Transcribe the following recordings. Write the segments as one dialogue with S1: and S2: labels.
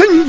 S1: and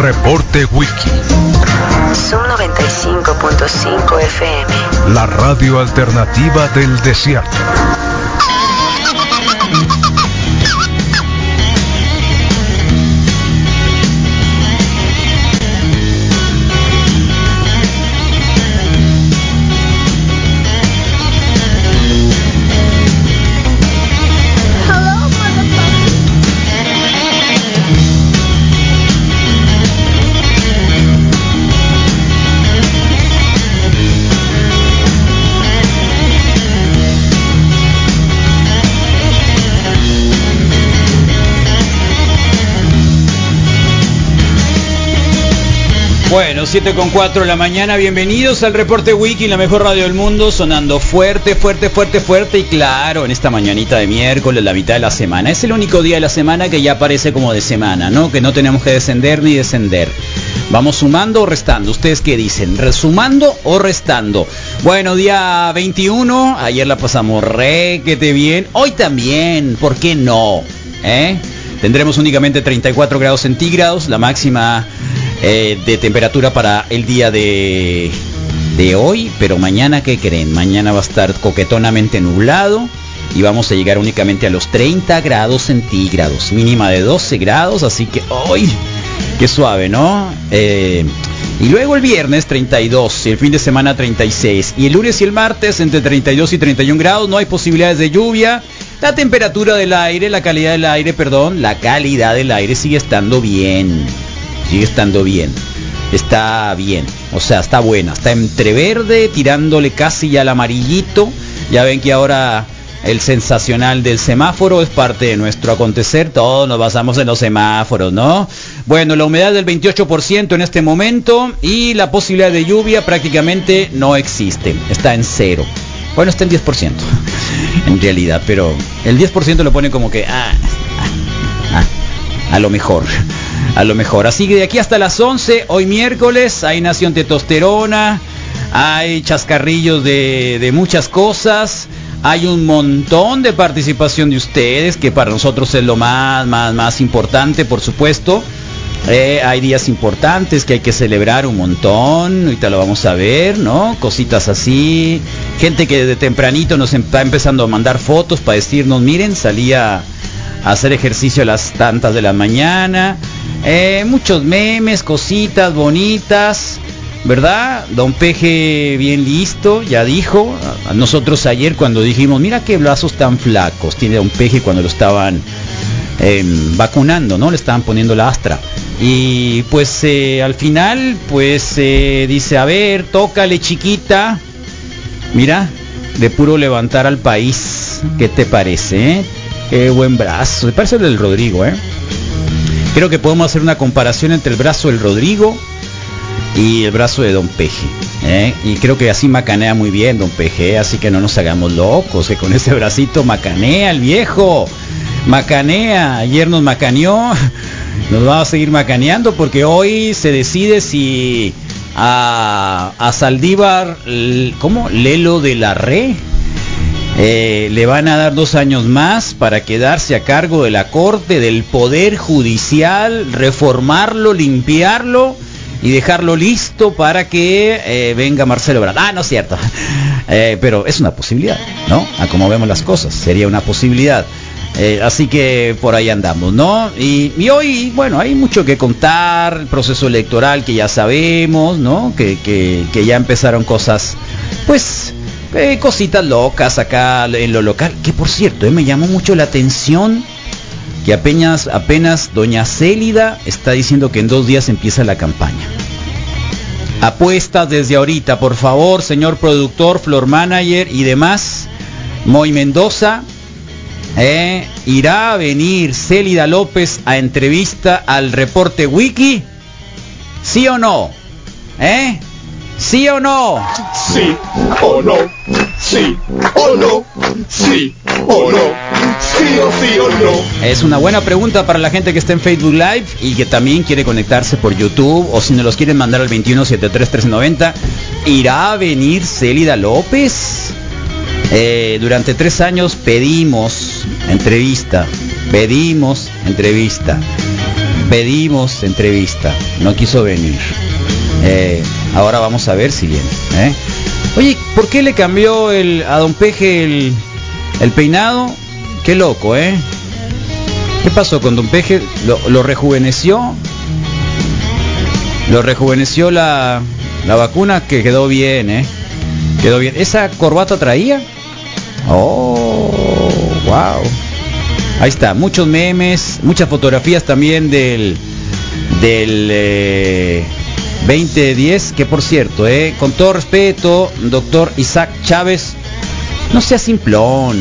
S2: Reporte Wiki.
S3: Son 95.5 FM.
S2: La radio alternativa del desierto.
S4: Bueno, 7 con 4 de la mañana, bienvenidos al Reporte Wiki, la mejor radio del mundo, sonando fuerte, fuerte, fuerte, fuerte y claro, en esta mañanita de miércoles, la mitad de la semana. Es el único día de la semana que ya parece como de semana, ¿no? Que no tenemos que descender ni descender. Vamos sumando o restando, ¿ustedes qué dicen? ¿Resumando o restando? Bueno, día 21, ayer la pasamos requete bien, hoy también, ¿por qué no? ¿Eh? Tendremos únicamente 34 grados centígrados, la máxima eh, de temperatura para el día de, de hoy, pero mañana, ¿qué creen? Mañana va a estar coquetonamente nublado y vamos a llegar únicamente a los 30 grados centígrados, mínima de 12 grados, así que hoy, qué suave, ¿no? Eh, y luego el viernes 32, y el fin de semana 36, y el lunes y el martes entre 32 y 31 grados, no hay posibilidades de lluvia. La temperatura del aire, la calidad del aire, perdón, la calidad del aire sigue estando bien sigue estando bien. Está bien, o sea, está buena. Está entre verde, tirándole casi ya al amarillito. Ya ven que ahora el sensacional del semáforo es parte de nuestro acontecer. Todos nos basamos en los semáforos, ¿no? Bueno, la humedad del 28% en este momento y la posibilidad de lluvia prácticamente no existe. Está en cero. Bueno, está en 10% en realidad, pero el 10% lo pone como que... ah, ah, ah a lo mejor. A lo mejor. Así que de aquí hasta las 11, hoy miércoles, hay Nación Tetosterona, hay chascarrillos de, de muchas cosas, hay un montón de participación de ustedes, que para nosotros es lo más, más, más importante, por supuesto. Eh, hay días importantes que hay que celebrar un montón, ahorita lo vamos a ver, ¿no? Cositas así. Gente que desde tempranito nos está empezando a mandar fotos para decirnos, miren, salía hacer ejercicio a las tantas de la mañana. Eh, muchos memes, cositas bonitas. ¿Verdad? Don Peje bien listo, ya dijo. A nosotros ayer cuando dijimos, mira qué brazos tan flacos tiene Don Peje cuando lo estaban eh, vacunando, ¿no? Le estaban poniendo la astra. Y pues eh, al final, pues dice, a ver, tócale chiquita. Mira, de puro levantar al país. ¿Qué te parece? eh? Qué buen brazo. Me parece el del Rodrigo, ¿eh? Creo que podemos hacer una comparación entre el brazo del Rodrigo y el brazo de Don Peje. ¿eh? Y creo que así macanea muy bien Don Peje, ¿eh? así que no nos hagamos locos, que con ese bracito macanea el viejo. Macanea, ayer nos macaneó, nos va a seguir macaneando porque hoy se decide si a, a Saldívar, ¿cómo? Lelo de la Re, eh, le van a dar dos años más para quedarse a cargo de la Corte, del Poder Judicial, reformarlo, limpiarlo y dejarlo listo para que eh, venga Marcelo Ebrard. Ah, no es cierto. Eh, pero es una posibilidad, ¿no? A como vemos las cosas, sería una posibilidad. Eh, así que por ahí andamos, ¿no? Y, y, hoy, bueno, hay mucho que contar, el proceso electoral que ya sabemos, ¿no? Que, que, que ya empezaron cosas, pues, eh, cositas locas acá en lo local. Que por cierto, eh, me llamó mucho la atención que apenas, apenas Doña Célida está diciendo que en dos días empieza la campaña. Apuestas desde ahorita, por favor, señor productor, floor manager y demás. Moy Mendoza eh, irá a venir Célida López a entrevista al reporte Wiki. ¿Sí o no? ¿Eh? ¿Sí o no?
S5: sí o no, sí
S4: Oh,
S5: o no, sí o no, sí o sí o no.
S4: Es una buena pregunta para la gente que está en Facebook Live y que también quiere conectarse por YouTube o si nos los quieren mandar al 2173-390. ¿Irá a venir Célida López? Eh, durante tres años pedimos entrevista, pedimos entrevista, pedimos entrevista. No quiso venir. Eh, ahora vamos a ver si viene. ¿eh? Oye, ¿por qué le cambió el, a Don Peje el, el peinado? Qué loco, ¿eh? ¿Qué pasó con Don Peje? ¿Lo, lo rejuveneció? Lo rejuveneció la, la vacuna que quedó bien, ¿eh? Quedó bien. ¿Esa corbata traía? Oh, wow. Ahí está, muchos memes, muchas fotografías también del del eh, 2010, que por cierto, eh, con todo respeto, doctor Isaac Chávez, no sea simplón,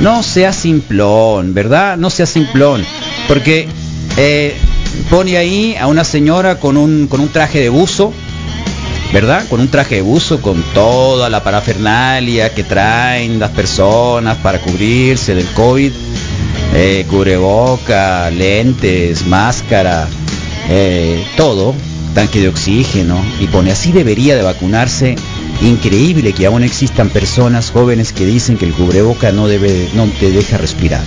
S4: no sea simplón, ¿verdad? No sea simplón, porque eh, pone ahí a una señora con un, con un traje de buzo, ¿verdad? Con un traje de buzo, con toda la parafernalia que traen las personas para cubrirse del COVID, eh, cubreboca, lentes, máscara, eh, todo, tanque de oxígeno, y pone así debería de vacunarse. Increíble que aún existan personas jóvenes que dicen que el cubreboca no, debe, no te deja respirar.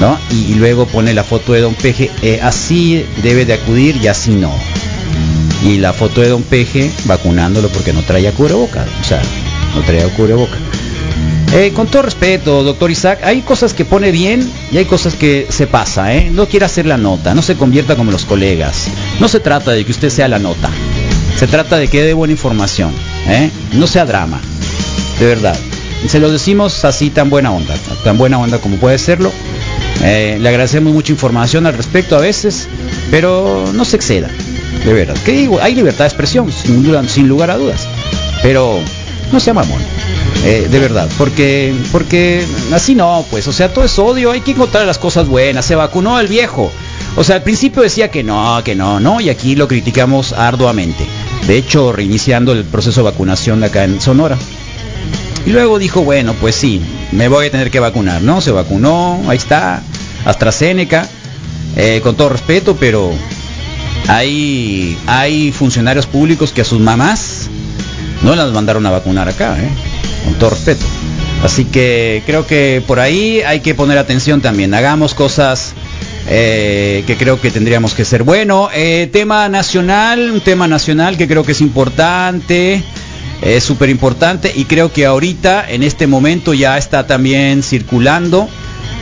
S4: ¿No? Y, y luego pone la foto de Don Peje, eh, así debe de acudir y así no y la foto de Don Peje vacunándolo porque no traía cubreboca, o sea, no traía cubreboca. Eh, con todo respeto, doctor Isaac, hay cosas que pone bien y hay cosas que se pasa, ¿eh? No quiera hacer la nota, no se convierta como los colegas. No se trata de que usted sea la nota, se trata de que dé buena información, ¿eh? No sea drama, de verdad. Se lo decimos así tan buena onda, tan buena onda como puede serlo. Eh, le agradecemos mucha información al respecto a veces, pero no se exceda, de verdad. ¿Qué digo? Hay libertad de expresión, sin, duda- sin lugar a dudas, pero no sea mamón, eh, de verdad, porque, porque así no, pues, o sea, todo es odio, hay que encontrar las cosas buenas, se vacunó el viejo. O sea, al principio decía que no, que no, no, y aquí lo criticamos arduamente. De hecho, reiniciando el proceso de vacunación de acá en Sonora. Y luego dijo, bueno, pues sí, me voy a tener que vacunar, ¿no? Se vacunó, ahí está, AstraZeneca, eh, con todo respeto, pero hay, hay funcionarios públicos que a sus mamás no las mandaron a vacunar acá, ¿eh? con todo respeto. Así que creo que por ahí hay que poner atención también. Hagamos cosas eh, que creo que tendríamos que ser. Bueno, eh, tema nacional, un tema nacional que creo que es importante, es súper importante y creo que ahorita, en este momento, ya está también circulando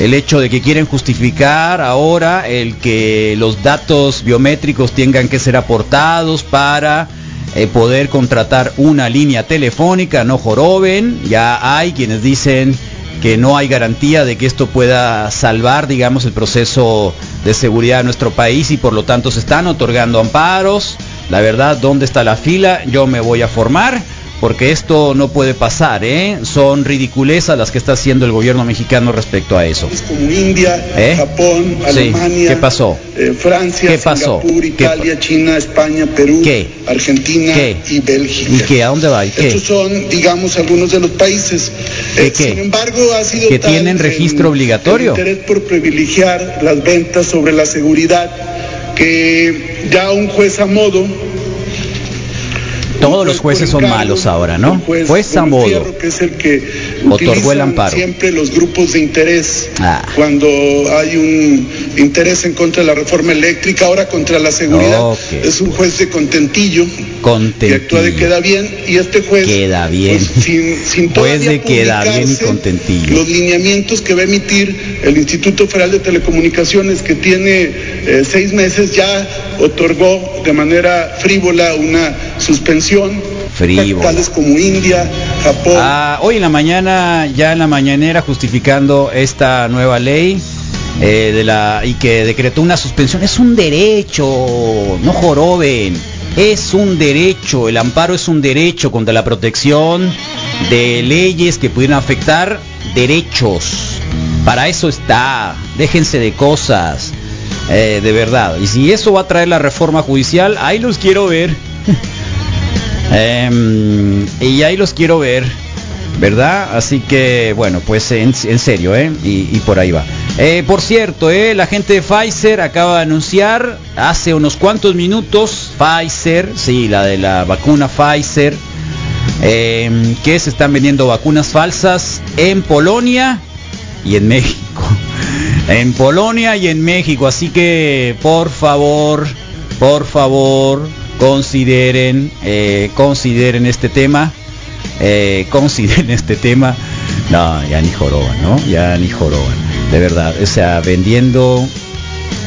S4: el hecho de que quieren justificar ahora el que los datos biométricos tengan que ser aportados para eh, poder contratar una línea telefónica, no joroben, ya hay quienes dicen que no hay garantía de que esto pueda salvar, digamos, el proceso de seguridad de nuestro país y por lo tanto se están otorgando amparos. La verdad, ¿dónde está la fila? Yo me voy a formar porque esto no puede pasar, ¿eh? Son ridiculezas las que está haciendo el gobierno mexicano respecto a eso.
S5: Como India,
S4: ¿Eh?
S5: Japón,
S4: Sí.
S5: Alemania,
S4: ¿Qué pasó?
S5: eh, Francia,
S4: ¿Qué pasó?
S5: Singapur,
S4: ¿Qué
S5: Italia, China, España, Perú,
S4: ¿Qué?
S5: Argentina
S4: ¿Qué?
S5: y Bélgica.
S4: ¿Y qué? ¿A dónde va? ¿Y qué?
S5: Estos son, digamos, algunos de los países.
S4: ¿Qué,
S5: Eh,
S4: qué?
S5: Sin embargo, ha sido
S4: ¿Que
S5: tal
S4: tienen
S5: el-
S4: registro obligatorio?
S5: el interés por privilegiar las ventas sobre la seguridad que ya un juez a modo.
S4: Todos
S5: un
S4: los
S5: juez por
S4: jueces son
S5: encargo,
S4: malos ahora, ¿no?
S5: un Juez,
S4: Juez a
S5: por
S4: modo.
S5: entierro, que es el que
S4: Otorgó
S5: utilizan
S4: el amparo.
S5: Siempre los grupos de interés
S4: Ah.
S5: cuando hay un interés en contra de la reforma eléctrica, ahora contra la seguridad.
S4: Ok. pues.
S5: Es un juez de contentillo que actúa de
S4: Contentillo.
S5: queda bien y este juez
S4: Queda bien.
S5: pues, sin, sin
S4: Juez
S5: todavía
S4: de queda bien y
S5: publicarse
S4: contentillo.
S5: los lineamientos que va a emitir el Instituto Federal de Telecomunicaciones que tiene eh, seis meses ya otorgó de manera frívola una suspensión
S4: Frívola.
S5: tales como India, Japón,
S4: Ah, hoy en la mañana, ya en la mañanera, justificando esta nueva ley eh, de la y que decretó una suspensión. Es un derecho, no joroben. Es un derecho, el amparo es un derecho contra la protección de leyes que pudieran afectar derechos. Para eso está. Déjense de cosas. eh, de verdad. Y si eso va a traer la reforma judicial, ahí los quiero ver. Em, y ahí los quiero ver, ¿verdad? Así que, bueno, pues en, en serio, ¿eh? Y, y por ahí va. Eh, por cierto, ¿eh? la gente de Pfizer acaba de anunciar hace unos cuantos minutos, Pfizer, sí, la de la vacuna Pfizer, eh, que se están vendiendo vacunas falsas en Polonia y en México. En Polonia y en México. Así que, por favor, por favor, consideren, eh, consideren este tema. Eh, consideren este tema. No, ya ni joroban, ¿no? Ya ni joroban. De verdad, o sea, vendiendo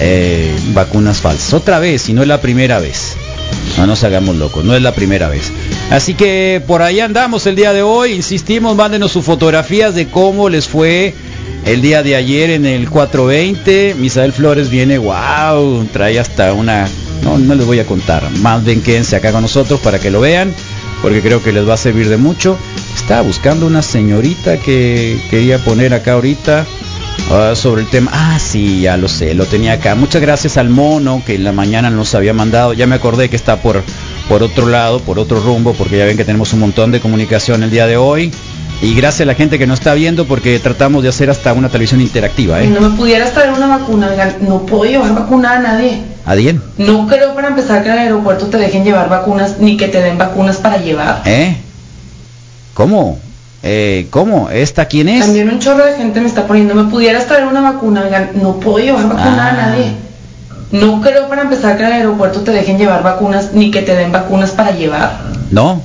S4: eh, vacunas falsas. Otra vez, y no es la primera vez. No nos hagamos locos, no es la primera vez. Así que por ahí andamos el día de hoy, insistimos, mándenos sus fotografías de cómo les fue el día de ayer en el 420. Misael Flores viene, wow, trae hasta una... No, no les voy a contar, más bien quédense acá con nosotros para que lo vean, porque creo que les va a servir de mucho. Estaba buscando una señorita que quería poner acá ahorita. Ah, sobre el tema. Ah, sí, ya lo sé, lo tenía acá. Muchas gracias al mono que en la mañana nos había mandado. Ya me acordé que está por, por otro lado, por otro rumbo, porque ya ven que tenemos un montón de comunicación el día de hoy. Y gracias a la gente que nos está viendo porque tratamos de hacer hasta una televisión interactiva, ¿eh?
S6: No me pudieras traer una vacuna, oigan, no puedo llevar vacuna a nadie.
S4: Adien,
S6: No creo para empezar que en el aeropuerto te dejen llevar vacunas ni que te den vacunas para llevar.
S4: ¿eh? ¿Cómo? Eh, ¿Cómo? ¿Esta quién es?
S6: También un chorro de gente me está poniendo, me pudieras traer una vacuna, oigan, no puedo llevar vacuna
S4: Ah.
S6: a nadie. No creo para empezar que en el aeropuerto te dejen llevar vacunas ni que te den vacunas para llevar.
S4: No.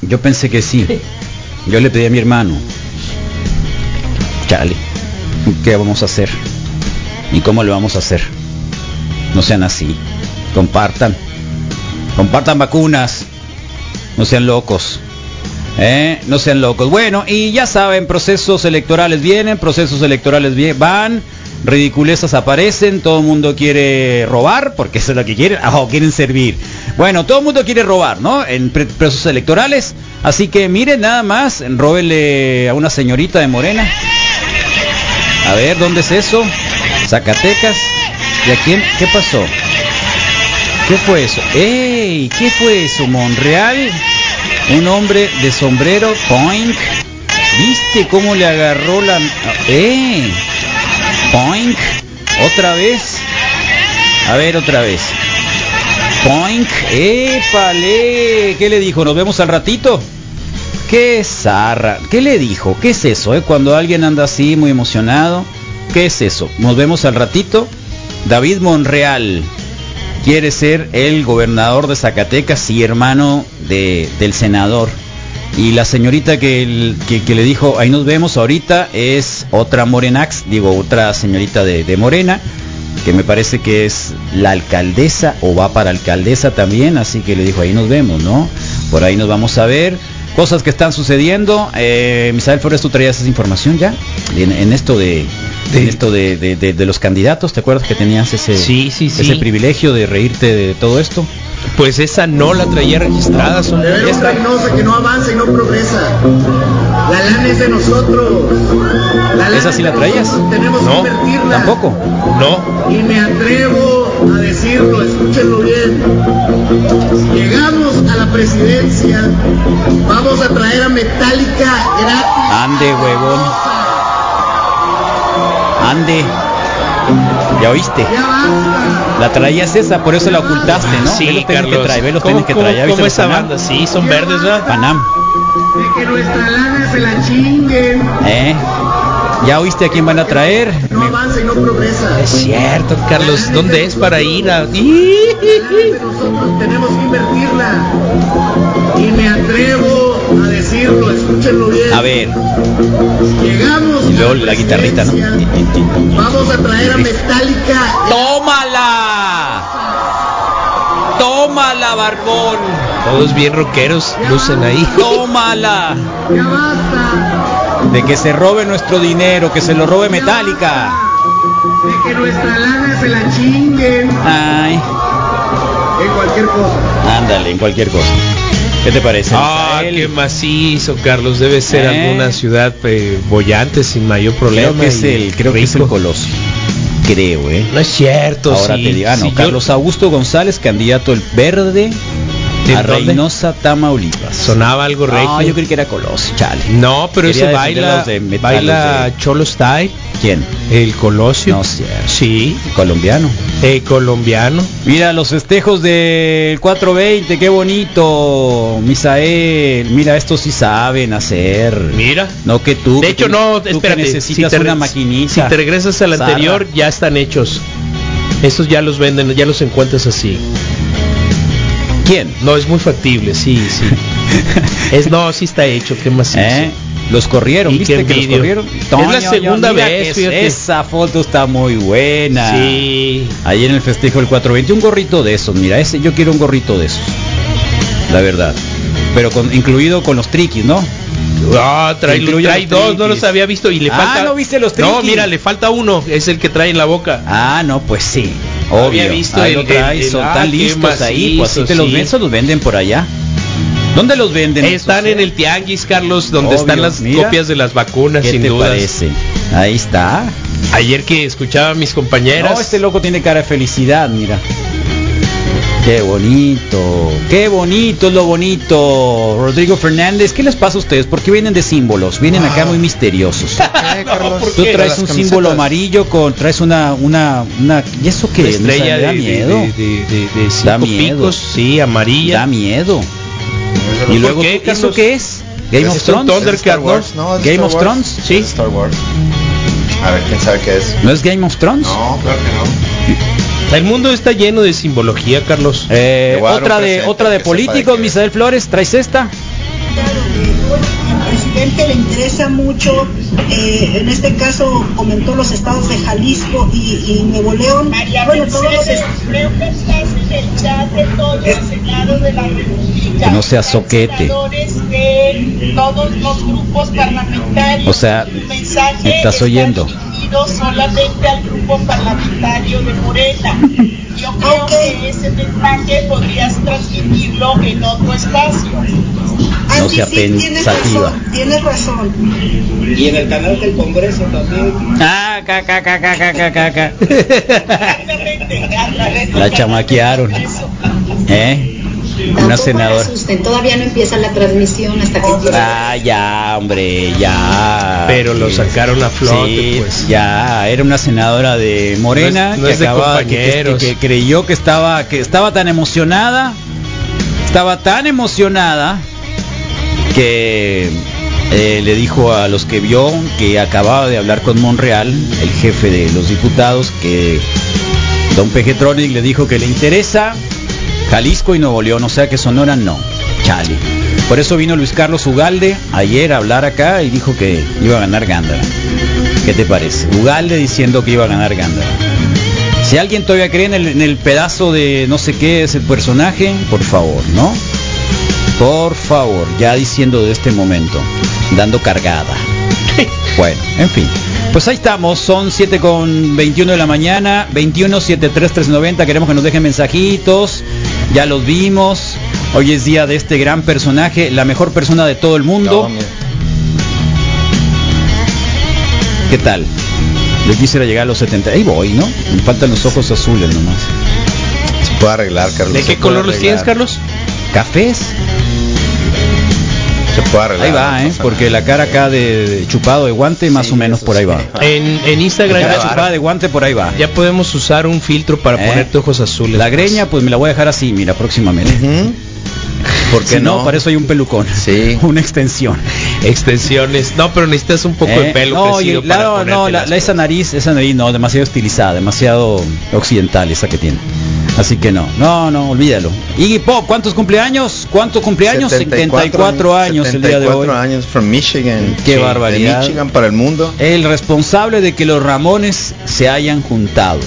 S4: Yo pensé que sí. Yo le pedí a mi hermano. Chale. ¿Qué vamos a hacer? ¿Y cómo lo vamos a hacer? No sean así. Compartan. Compartan vacunas. No sean locos. ¿Eh? No sean locos. Bueno, y ya saben, procesos electorales vienen, procesos electorales vie- van, ridiculezas aparecen, todo el mundo quiere robar, porque eso es lo que quieren, ah, o quieren servir. Bueno, todo el mundo quiere robar, ¿no? En pre- procesos electorales. Así que miren nada más, róbele a una señorita de Morena. A ver, ¿dónde es eso? Zacatecas. ¿Y a quién? ¿Qué pasó? ¿Qué fue eso? ¡Ey! ¿Qué fue eso? Monreal, un hombre de sombrero, Point. ¿Viste cómo le agarró la... ¡Ey! Point. ¿Otra vez? A ver, otra vez. Point. ¡Épale! ¿Qué le dijo? ¿Nos vemos al ratito? ¡Qué zarra! ¿Qué le dijo? ¿Qué es eso? eh? Cuando alguien anda así, muy emocionado. ¿Qué es eso? Nos vemos al ratito. David Monreal quiere ser el gobernador de Zacatecas y hermano de- del senador. Y la señorita que, el- que- que le dijo, ahí nos vemos ahorita, es otra Morenax, digo, otra señorita de, de Morena, que me parece que es la alcaldesa o va para alcaldesa también, así que le dijo, ahí nos vemos, ¿no? Por ahí nos vamos a ver. Cosas que están sucediendo. Eh, Misael Flores, tú traías esa información ya, en, en esto de... en esto de, de- de- de los candidatos, ¿te acuerdas que tenías ese,
S7: Sí, sí, sí.
S4: ese privilegio de reírte de todo esto.
S7: Pues esa no la traía registrada, son esta-
S8: que no avanza y no progresa. La lana es de nosotros. La
S4: ¿Esa sí la traías?
S8: Tenemos
S7: No,
S8: invertirla.
S4: Tampoco.
S7: No,
S8: Y me atrevo a decirlo, escúchenlo bien. Llegamos a la presidencia, vamos a traer a Metallica gratis.
S4: Ande, huevón. Ande. ¿Ya oíste?
S8: Ya basta.
S4: La traías esa, por eso la ocultaste, ¿no? Ve
S7: sí,
S4: los tenis
S7: Carlos.
S4: que trae, ve los
S7: ¿Cómo-
S4: tenis que trae. ¿Ya
S7: ¿Cómo,
S4: viste
S7: cómo
S4: los
S7: esa
S4: Panam?
S7: banda? Sí, son verdes, ¿verdad?
S4: Panam,
S8: De que nuestra lana se la chinguen.
S4: ¿eh? ¿Ya oíste a quién van a traer?
S8: No avanza y no progresa.
S7: Es cierto, Carlos. ¿Dónde es para ir a.? ¡Ih!
S8: Nosotros tenemos que invertirla. Y me atrevo a decirlo, escúchenlo bien.
S4: A ver,
S8: Llegamos.
S4: y
S8: a
S4: luego la guitarrita, ¿no?
S8: presidencia, Vamos a traer a Metallica.
S4: ¡Tómala! ¡Tómala, barbón!
S7: Todos bien rockeros lucen ahí.
S4: ¡Tómala!
S8: Ya basta.
S4: De que se robe nuestro dinero, que se lo robe Metallica.
S8: De que nuestra lana se la chinguen.
S4: Ay.
S8: En cualquier cosa.
S4: Ándale, en cualquier cosa. ¿Qué te parece?
S7: Ah,
S4: Misael?
S7: qué macizo, Carlos. Debe ser
S4: Eh.
S7: alguna ciudad eh, bollante sin mayor problema.
S4: Creo que es
S7: y
S4: el, creo que es el
S7: rico.
S4: Colosio. Creo, ¿eh?
S7: No es cierto,
S4: Ahora
S7: sí,
S4: te digo, ah, no,
S7: sí, yo-
S4: Carlos Augusto González, candidato el verde
S7: ¿En
S4: a
S7: dónde?
S4: Reynosa, Tamaulipas.
S7: Sonaba algo regio.
S4: Ah, yo creí que era Colosio, chale.
S7: No, pero
S4: Quería decirle
S7: ese
S4: a
S7: baila,
S4: los de metal,
S7: baila
S4: los de-
S7: Cholo Style,
S4: ¿Quién?
S7: el Colosio.
S4: No, cierto.
S7: Sí,
S4: Colombiano.
S7: el colombiano.
S4: Mira los festejos del 420, qué bonito, Misael. Mira, estos sí saben hacer.
S7: Mira.
S4: No que tú.
S7: de
S4: que
S7: hecho,
S4: tú-
S7: no,
S4: tú que
S7: espérate.
S4: necesitas
S7: si te,
S4: una
S7: re-
S4: maquinita.
S7: si te regresas al
S4: Zarra.
S7: anterior, ya están hechos. Estos ya los venden, ya los encuentras así.
S4: ¿Quién?
S7: No, es muy factible, sí, sí. es no, sí está hecho, qué más
S4: ¿Eh? Los corrieron,
S7: Y
S4: ¿viste
S7: qué
S4: que los
S7: envidia.
S4: corrieron?
S7: Es la segunda
S4: mira
S7: vez,
S4: que es-
S7: fíjate.
S4: Esa foto está muy buena.
S7: Sí.
S4: Ahí en el festejo del 420, un gorrito de esos, mira, ese yo quiero un gorrito de esos. La verdad. Pero con, incluido con los triquis, ¿no?
S7: Ah, trae,
S4: Incluye
S7: trae
S4: los
S7: dos, no
S4: triquis.
S7: los había visto y le
S4: Ah,
S7: falta.
S4: ¿no viste los
S7: No,
S4: triquis?
S7: mira, le falta uno, es el que trae en la boca.
S4: Ah, no, pues sí.
S7: Había
S4: Obvio.
S7: visto
S4: Ahí
S7: el-
S4: lo traes,
S7: el- el-
S4: son
S7: ah,
S4: tan
S7: qué
S4: listos ahí.
S7: macizo,
S4: Pues así te los
S7: sí.
S4: ven, se los venden por allá. ¿Dónde los venden?
S7: Están
S4: esos,
S7: en
S4: eh?
S7: el tianguis, Carlos, donde
S4: Obvio,
S7: están las
S4: mira.
S7: copias de las vacunas,
S4: ¿Qué
S7: sin
S4: te
S7: dudas.
S4: parece? Ahí está.
S7: Ayer que escuchaba a mis compañeras.
S4: No, este loco tiene cara de felicidad, mira. Qué bonito, qué bonito es lo bonito. Rodrigo Fernández, ¿qué les pasa a ustedes? ¿Por qué vienen de símbolos? Vienen acá muy misteriosos.
S9: Eh, Carlos,
S7: ¿por
S4: Tú
S7: qué?
S4: traes
S9: Las
S4: un
S9: camisetas.
S4: símbolo amarillo con traes una una una ¿y eso qué?
S7: Una
S4: es?
S7: estrella
S4: Me da
S7: de, de-
S4: miedo.
S7: de- de- de- de cinco
S4: Da miedo.
S7: picos, sí, amarilla.
S4: Da miedo. Y
S7: ¿Por
S4: luego
S7: qué,
S4: tú- ¿eso
S7: Carlos?
S4: qué es? Game
S7: Pues
S4: of
S7: es un
S4: Thrones.
S7: Thunder-
S9: Star Wars, ¿no? ¿Es de
S4: Game
S9: Star
S4: of
S9: Wars?
S4: Thrones, sí.
S9: Es de Star Wars. A ver, quién sabe qué es.
S4: ¿No es Game of Thrones?
S9: No, claro que no.
S7: El mundo está lleno de simbología, Carlos.
S4: Eh,
S9: Te voy a dar un
S4: otra de
S9: presente
S4: otra de
S9: que sepa de
S4: políticos,
S9: qué.
S4: Misael Flores, traes esta.
S10: Al presidente le interesa mucho, eh, en este caso comentó los estados de Jalisco y, y Nuevo León. Bueno, todos los est- Eh.
S4: Que no sea soquete. O sea, ¿me estás oyendo?
S10: Ok. Ah, sí,
S4: sea
S10: sí, tienes
S4: pensativa.
S10: razón, tienes razón.
S4: Ah, ca, ca, ca, ca, ca, ca, ca, ca. La chamaquearon. ¿Eh? Una senadora.
S10: Todavía no empieza la transmisión hasta que
S4: Ah, ya, hombre, ya.
S7: Pero lo sacaron a flote,
S4: Sí,
S7: pues.
S4: Ya, era una senadora de Morena
S7: No es- no
S4: que,
S7: es de
S4: acababa- que-
S7: compañeros.
S4: que- que creyó que estaba que estaba tan emocionada, estaba tan emocionada que eh, le dijo a los que vio que acababa de hablar con Monreal, el jefe de los diputados, que Don Pejetronic le dijo que le interesa Jalisco y Nuevo León, o sea que Sonora no. Chale. Por eso vino Luis Carlos Ugalde ayer a hablar acá y dijo que iba a ganar Gándara. ¿Qué te parece? Ugalde diciendo que iba a ganar Gándara. Si alguien todavía cree en el, en el pedazo de no sé qué es el personaje, por favor, ¿no? Por favor, ya diciendo de este momento, dando cargada. Bueno, en fin. Pues ahí estamos, son 7 con 21 de la mañana, 21 73 390, queremos que nos dejen mensajitos, ya los vimos, hoy es día de este gran personaje, la mejor persona de todo el mundo. ¿Qué tal? Yo quisiera llegar a los 70, ahí voy, ¿no? Me faltan los ojos azules nomás.
S9: Se puede arreglar, Carlos.
S7: ¿De
S9: se
S7: qué
S9: puede
S7: color los
S9: arreglar.
S7: tienes, Carlos?
S4: ¿Cafés?
S9: Se puede arreglar.
S4: Ahí va,
S9: no
S4: ¿eh?
S9: pasa
S4: Porque
S9: nada.
S4: la cara acá de, de chupado de guante, más
S9: Sí,
S4: o menos
S9: eso
S4: por ahí
S9: sí.
S4: va.
S7: En, en Instagram
S4: La
S7: ya,
S4: chupada de guante por ahí Ah. va.
S7: ya podemos usar un filtro para
S4: ¿Eh?
S7: ponerte ojos azules.
S4: La greña, pues me la voy a dejar así, mira, próximamente.
S9: Ujú. ¿Por qué
S4: Si no,
S9: no?
S4: para eso hay un pelucón.
S9: Sí.
S4: Una extensión.
S7: Extensiones. No, pero necesitas un poco de
S4: Eh,
S7: pelo
S4: no, y
S7: crecido
S4: el
S7: para
S4: lado- no, la-
S7: ponértelas,
S4: la- esa nariz, esa nariz no, demasiado estilizada, demasiado occidental esa que tiene. Así que no, no, no, olvídalo. Iggy Pop, ¿cuántos cumpleaños? ¿Cuántos cumpleaños? 74 años el día de hoy.
S9: 74 años from Michigan.
S4: Qué
S9: Sí,
S4: barbaridad.
S9: De Michigan para el mundo.
S4: El responsable de que los Ramones se hayan juntado.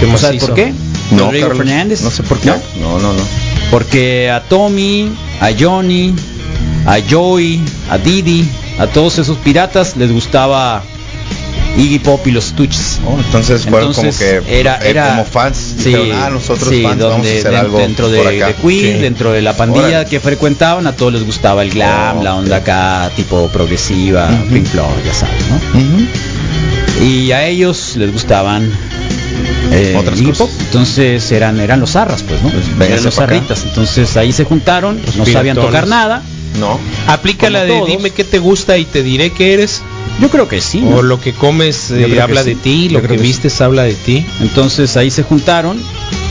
S7: Qué
S4: ¿No sabes
S7: macizo.
S4: por qué? Rodrigo
S9: Carlos,
S4: Fernández.
S9: No sé por qué.
S4: ¿No?
S9: No, no, no.
S4: Porque a Tommy, a Johnny, a Joey, a Didi, a todos esos piratas les gustaba Iggy Pop y los Stooges.
S9: Oh, entonces fueron
S4: Entonces,
S9: como que
S4: era-
S9: eh,
S4: era-
S9: como fans
S4: Sí,
S9: dijeron, ah, nosotros
S4: sí,
S9: fans vamos a
S4: donde-
S9: hacer
S4: den-
S9: algo
S4: dentro de,
S9: por acá.
S4: de Queen,
S9: Sí.
S4: dentro de la pandilla
S9: Órale.
S4: que frecuentaban, a todos les gustaba el glam,
S9: Oh,
S4: la onda acá tipo progresiva,
S9: Ujú.
S4: Pink Floyd, ya sabes, ¿no?
S9: Ujú.
S4: Y a ellos les gustaban eh,
S9: Otras
S4: hip
S9: cosas.
S4: hop. Entonces eran, eran los zarras, pues, ¿no? eran
S9: vénganse
S4: los
S9: pa' acá.
S4: zarritas. Entonces ahí se juntaron, pues, no sabían
S7: piratones.
S4: tocar nada.
S9: No.
S7: Aplica la
S4: Como
S7: de
S4: todos.
S7: dime qué te gusta y te diré qué eres.
S4: Yo creo que sí. ¿no?
S7: O lo que comes eh,
S9: Yo creo que
S7: habla
S9: sí.
S7: de ti,
S9: Yo
S7: lo
S9: creo
S7: que
S9: que sí.
S7: vistes habla de ti.
S4: Entonces ahí se juntaron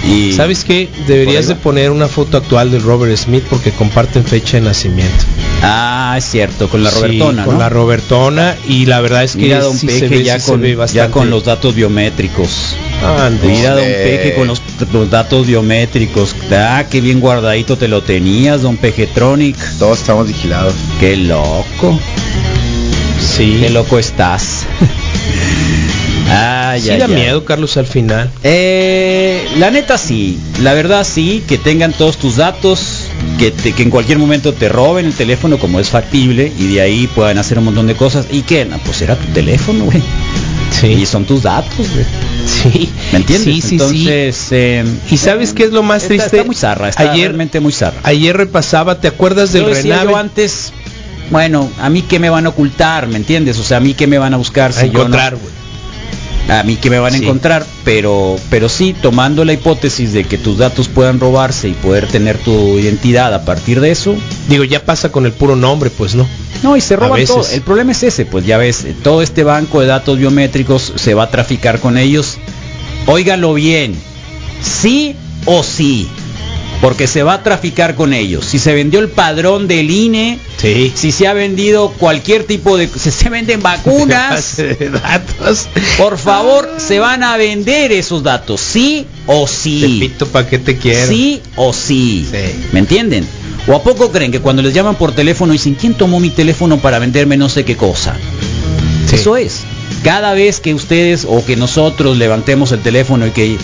S4: y
S7: ¿Sabes qué?
S4: Por ahí
S7: Deberías de
S4: va.
S7: poner una foto actual del Robert Smith porque comparten fecha de nacimiento.
S4: Ah, es cierto, con la
S7: Sí,
S4: Robertona,
S7: con
S4: ¿no?
S7: la Robertona y la verdad es que
S4: Mira Don
S7: sí
S4: Peje
S7: se ve,
S4: ya,
S7: sí se
S4: con,
S7: ve
S4: ya
S7: bastante.
S4: con los datos biométricos.
S7: Ande.
S4: Mira Don
S9: Hombre.
S4: Peje con los, los datos biométricos. Ah, qué bien guardadito te lo tenías, Don Pejetronic.
S9: Todos estamos vigilados.
S4: Qué loco. Sí. Qué loco estás. ay,
S7: Sí
S4: ay,
S7: da
S4: ay.
S7: miedo, Carlos, al final.
S4: Eh, la neta sí, la verdad sí, que tengan todos tus datos, que, te- que en cualquier momento te roben el teléfono como es factible y de ahí puedan hacer un montón de cosas. ¿Y qué? No, pues era tu teléfono, güey. Y
S7: Sí,
S4: son tus datos, güey.
S7: sí.
S4: ¿Me entiendes?
S7: Sí, sí, sí.
S4: Entonces, eh,
S7: ¿Y sabes qué es lo más
S4: está-
S7: triste?
S4: está muy zarra, está
S7: ayer,
S4: realmente muy zarra.
S7: ayer repasaba, ¿te acuerdas del
S4: Yo decía
S7: Renave?
S4: yo antes, bueno, a mí qué me van a ocultar, ¿me entiendes? O sea, a mí qué me van a buscar
S7: a
S4: si yo no-
S7: encontrar, güey.
S4: a mí que me van a
S7: Sí.
S4: encontrar, pero pero sí tomando la hipótesis de que tus datos puedan robarse y poder tener tu identidad a partir de eso.
S7: Digo, ya pasa con el puro nombre, pues no.
S4: No, y se
S7: A
S4: roban
S7: veces.
S4: todo. El problema es ese, pues ya ves, eh, todo este banco de datos biométricos se va a traficar con ellos. Óigalo bien. Sí o sí. Porque se va a traficar con ellos. Si se vendió el padrón del INE,
S7: Sí.
S4: si se ha vendido cualquier tipo de... Si se venden vacunas.
S7: datos. Ah.
S4: Por favor, se van a vender esos datos, sí o
S7: Te
S4: sí.
S7: pito pa' qué te quiero.
S4: Sí o sí.
S7: Sí.
S4: ¿Me entienden? ¿O a poco creen que cuando les llaman por teléfono dicen, ¿quién tomó mi teléfono para venderme no sé qué cosa?
S7: Sí.
S4: Eso es. Cada vez que ustedes o que nosotros levantemos el teléfono y que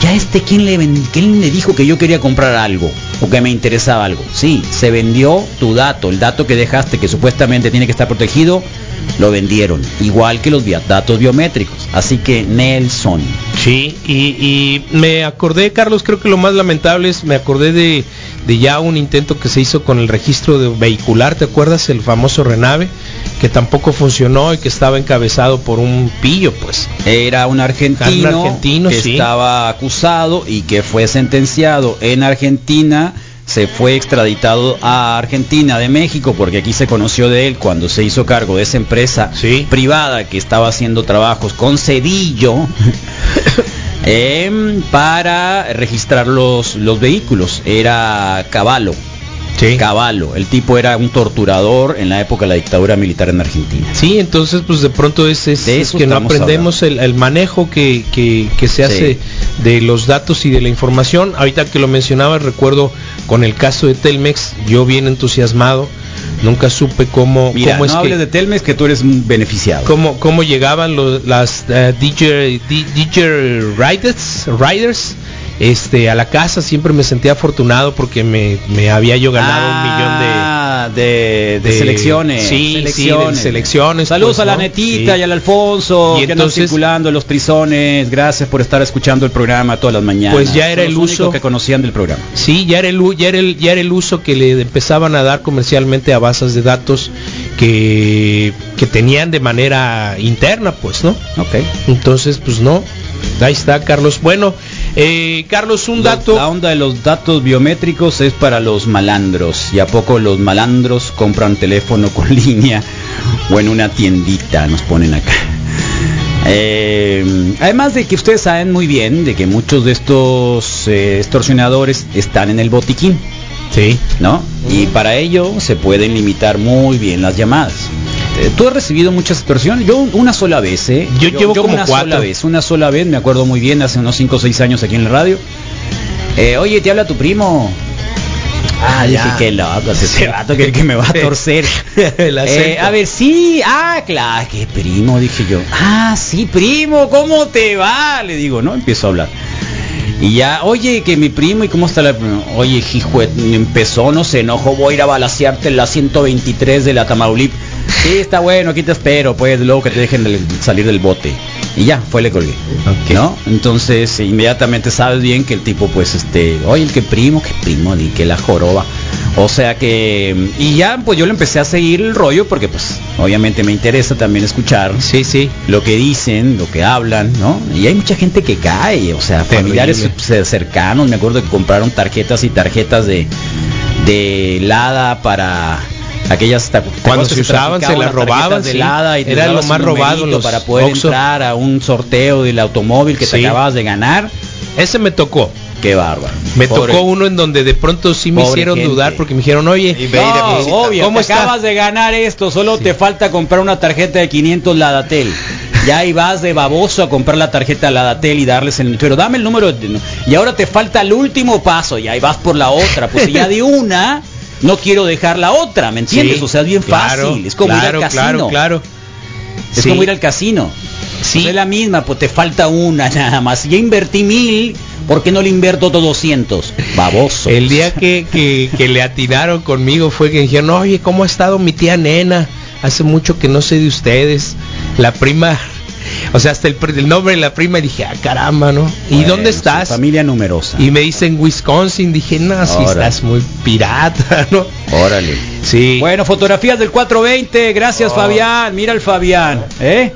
S4: ya este quién le ven- quién le dijo que yo quería comprar algo o que me interesaba algo. Sí, se vendió tu dato, el dato que dejaste que supuestamente tiene que estar protegido, lo vendieron, igual que los bia- datos biométricos. Así que Nelson,
S7: Sí, y, y me acordé, Carlos, creo que lo más lamentable es, me acordé de, de ya un intento que se hizo con el registro de vehicular, ¿te acuerdas? El famoso Renave, que tampoco funcionó y que estaba encabezado por un pillo, pues.
S4: Era un argentino,
S7: Era un argentino,
S4: que
S7: sí.
S4: estaba acusado y que fue sentenciado en Argentina. Se fue extraditado a Argentina de México porque aquí se conoció de él cuando se hizo cargo de esa empresa
S7: Sí.
S4: privada que estaba haciendo trabajos con Cedillo em, para registrar los, los vehículos. Era Caballo.
S7: Sí.
S4: Caballo. El tipo era un torturador en la época de la dictadura militar en Argentina.
S7: Sí, entonces pues de pronto es, es-
S4: De
S7: es
S4: eso
S7: que no
S4: estamos
S7: aprendemos el, el manejo que, que- que se hace de los datos y de la información. Ahorita que lo mencionaba, recuerdo con el caso de Telmex, yo bien entusiasmado, nunca supe cómo,
S4: Mira,
S7: cómo
S4: no hables de Telmes que tú eres un beneficiado.
S7: cómo, cómo llegaban los, las eh, DJ, di- DJ riders, riders este, a la casa. Siempre me sentía afortunado porque me, me había yo ganado
S4: Ah, de,
S7: de-
S4: de selecciones.
S7: sí, sí, de selecciones,
S4: Saludos
S7: pues,
S4: a la
S7: ¿no?
S4: netita
S7: Sí.
S4: y al Alfonso
S7: Y
S4: que andan
S7: entonces-
S4: circulando los trizones. Gracias por estar escuchando el programa todas las mañanas.
S7: Pues ya era
S4: Son
S7: el
S4: los
S7: uso-
S4: únicos que conocían del programa.
S7: Sí, ya era, el, u- ya, era el, ya era el uso que le empezaban a dar comercialmente a bases de datos que, que tenían de manera interna, pues, ¿no?
S4: Ok.
S7: Entonces, pues no. Ahí está, Carlos. Bueno, eh, Carlos, un dato.
S4: La onda de los datos biométricos es para los malandros. ¿Y a poco los malandros compran teléfono con línea o en una tiendita? Nos ponen acá. Eh, además de que ustedes saben muy bien de que muchos de estos eh, extorsionadores están en el botiquín,
S7: Sí.
S4: ¿no? Y para ello se pueden limitar muy bien las llamadas. Eh, ¿Tú has recibido muchas extorsiones? Yo una sola vez, ¿eh?
S7: Yo llevo como
S4: una
S7: cuatro.
S4: sola vez, una sola vez, me acuerdo muy bien, hace unos 5 o 6 años aquí en la radio. Eh, oye, te habla tu primo. Ah, dije que loco, ese vato que, que me va a torcer.
S7: El
S4: Eh,
S7: acento.
S4: a ver, sí, ah, claro, que primo, dije yo. Ah, sí, primo, ¿cómo te va? Le digo, ¿no? Empiezo a hablar. Y ya, oye, que mi primo, ¿y cómo está la primo? Oye, hijo, empezó, no se enojó, voy a ir a balasearte en la 123 de la Tamaulip. Sí, está bueno, aquí te espero, pues, luego que te dejen del- salir del bote. Y ya, fue, le colgué.
S7: Ok.
S4: ¿No? Entonces, inmediatamente sabes bien que el tipo, pues, este, oye, el que primo, que primo, di que la joroba. O sea que, y ya pues yo le empecé a seguir el rollo porque pues obviamente me interesa también escuchar.
S7: Sí, sí.
S4: Lo que dicen, lo que hablan, ¿no? Y hay mucha gente que cae, o sea,
S7: Terrible.
S4: familiares ce- cercanos, me acuerdo que compraron tarjetas y tarjetas de, de helada para aquellas ta- ¿te
S7: Cuando
S4: acuerdas
S7: se
S4: que
S7: usaban, se
S4: traficaban
S7: las
S4: tarjetas
S7: robaban,
S4: de
S7: sí.
S4: helada y te
S7: Era lo
S4: dabas un
S7: más robado
S4: numerito
S7: los
S4: para poder
S7: Oxxo.
S4: entrar a un sorteo del automóvil que
S7: Sí.
S4: te acababas de ganar.
S7: Ese me tocó.
S4: Qué bárbaro.
S7: Me
S4: Pobre-
S7: tocó uno en donde de pronto sí me
S4: Pobre
S7: hicieron
S4: gente.
S7: dudar porque me dijeron,
S9: Y
S7: oye,
S9: ve y
S4: No,
S9: deposita.
S4: obvio,
S7: ¿Cómo
S4: te
S7: está?
S4: acabas de ganar esto, solo te falta comprar una tarjeta de 500 Ladatel. Ya ahí vas de baboso a comprar la tarjeta Ladatel y darles el pero dame el número de- y ahora te falta el último paso y ahí vas por la otra, pues si ya de una no quiero dejar la otra, ¿me entiendes?
S7: Sí,
S4: o sea, es bien
S7: claro,
S4: fácil, es como
S7: claro,
S4: ir al
S7: claro,
S4: casino.
S7: claro.
S4: Es
S7: Sí.
S4: como ir al casino.
S7: Sí.
S4: Pues es la misma, pues te falta una nada más. Ya invertí mil, ¿por qué no le invierto otros 200? Baboso.
S7: El día que, que- que le atinaron conmigo fue que dijeron, oye, ¿cómo ha estado mi tía nena? Hace mucho que no sé de ustedes. La prima, o sea, hasta el, pr- el nombre de la prima y dije, ah, caramba, ¿no? ¿Y
S4: Bueno,
S7: dónde
S4: sí,
S7: estás?
S4: Familia numerosa.
S7: Y me dicen Wisconsin, dije, no, si
S4: Ahora.
S7: estás muy pirata, ¿no?
S4: Órale.
S7: Sí.
S4: Bueno, fotografías del 420. Gracias,
S9: Ah.
S7: Oh.
S4: Fabián. Mira el Fabián. ¿Eh?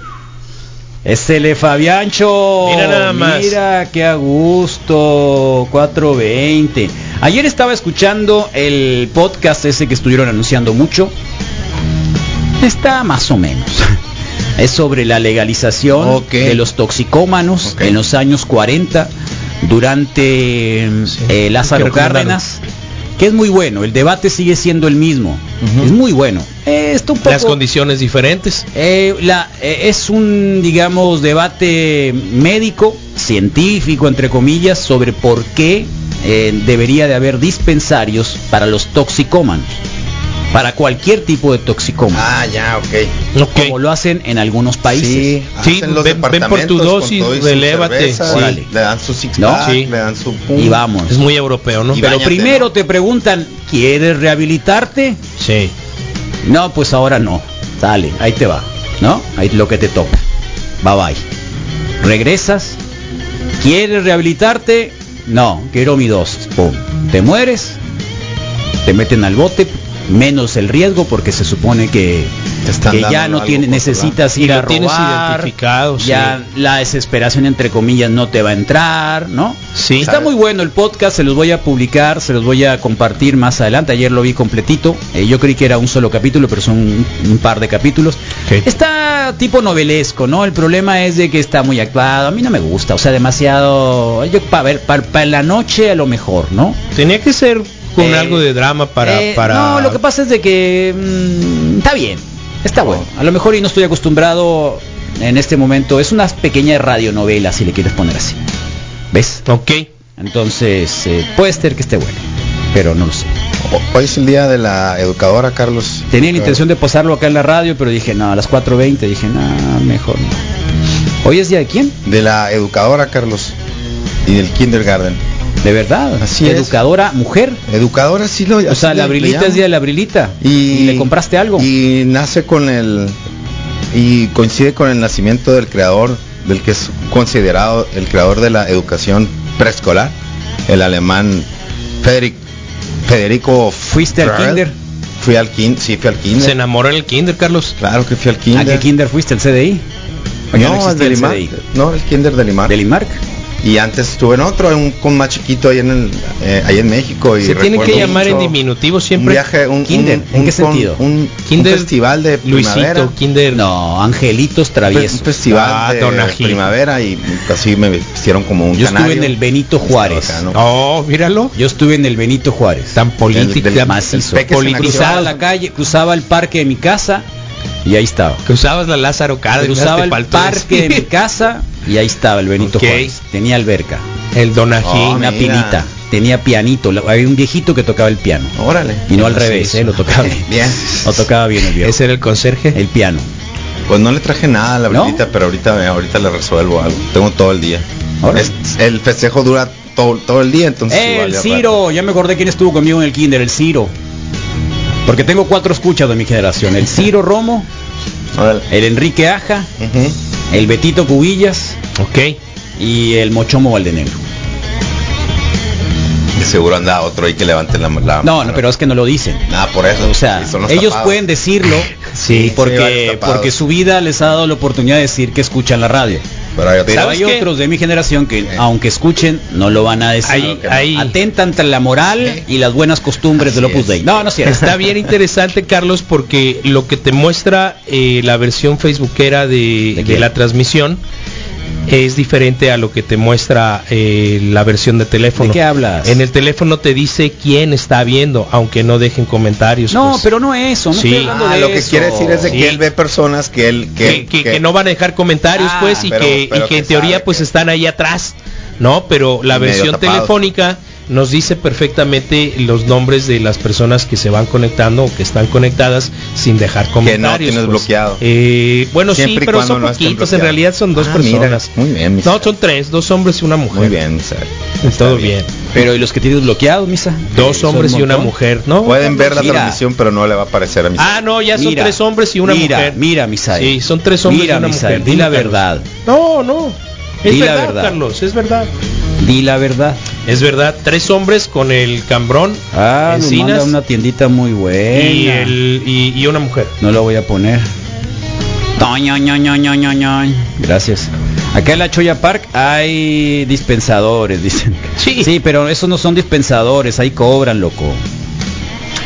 S4: Es el de Este Fabiancho.
S7: Mira nada más.
S4: Mira qué a gusto. 420. Ayer estaba escuchando el podcast ese que estuvieron anunciando mucho. Está más o menos. Es sobre la legalización
S9: Ok.
S4: de los toxicómanos
S9: Ok.
S4: en los años 40 durante mm, eh, Lázaro
S7: Hay que recomendarlo.
S4: Cárdenas que es muy bueno, el debate sigue siendo el mismo,
S9: Ujú.
S4: es muy bueno. Eh, está un poco-
S7: Las condiciones diferentes.
S4: eh, la- eh, es un, digamos, debate médico, científico, entre comillas, sobre por qué eh, debería de haber dispensarios para los toxicómanos, para cualquier tipo de toxicómano,
S9: Ah, ya, ok.
S7: Ok.
S4: como lo hacen en algunos países.
S9: Sí,
S7: Sí,
S9: hacen los
S7: ven- ven por tu
S9: departamentos con
S7: dosis,
S9: todo y su
S7: relévate,
S9: cerveza,
S7: sí.
S9: órale, Le dan su six
S4: ¿No?
S9: pack,
S7: Sí.
S9: le dan su pum.
S4: Y vamos.
S7: Es muy europeo, ¿no?
S9: Y
S4: Pero
S9: bañate,
S4: primero
S9: ¿no?
S4: te preguntan, ¿quieres rehabilitarte?
S7: Sí.
S4: No, pues ahora no. Dale, ahí te va. ¿No? Ahí lo que te toca. Bye bye. Regresas. ¿Quieres rehabilitarte? No, quiero mi dosis. Pum. Te mueres. Te meten al bote. Menos el riesgo porque se supone que,
S9: Te están
S4: que
S9: dando
S4: ya no
S9: algo
S4: tiene,
S9: por
S4: necesitas ir
S7: Y
S4: a
S7: lo tienes
S4: robar.
S7: identificado, sí.
S4: ya la desesperación entre comillas no te va a entrar, ¿no?
S7: Sí.
S4: Está
S9: ¿Sabes?
S4: muy bueno el podcast, se los voy a publicar, se los voy a compartir más adelante. Ayer lo vi completito. eh, yo creí que era un solo capítulo, pero son un, un par de capítulos.
S7: Ok.
S4: Está tipo novelesco, ¿no? El problema es de que está muy actuado. A mí no me gusta, o sea, demasiado. Yo para ver, para la noche a lo mejor, ¿no?
S7: Tenía que ser con
S4: Eh,
S7: algo de drama para,
S4: Eh,
S7: para...
S4: No, lo que pasa es de que mm, está bien, está bueno. A lo mejor y no estoy acostumbrado en este momento. Es una pequeña radionovela, si le quieres poner así. ¿Ves?
S7: Ok.
S4: Entonces, eh, puede ser que esté bueno, pero no lo sé.
S9: O- Hoy es el día de la educadora, Carlos.
S4: Tenía la intención de pasarlo acá en la radio, pero dije, no, a las 4.20 dije, no, mejor no. ¿Hoy es día de quién?
S9: De la educadora, Carlos. Y del kindergarten.
S4: De verdad.
S9: Así es.
S4: Educadora, mujer.
S9: Educadora sí lo
S4: O sea, la brilita es día de la brilita.
S9: y,
S4: ¿Y le compraste algo?
S9: Y nace con el... Y coincide con el nacimiento del creador, del que es considerado el creador de la educación preescolar, el alemán Federic, Federico
S4: ¿Fuiste al
S9: Frerl.
S4: kinder?
S9: Fui al kinder, sí, fui al
S7: Se
S9: kinder.
S7: enamoró en el kinder, Carlos.
S9: Claro que fui al
S4: ¿A
S9: kinder.
S4: qué kinder fuiste? ¿El CDI? ¿O ya
S9: No, al
S4: existía
S9: de Limar.
S4: CDI?
S9: No, el kinder de Limar.
S4: ¿Del IMARC?
S9: Y antes estuve en otro, en un, con más chiquito ahí en, el, eh, ahí en México. Y
S7: Se tiene que
S9: recuerdo
S7: llamar en
S9: mucho
S7: diminutivo
S9: Un
S7: siempre.
S9: viaje, un,
S4: Kinder,
S9: un-
S4: ¿en
S9: un
S4: qué
S9: con-
S4: sentido?
S9: Un, un
S7: Kinder,
S9: festival de primavera.
S7: Luisito, kinder.
S4: No, angelitos
S9: Pues,
S4: traviesos.
S9: un festival
S7: Ah,
S9: de
S7: Don Ají.
S9: primavera y así me vistieron como un
S4: Yo
S9: canario.
S4: estuve en el Benito
S9: Estaba
S4: Juárez.
S9: bacano.
S7: Oh, míralo.
S4: Yo estuve en el Benito Juárez.
S7: Tan político,
S9: El del-
S7: tan
S4: macizo.
S9: Peques en acción.
S4: Cruzaba la calle, cruzaba el parque de mi casa y ahí estaba.
S7: Que usabas la Lázaro Cárdenas.
S4: Cruzaba
S7: te
S4: el
S7: faltó
S4: parque de mi
S7: decir.
S4: casa y ahí estaba el Benito
S7: Ok.
S4: Juárez. Tenía alberca,
S7: El donají.
S9: Oh,
S4: una
S9: mira.
S4: pilita, tenía pianito. la- Había un viejito que tocaba el piano.
S9: Órale.
S4: Y no al
S9: Así
S4: revés,
S9: es.
S4: eh, lo tocaba bien.
S9: Bien.
S4: Lo tocaba bien el viejo.
S7: Ese era el conserje.
S4: El piano.
S9: Pues no le traje nada a la
S4: ¿No?
S9: brillita, pero ahorita, eh, ahorita le resuelvo algo. Tengo todo el día.
S4: Órale.
S9: Es- el festejo dura todo, todo el día, entonces. igual
S4: El
S9: ya
S4: Ciro, ya me acordé quién estuvo conmigo en el kinder, el Ciro. Porque tengo cuatro escuchas de mi generación. El Ciro Romo,
S9: rato. Órale.
S4: el Enrique Aja,
S9: Ujú.
S4: el Betito Cubillas
S7: Ok.
S4: y el Mochomo Valdenegro.
S9: Esos seguro anda otro ahí que levante la, la
S4: No, no, pero es que no lo dicen.
S9: Nada, por eso.
S4: O sea,
S9: Y son los
S4: ellos
S9: tapados.
S4: pueden decirlo
S7: Sí,
S9: varios
S4: porque,
S9: tapados.
S4: porque su vida les ha dado la oportunidad de decir que escuchan la radio.
S9: Pero hay otros-
S4: Pero
S7: ¿Sabes
S4: hay
S7: qué?
S4: otros de mi generación que, aunque escuchen, no lo van a decir.
S7: Ahí- ahí-
S4: Atentan contra la moral y las buenas costumbres del Opus Dei. No, no es cierto.
S7: Está bien interesante, Carlos, porque lo que te muestra eh, la versión facebookera de, de
S4: quién?
S7: la transmisión es diferente a lo que te muestra eh, la versión de teléfono.
S4: ¿De qué hablas?
S7: En el teléfono te dice quién está viendo, aunque no dejen comentarios.
S4: No,
S7: pues.
S4: pero no eso. No
S7: Sí.
S4: estoy hablando
S9: Ah,
S4: de
S9: lo que
S4: eso.
S9: quiere decir es de
S7: Sí.
S9: que él ve personas que él
S7: que, que- que no van a dejar comentarios
S4: Ah,
S7: pues y
S9: pero-
S7: que, y
S9: pero
S7: que en
S9: que
S7: teoría
S9: sabe
S7: pues
S9: que-
S7: están ahí atrás no pero la
S9: Y medio
S7: versión
S9: tapados.
S7: telefónica nos dice perfectamente los nombres de las personas que se van conectando o que están conectadas sin dejar comentarios
S9: tienes
S7: pues.
S9: bloqueado.
S7: Eh, bueno sí
S9: Siempre y
S7: pero
S9: cuando
S7: son
S9: no estén
S7: poquitos en
S9: bloqueados.
S7: realidad son dos
S9: Ah, mira,
S7: personas
S9: muy bien, mi
S7: no
S9: Isaac.
S7: son tres dos hombres y una mujer
S9: Muy bien, Isaac. Está
S7: todo bien,
S4: Pero ¿y los que tienes bloqueados, Misa?
S7: dos
S4: Son
S7: hombres
S4: un
S7: y una
S4: montón.
S7: mujer no
S9: Pueden ver la
S4: Mira.
S9: transmisión, pero no le va a aparecer a mis
S7: ah no ya son
S4: Mira,
S7: tres hombres y una
S4: mira,
S7: mujer
S4: Mira, Misael.
S7: sí son tres hombres
S4: mira,
S7: y una
S4: Misael,
S7: mujer
S4: Di la
S7: Carlos.
S4: verdad.
S7: no no es
S4: Di la
S7: verdad,
S4: verdad.
S7: Carlos es verdad
S4: Di la verdad.
S7: Es verdad, tres hombres con el cambrón,
S4: Ah, nos manda
S7: encinas
S4: una tiendita muy buena.
S7: y, el- y- y una mujer.
S4: No lo voy a poner. Toño, ño, ño, ño, ño, ño. Gracias. Acá en la Choya Park hay dispensadores, dicen.
S7: Sí.
S4: Sí, pero esos no son dispensadores, ahí cobran, loco.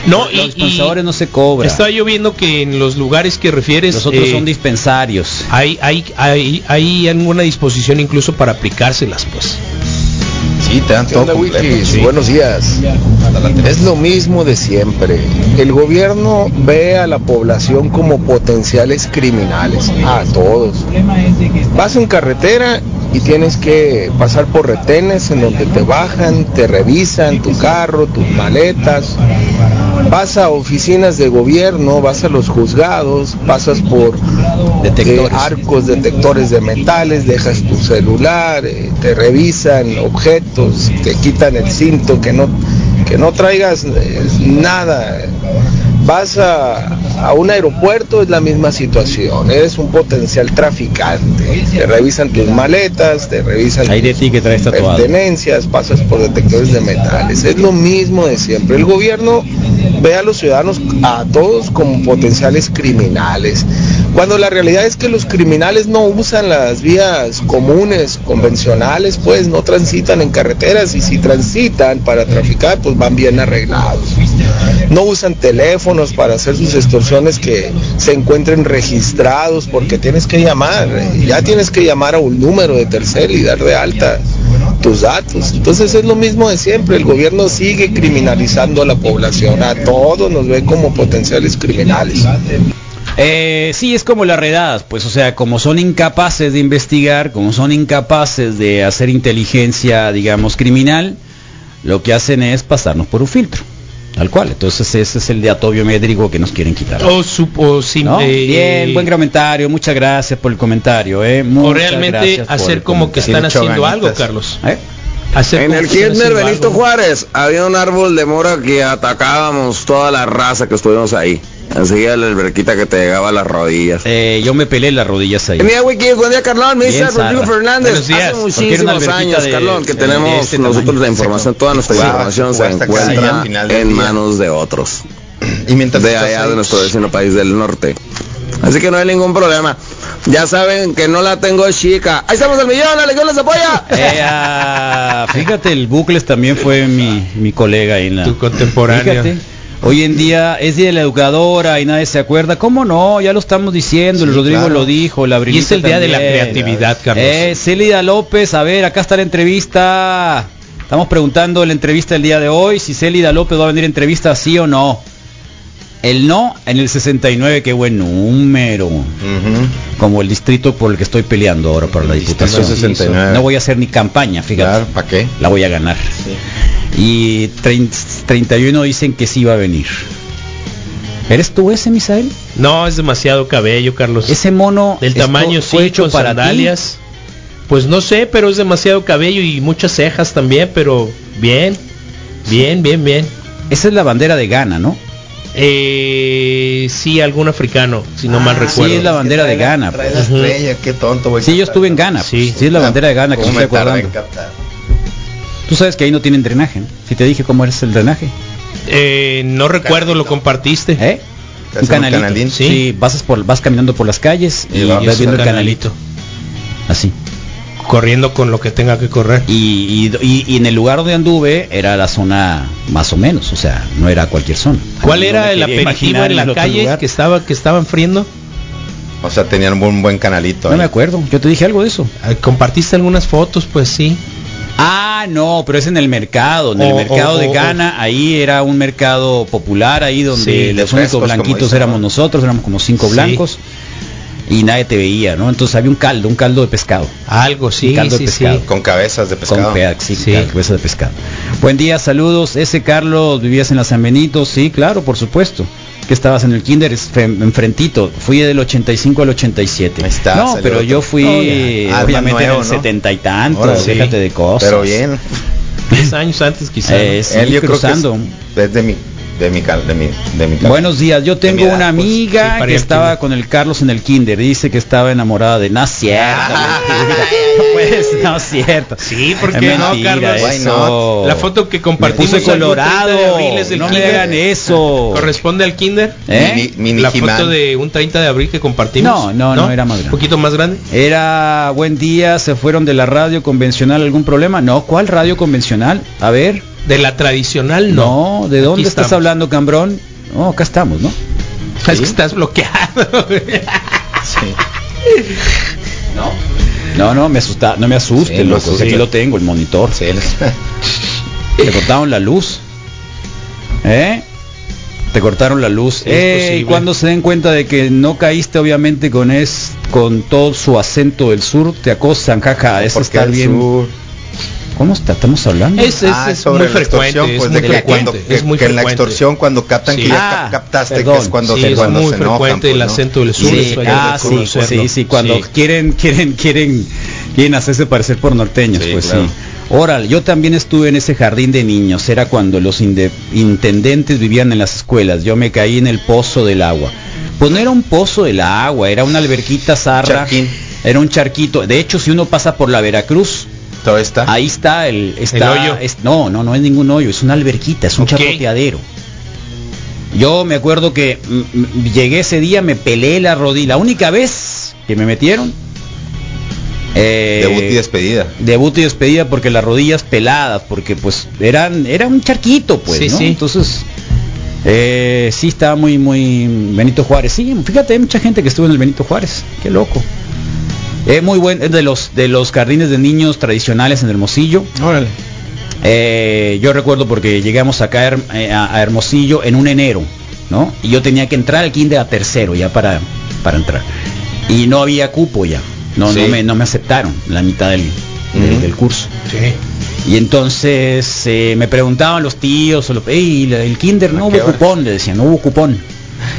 S7: No,
S4: Los
S7: y,
S4: dispensadores
S7: y
S4: no se cobran.
S7: estaba yo viendo que en los lugares que refieres
S4: Los otros
S7: eh,
S4: son dispensarios.
S7: hay, hay, hay, hay alguna disposición incluso para aplicárselas, pues.
S9: Sí, te dan todo completo. Sí.
S11: Buenos días. Es lo mismo de siempre. El gobierno ve a la población como potenciales criminales, a todos. Vas en carretera y tienes que pasar por retenes en donde te bajan, te revisan tu carro, tus maletas. Vas a oficinas de gobierno, vas a los juzgados, pasas por
S4: Detectores.
S11: eh, arcos, detectores de metales, dejas tu celular, eh, te revisan objetos, te quitan el cinto, que no, que no traigas eh, nada. Vas a, a un aeropuerto, es la misma situación, eres un potencial traficante. Te revisan tus maletas, te revisan
S4: Hay de ti que traes tatuado.
S11: pertenencias, pasas por detectores de metales. Es lo mismo de siempre. El gobierno ve a los ciudadanos, a todos como potenciales criminales. Cuando la realidad es que los criminales no usan las vías comunes, convencionales, pues no transitan en carreteras y si transitan para traficar, pues van bien arreglados. No usan teléfonos para hacer sus extorsiones que se encuentren registrados porque tienes que llamar, eh, ya tienes que llamar a un número de tercer y dar de alta tus datos. Entonces es lo mismo de siempre, el gobierno sigue criminalizando a la población, a todos nos ve como potenciales criminales.
S4: Eh, sí, es como las redadas, pues, o sea, como son incapaces de investigar, como son incapaces de hacer inteligencia, digamos, criminal, lo que hacen es pasarnos por un filtro, tal cual. Entonces ese es el dato biométrico que nos quieren quitar.
S7: O, su, o sim-
S4: ¿no?
S7: eh,
S4: Bien, buen comentario, muchas gracias por el comentario, eh.
S7: o
S4: muchas
S7: realmente
S4: gracias por
S7: hacer
S4: el
S7: como que
S4: comentario.
S7: están
S9: Tiene
S7: haciendo algo,
S9: choganitas.
S7: Carlos.
S4: ¿Eh?
S7: Hacer
S11: En
S7: como
S11: el
S7: que están
S11: Kirchner
S7: haciendo
S11: Benito
S7: algo.
S11: Juárez había un árbol de mora que atacábamos toda la raza que estuvimos ahí. Enseguida la alberquita que te llegaba a las rodillas.
S4: Eh, yo me pelé las rodillas ahí.
S11: Buen día, Wiki. Buen día, Carlón. Me
S4: Bien,
S11: dice Rodrigo
S4: Sara.
S11: Fernández.
S7: Buenos días.
S11: Hace
S4: Porque era una
S11: muchísimos
S4: alberquita
S11: años,
S4: de-
S11: Carlón, que
S4: de
S11: tenemos
S4: este
S11: nosotros
S4: tamaño.
S11: la información, toda nuestra
S9: Guau,
S11: información se
S9: guau, hasta que se
S11: encuentra
S9: al final del
S11: en
S9: día.
S11: manos de otros,
S9: Y mientras
S11: de
S9: estás
S11: allá
S9: ahí,
S11: de nuestro vecino país del norte. Así que no hay ningún problema. Ya saben que no la tengo chica. Ahí estamos al millón, la legión les apoya.
S4: Eh, ah, fíjate, el Bucles también fue mi, mi colega ahí en la...
S7: Tu contemporáneo.
S4: Fíjate, hoy en día es día de la educadora y nadie se acuerda. ¿Cómo no? Ya lo estamos diciendo, el
S9: Sí,
S4: Rodrigo
S9: claro.
S4: lo dijo, la
S7: Y es el día de la
S4: también.
S7: creatividad, Carlos.
S4: Eh, Celia López, a ver, acá está la entrevista. Estamos preguntando la entrevista del día de hoy, si Celida López va a venir a entrevista, sí o no. El no en el 69, qué buen número.
S9: Ujú.
S4: Como el distrito por el que estoy peleando ahora para la diputación.
S9: 69.
S4: No voy a hacer ni campaña, fíjate
S9: Claro, ¿para qué?
S4: la voy a ganar. Y trein- 31 dicen que sí va a venir. ¿Eres tú ese, Misael?
S7: No, es demasiado cabello, Carlos.
S4: Ese mono
S7: Del
S4: esto-
S7: tamaño sí,
S4: fue hecho
S7: con
S4: para ti.
S7: sandalias. Pues no sé, pero es demasiado cabello y muchas cejas también, pero bien, bien, bien, bien.
S4: Esa es la bandera de Ghana, ¿no?
S7: Eh, sí, algún africano, si no mal recuerdo.
S4: Sí, es la bandera de
S9: Ah, Trae la-
S4: Ghana.
S9: trae
S4: pues.
S9: la estrella, qué tonto, güey.
S4: Sí, yo estuve en Ghana.
S7: Sí.
S4: Sí, sí es la bandera de Ghana que
S9: ¿Cómo
S4: me
S9: me
S4: estoy
S9: tardé en
S4: acordando.
S9: captar?
S4: Tú sabes que ahí no tienen drenaje, ¿no? Si te dije cómo es el drenaje.
S7: Eh, no recuerdo, lo compartiste.
S4: ¿Eh?
S7: Te
S4: Un
S7: hacen un
S4: canalito.
S7: canalín.
S4: Sí. vas, por, vas caminando por las calles y,
S7: Y vas
S4: vas viendo el
S7: al
S4: canalito. Así.
S7: Corriendo con lo que tenga que correr.
S4: Y, y- y- y en el lugar donde anduve era la zona más o menos, o sea, no era cualquier zona.
S7: ¿Cuál
S4: Ahí no
S7: era
S4: me
S7: el
S4: quería
S7: aperitivo
S4: imaginar
S7: en la
S4: otro
S7: calle
S4: lugar.
S7: que estaba que estaban friendo?
S9: O sea, tenían un buen, buen canalito. ¿eh?
S4: No
S9: ahí.
S4: me acuerdo, yo te dije algo de eso.
S7: Eh, Compartiste algunas fotos, pues sí.
S4: Ah, no, pero es en el mercado, en el
S7: O-
S4: mercado
S7: o-
S4: de
S7: o-
S4: Ghana, ahí era un mercado popular, ahí donde
S7: Sí,
S4: los
S9: de
S4: únicos
S9: frescos, como
S4: blanquitos
S9: dicen,
S4: éramos
S9: ¿no?
S4: nosotros, éramos como cinco
S7: Sí.
S4: blancos y nadie te veía, ¿no? Entonces había un caldo, un caldo de pescado.
S7: Algo, sí,
S4: Caldo de
S7: sí, sí.
S4: pescado.
S9: Con cabezas de pescado.
S4: Con pedac- sí,
S7: Sí.
S4: claro, hueso de pescado. Buen día, saludos. Ese Carlos, ¿vivías en la San Benito? Sí, claro, por supuesto. Que estabas en el kinder es- fe- enfrentito. Fui del 85 al 87.
S9: Ahí está,
S4: no,
S9: salió
S4: pero
S9: otro.
S4: yo fui
S9: Oh, ya.
S4: eh,
S9: Alma
S4: obviamente en
S9: nuevo,
S4: el
S9: ¿no?
S4: 70 y tanto,
S9: Ahora sí.
S4: déjate de cosas.
S9: Pero bien.
S7: 10 años antes quizás.
S4: Eh, sí,
S9: Él yo
S4: cruzando.
S9: creo que es, es de mi de mi cal- de mi de mi cal-
S4: Buenos días, yo tengo
S9: edad,
S4: una
S9: pues,
S4: amiga
S7: sí, para
S4: que
S7: ir al
S4: estaba
S7: kinder.
S4: con el Carlos en el kinder, dice que estaba enamorada de... No es cierto, mentira. pues no es cierto.
S7: Sí,
S4: Es
S7: porque no,
S4: mentira
S7: Carlos.
S9: Why
S4: eso.
S9: not?
S7: La foto que
S4: Me
S7: compartimos
S4: puse
S7: algún 30 de
S4: colorado.
S7: abril es del
S4: No me
S7: kinder.
S4: hagan eso.
S7: ¿Corresponde al kinder?
S4: ¿Eh?
S9: Mini- mini
S7: la
S9: He-Man.
S7: foto de un 30 de abril que compartimos.
S4: No, no, no, era más grande.
S7: Un poquito más grande.
S4: Era buen día, se fueron de la radio convencional, ¿algún problema? No, ¿cuál radio convencional? A ver,
S7: De la tradicional no.
S4: no, ¿de
S7: Aquí
S4: dónde estás
S7: estamos.
S4: hablando, Cambrón? No, acá estamos, ¿no?
S7: Es que estás bloqueado.
S9: Sí.
S4: No. No, no, me asusta, no me asuste,
S9: Sí, no
S4: loco,
S9: asuste.
S4: aquí lo tengo, el monitor.
S9: Sí, él-
S4: Te cortaron la luz. ¿Eh? Te cortaron la luz.
S7: es
S4: Eh,
S7: posible.
S4: cuando se den cuenta de que no caíste obviamente con es con todo su acento del sur, te acosan, jaja, eso
S9: ¿Por qué
S4: está
S9: el
S4: bien.
S9: sur?
S4: ¿Cómo está? Estamos hablando.
S7: es, es,
S9: Ah,
S7: es
S9: sobre
S7: muy
S9: la
S7: frecuente.
S9: extorsión,
S7: Es
S9: pues,
S7: muy
S9: de que
S7: frecuente.
S9: cuando- que-
S7: es muy
S9: que en la
S7: frecuente.
S9: extorsión cuando captan
S7: Sí.
S9: que ya
S4: Ah,
S9: cap- captaste que
S4: perdón.
S9: es cuando
S7: Sí,
S9: te
S7: es
S9: cuando
S7: muy
S9: se enojan,
S7: frecuente
S9: pues,
S7: el
S9: ¿no?
S7: acento del sur.
S4: Sí,
S7: eso hay que
S4: ah, sí,
S7: reconocerlo.
S4: sí, sí, cuando
S7: Sí.
S4: quieren, quieren, quieren, quieren hacerse parecer por norteños,
S9: Sí,
S4: pues
S9: claro.
S4: sí. Oral, yo también estuve en ese jardín de niños, era cuando los inde- intendentes vivían en las escuelas, yo me caí en el pozo del agua. Pues no era un pozo del agua, era una alberquita zarra,
S9: Charquín.
S4: era un charquito. De hecho, si uno pasa por la Veracruz,
S9: Todo está.
S4: ahí está el, está,
S7: hoyo.
S4: es- no, no, no es ningún hoyo, es una alberquita, es un
S7: Ok.
S4: chapoteadero. Yo me acuerdo que mm, mm, llegué ese día, me pelé la rodilla. La única vez que me metieron. eh,
S9: Debut y despedida.
S4: debut y despedida porque las rodillas peladas, porque pues eran, era un charquito, pues,
S7: Sí,
S4: ¿no?
S7: sí.
S4: Entonces, eh, sí estaba muy, muy Benito Juárez. Sí, fíjate, hay mucha gente que estuvo en el Benito Juárez. Qué loco. Es muy buen, es de los de los jardines de niños tradicionales en Hermosillo.
S7: Órale.
S4: Eh, yo recuerdo porque llegamos acá a Her- eh, a, a Hermosillo en un enero, ¿no? Y yo tenía que entrar al kinder a tercero ya para, para entrar. Y no había cupo ya. No,
S9: Sí.
S4: no, me, no me aceptaron la mitad del, del-
S9: Ujú.
S4: del curso.
S7: Sí.
S4: Y entonces eh, me preguntaban los tíos, o los, "Ey, la- el kinder no
S9: ¿A qué
S4: hubo
S9: hora?
S4: cupón, le decían, no hubo cupón.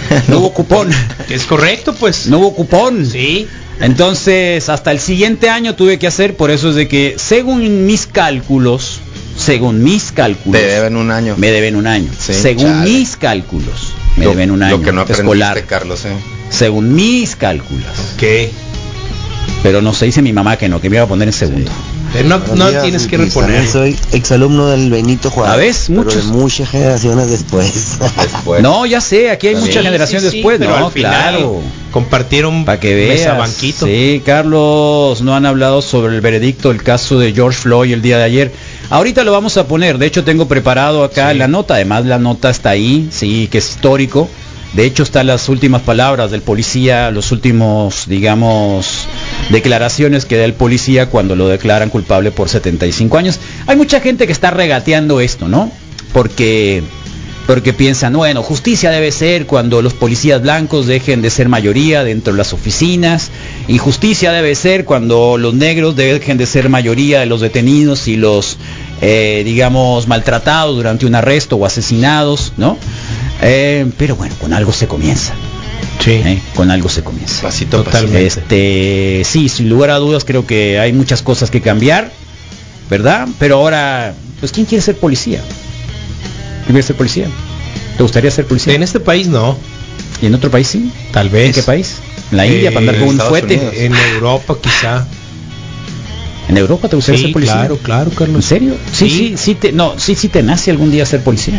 S4: No hubo cupón,
S7: Que Es correcto, pues.
S4: no hubo cupón.
S7: Sí.
S4: Entonces, hasta el siguiente año tuve que hacer, por eso es de que, según mis cálculos, según mis cálculos,
S9: Te deben un año.
S4: me deben un año.
S9: Sí,
S4: según
S9: chale.
S4: mis cálculos, me
S9: Lo-
S4: deben un año
S9: Lo que no aprendiste,
S4: escolar.
S9: Carlos, ¿eh?
S4: Según mis cálculos.
S7: Que
S4: Pero no se dice mi mamá que no, que me iba a poner en segundo.
S7: no,
S12: Buenos
S7: no
S12: días,
S7: tienes que
S12: Luis.
S7: reponer.
S12: También Soy exalumno del Benito Juárez.
S4: ¿La ves?
S12: pero
S4: Muchos.
S12: de muchas generaciones después.
S9: Después.
S4: No, ya sé, aquí hay
S9: Sí,
S4: mucha
S7: Sí,
S4: generación
S7: sí, sí,
S4: después,
S7: pero
S4: ¿no?
S7: al final
S4: Claro.
S7: Compartieron
S4: Para que veas.
S7: mesa banquito.
S4: Sí, Carlos, no han hablado sobre el veredicto del caso de George Floyd el día de ayer. Ahorita lo vamos a poner. De hecho, tengo preparado acá la nota. Además, la nota está ahí, sí, que es histórico. De hecho, están las últimas palabras del policía, los últimos, digamos, declaraciones que da el policía cuando lo declaran culpable por 75 años. Hay mucha gente que está regateando esto, ¿no? Porque porque piensan, bueno, justicia debe ser cuando los policías blancos dejen de ser mayoría dentro de las oficinas, y justicia debe ser cuando los negros dejen de ser mayoría de los detenidos y los, eh, digamos, maltratados durante un arresto o asesinados, ¿no? Eh, pero bueno, con algo se comienza,
S7: Sí.
S4: ¿eh? con algo se comienza.
S9: Pasito, pasito.
S7: Totalmente.
S4: Este, sí, sin lugar a dudas creo que hay muchas cosas que cambiar, ¿verdad? Pero ahora, pues ¿quién quiere ser policía? ¿Quién quiere ser policía? ¿Te gustaría ser policía?
S7: En este país no,
S4: ¿Y en otro país sí?
S7: tal
S4: ¿En
S7: vez.
S4: qué país? ¿En la India
S7: Eh,
S4: para andar con un
S9: Estados
S4: fuete?
S9: Unidos.
S7: En Europa quizá.
S4: ¿En Europa te gustaría
S7: Sí,
S4: ser policía?
S7: claro, claro, Carlos.
S4: ¿En serio? Sí,
S7: Sí.
S4: sí, sí, te, no, sí, sí te nace algún día ser policía.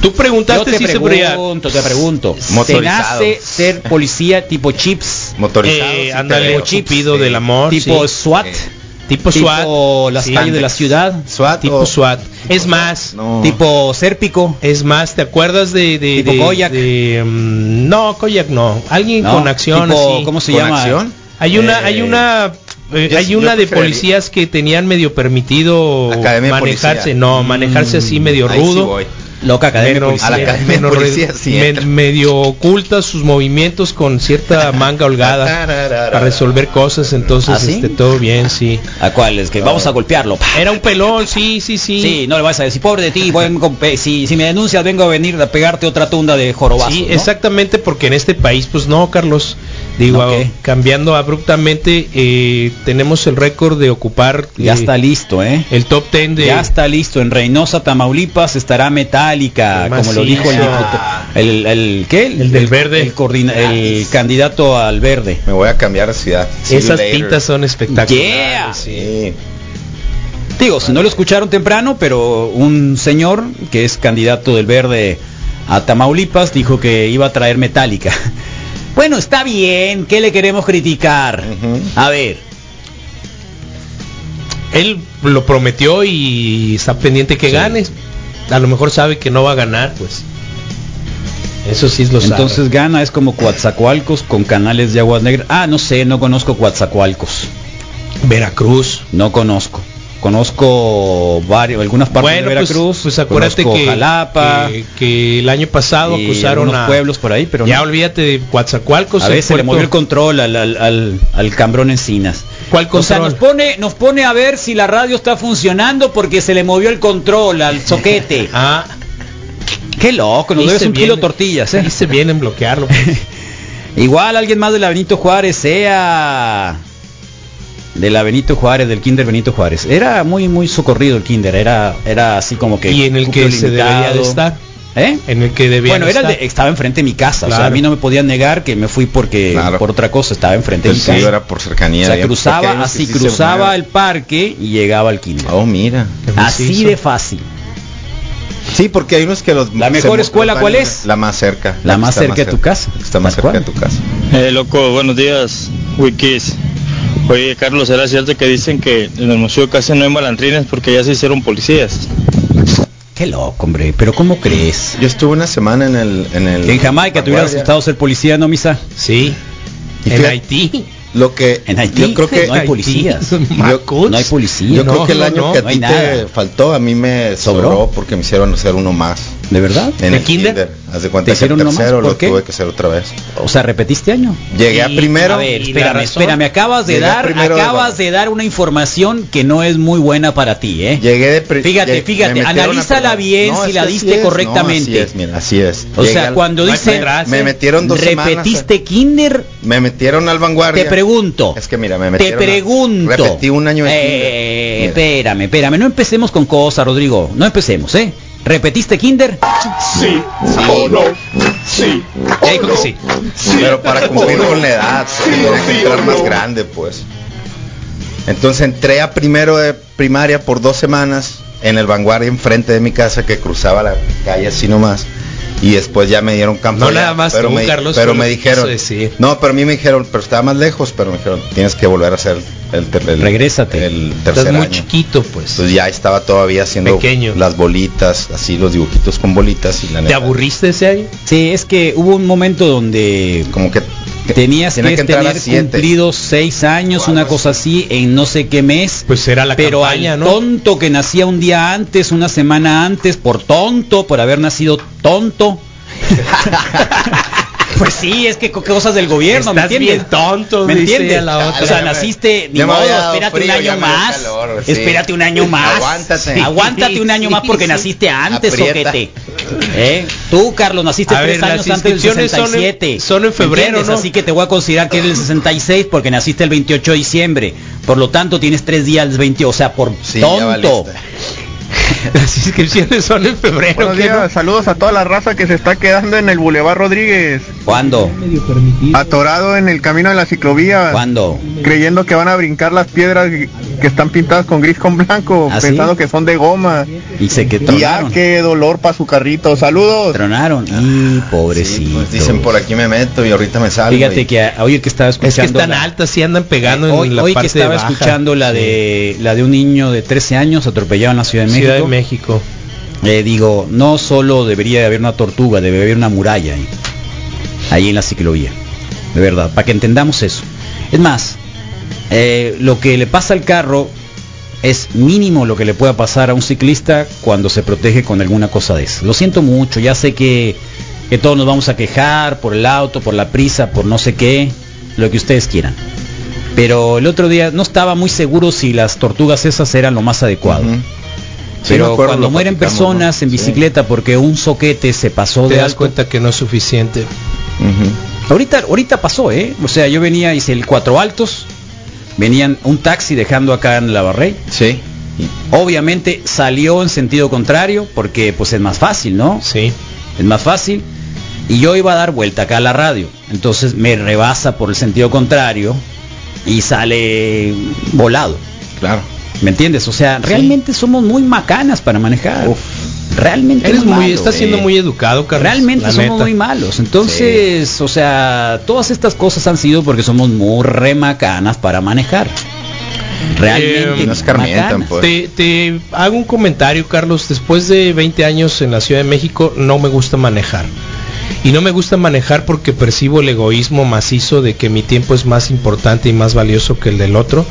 S7: Tú preguntaste
S4: Yo
S7: si
S4: te
S7: se podía.
S4: pregunto, te pregunto. ¿Te
S7: Motorizado.
S4: nace ser policía tipo chips?
S9: Motorizado.
S7: Eh,
S9: sí te
S7: ándale,
S9: veo.
S7: Cupido del amor.
S4: Tipo
S7: sí.
S4: SWAT.
S7: Tipo Pues SWAT.
S4: Tipo las
S7: sí.
S4: calles de la ciudad.
S9: SWAT
S7: Tipo
S9: o-
S7: SWAT. Es más,
S9: No.
S4: Tipo Sérpico.
S7: es más, ¿te acuerdas de... de
S4: Tipo
S7: de-
S4: Koyak.
S7: de, mm, no, Koyak no. Alguien
S4: ¿no?
S7: con acción
S4: Tipo,
S7: así.
S4: ¿Cómo se
S9: ¿Con
S4: llama?
S9: acción?
S7: Hay una,
S9: Eh,
S7: hay una, eh,
S9: yo-
S7: hay
S9: yo
S7: una de
S9: preferiría-
S7: policías que tenían medio permitido
S9: Academia de policía.
S7: manejarse, no, manejarse así medio
S9: Ahí sí
S7: rudo.
S9: voy.
S4: Mm. Loca Academia
S7: menos-
S9: A la
S4: Policial.
S9: academia de
S7: menos-
S9: policía sí
S7: me-
S9: entra.
S7: medio oculta sus movimientos con cierta manga holgada para resolver cosas, entonces
S4: ¿Ah, sí?
S7: este, todo bien, sí.
S4: ¿A cuál? Es que vamos a golpearlo. pa.
S7: Era un pelón, sí, sí, sí.
S4: Sí, no le vas a decir, pobre de ti, voy a- con pe- si, si me denuncias vengo a venir a pegarte otra tunda de jorobazo.
S7: Sí,
S4: ¿no?
S7: exactamente, porque en este país, pues no, Carlos. Digo,
S4: ¿No qué?
S7: cambiando abruptamente, eh, tenemos el récord de ocupar
S4: Ya
S7: eh,
S4: está listo, ¿eh?
S7: el top 10 de
S4: Ya está listo, en Reynosa, Tamaulipas estará metálica,
S7: Macizo.
S4: como lo dijo el diputado- el, el- ¿qué?
S7: El del verde.
S4: El, coordina- el candidato al verde.
S9: Me voy a cambiar de ciudad. See you
S7: Esas
S9: later.
S7: tintas son
S4: Yeah.
S7: espectaculares. sí.
S9: Sí.
S4: Digo, si no lo escucharon temprano, pero un señor que es candidato del verde a Tamaulipas dijo que iba a traer metálica. Bueno, está bien, ¿qué le queremos criticar?
S9: Ujú.
S4: A ver,
S7: Él lo prometió y está pendiente que ganes. A lo mejor sabe que no va a ganar, pues. Eso sí lo sabe.
S4: entonces Gana es como Coatzacoalcos con canales de aguas negras. Ah, no sé, no conozco Coatzacoalcos.
S7: Veracruz.
S4: No conozco. Conozco varios, algunas partes
S7: bueno,
S4: de
S7: pues-
S4: Veracruz.
S7: pues, acuérdate
S4: conozco
S7: que,
S4: Jalapa.
S7: que que el año pasado
S4: y
S7: acusaron
S4: algunos
S7: a
S4: pueblos por ahí, pero
S7: ya
S4: no.
S7: olvídate de Coatzacoalcos.
S4: a
S7: el
S4: veces le
S7: puerto-
S4: movió el control al, al, al, al cambrón Encinas.
S7: ¿Cuál
S4: O sea,
S7: control?
S4: nos pone, nos pone a ver si la radio está funcionando porque se le movió el control al soquete.
S7: Ah,
S4: Qué loco, nos
S7: hice
S4: debes un
S7: bien-
S4: kilo de tortillas. ¿eh?
S7: hice bien en bloquearlo. pues.
S4: Igual alguien más de la Benito Juárez sea de la Benito Juárez, del Kinder Benito Juárez. Era muy muy socorrido el Kinder, era era así como que
S7: y en el que
S4: cupo
S7: se
S4: limitado.
S7: debería de estar.
S4: ¿Eh?
S7: En el que debía
S4: bueno,
S7: de
S4: era el
S7: estar.
S4: de- estaba enfrente de mi casa, o sea,
S7: Claro.
S4: a mí no me podían negar que me fui porque
S9: Claro.
S4: por otra cosa, estaba enfrente
S9: Pues
S4: de mi
S9: sí,
S4: casa.
S9: era por cercanía.
S4: o sea,
S9: bien, porque hay
S4: cruzaba,
S9: unos que
S4: así
S9: sí se
S4: cruzaba el
S9: mueven.
S4: parque y llegaba al kinder.
S9: Oh, mira.
S7: Qué
S4: así
S7: macizo.
S4: de fácil.
S9: Sí, porque hay unos que los.
S4: ¿La
S9: se
S4: mejor
S9: mu-
S4: escuela
S9: los
S4: cuál
S9: van-
S4: es?
S9: La más cerca.
S4: La
S9: que
S4: más
S9: está
S4: cerca de tu casa.
S9: que Está más
S4: Tal
S9: cerca de
S4: cual.
S9: tu casa.
S13: Eh, loco, buenos días, Wikis. Oye, Carlos, ¿era cierto que dicen que en el museo casi no hay malandrines porque ya se hicieron policías?
S4: Qué loco, hombre, pero ¿cómo crees?
S9: Yo estuve una semana en el. En, el,
S4: Que en Jamaica te hubiera
S9: Vanguardia.
S4: gustado ser policía, ¿no, Misa?
S7: Sí.
S9: Y
S7: En
S9: fíjate-
S7: Haití.
S9: Lo que.
S4: En Haití
S9: Yo creo que.
S4: no hay policías.
S7: Macuts.
S4: No hay policía.
S9: Yo
S4: No,
S9: creo que el
S4: no,
S9: año
S4: no,
S9: que a
S4: no hay
S9: ti te
S4: nada.
S9: faltó, a mí me
S4: ¿Sobró?
S9: sobró, porque me hicieron hacer uno más.
S4: ¿De verdad?
S9: En
S7: ¿De
S9: el
S7: kinder?
S9: kinder. Haz de cuenta
S4: ¿Te
S9: que el
S4: hicieron uno más?
S9: tercero
S4: ¿Por
S9: lo
S4: qué?
S9: tuve que hacer otra vez.
S4: O sea, ¿repetiste año?
S9: Llegué a
S7: Y-
S9: primero.
S4: A ver,
S7: ¿Y la
S4: espérame,
S7: razón?
S4: espérame, acabas de
S9: Llegué
S4: dar,
S9: primero de
S4: acabas
S9: banda.
S4: de dar una información que no es muy buena para ti, ¿eh?
S9: Llegué de pri-
S4: Fíjate,
S9: lleg-
S4: fíjate,
S9: me metieron a
S4: analízala
S9: primero.
S4: bien, si
S9: es
S4: la
S9: que así
S4: diste
S9: es, no,
S4: correctamente.
S9: así es, mira, así es.
S4: O
S9: Llegué
S4: sea,
S9: al-
S4: cuando
S9: no hay
S4: dice
S9: clase. me metieron dos semanas,
S4: repetiste kinder,
S9: Me metieron al vanguardia.
S4: te pregunto.
S9: Es que mira, me
S4: te
S9: metieron. a-
S4: pregunto.
S9: repetí un año de
S4: Eh,
S9: kinder. Mira,
S4: espérame, espérame, no empecemos con cosas, Rodrigo. No empecemos, ¿eh? ¿Repetiste kinder?
S8: Sí, o no, sí,
S7: Ya dijo que sí.
S9: Pero para cumplir con la edad,
S8: Sí,
S9: tenía que
S8: sí,
S9: entrar
S8: o
S9: más
S8: no.
S9: grande, pues. Entonces entré a primero de primaria por dos semanas en el vanguardia enfrente de mi casa que cruzaba la calle así nomás. Y después ya me dieron campo.
S7: No
S9: allá,
S7: nada más
S9: pero
S7: tú,
S9: me,
S7: Carlos,
S9: pero
S7: tú
S9: me
S7: lo
S9: dijeron.
S7: quiso decir.
S9: No, pero a mí me dijeron, pero estaba más lejos, pero me dijeron, tienes que volver a hacer el, ter- el-
S4: Regrésate.
S9: el tercer
S7: Estás muy
S9: año.
S7: chiquito, pues.
S9: Entonces ya estaba todavía haciendo
S7: Pequeño.
S9: las bolitas, así los dibujitos con bolitas y la
S7: ¿Te
S9: neta,
S7: aburriste ese año?
S4: Sí, es que hubo un momento donde
S9: Como que que
S4: tenías que,
S9: tenía entrar a
S4: tener
S9: siete.
S4: cumplidos seis años,
S9: O algo
S4: una cosa así, en no sé qué mes.
S7: Pues era la
S4: pero
S7: campaña,
S4: al
S7: ¿no?
S4: tonto que nacía un día antes, una semana antes, por tonto, por haber nacido tonto. pues sí, es que co- cosas del gobierno, ¿me
S7: Estás
S4: entiendes?
S7: bien tonto,
S4: ¿Me
S7: dice
S4: entiendes?
S7: a la otra.
S4: O sea,
S9: Ya me-
S4: naciste, ni
S9: ya me
S4: modo,
S9: había dado
S4: espérate un
S9: frío, ya
S4: año
S9: me dio
S4: más.
S9: calor, sí.
S4: Espérate un año más.
S9: Aguántate.
S4: Sí. Aguántate un año más porque
S7: Sí, sí.
S4: naciste antes,
S9: Aprieta.
S4: soquete. ¿Eh? Tú, Carlos, naciste
S7: A
S4: tres
S7: ver,
S4: años
S7: las
S4: antes del
S7: inscripciones son en-
S4: 67.
S7: son en
S4: ¿Me
S7: febrero,
S4: entiendes?
S7: ¿no?
S4: Así que te voy a considerar que eres el 66 porque naciste el 28 de diciembre. Por lo tanto, tienes tres días del 20, o sea, por
S9: Sí, ya
S4: tonto.
S9: valiste.
S7: Las inscripciones son en febrero.
S13: Buenos
S7: ¿qué no?
S13: días, saludos a toda la raza que se está quedando en el Boulevard Rodríguez.
S4: ¿Cuándo?
S14: Atorado en el camino de la ciclovía.
S4: ¿Cuándo?
S14: Creyendo que van a brincar las piedras que están pintadas con gris con blanco,
S4: ¿Ah, sí?
S14: pensando que son de goma.
S4: Y se que
S14: Y ya
S4: tronaron.
S14: qué dolor para su carrito. Saludos.
S4: Tronaron. Y pobrecito.
S9: Dicen por aquí me meto y ahorita me salgo.
S4: Fíjate
S9: y-
S4: que a- hoy el que estaba escuchando.
S7: Es que están
S4: la-
S7: altas y andan pegando
S4: hoy,
S7: en la
S4: hoy
S7: parte
S4: que estaba
S7: baja.
S4: escuchando la de la de un niño de 13 años atropellado en la Ciudad de México.
S7: Ciudad de México.
S4: Eh, digo, no solo debería haber una tortuga, debe haber una muralla ahí, ahí en la ciclovía. De verdad, para que entendamos eso. Es más, eh, lo que le pasa al carro es mínimo lo que le pueda pasar a un ciclista cuando se protege con alguna cosa de eso. Lo siento mucho, ya sé que, que todos nos vamos a quejar por el auto, por la prisa, por no sé qué, lo que ustedes quieran. Pero el otro día no estaba muy seguro si las tortugas esas eran lo más adecuado.
S9: Sí, me
S4: Pero
S9: acuerdo,
S4: cuando
S9: lo
S4: mueren
S9: platicamos,
S4: personas
S9: ¿no?
S4: en
S9: Sí.
S4: bicicleta porque un soquete se pasó
S7: Te
S4: de
S7: das
S4: alto.
S7: cuenta que no es suficiente.
S4: Ahorita, ahorita pasó, ¿eh? O sea, yo venía, hice el cuatro altos, venían un taxi dejando acá en la barré.
S9: Sí.
S4: Obviamente salió en sentido contrario porque pues es más fácil, ¿no?
S7: Sí.
S4: Es más fácil. Y yo iba a dar vuelta acá a la radio. Entonces me rebasa por el sentido contrario y sale volado.
S9: Claro.
S4: ¿Me entiendes? O sea, realmente somos muy macanas para manejar. Realmente
S7: Eres muy,
S4: malo,
S7: está siendo
S4: eh.
S7: muy educado, Carlos.
S4: Realmente
S7: la
S4: somos
S7: neta.
S4: muy malos. Entonces, o sea, todas estas cosas han sido porque somos muy remacanas para manejar. Realmente.
S9: no escarmientan,
S4: macanas.
S9: pues.
S7: Eh, Te, te hago un comentario, Carlos. Después de 20 años en la Ciudad de México, no me gusta manejar. Y no me gusta manejar porque percibo el egoísmo macizo de que mi tiempo es más importante y más valioso que el del otro.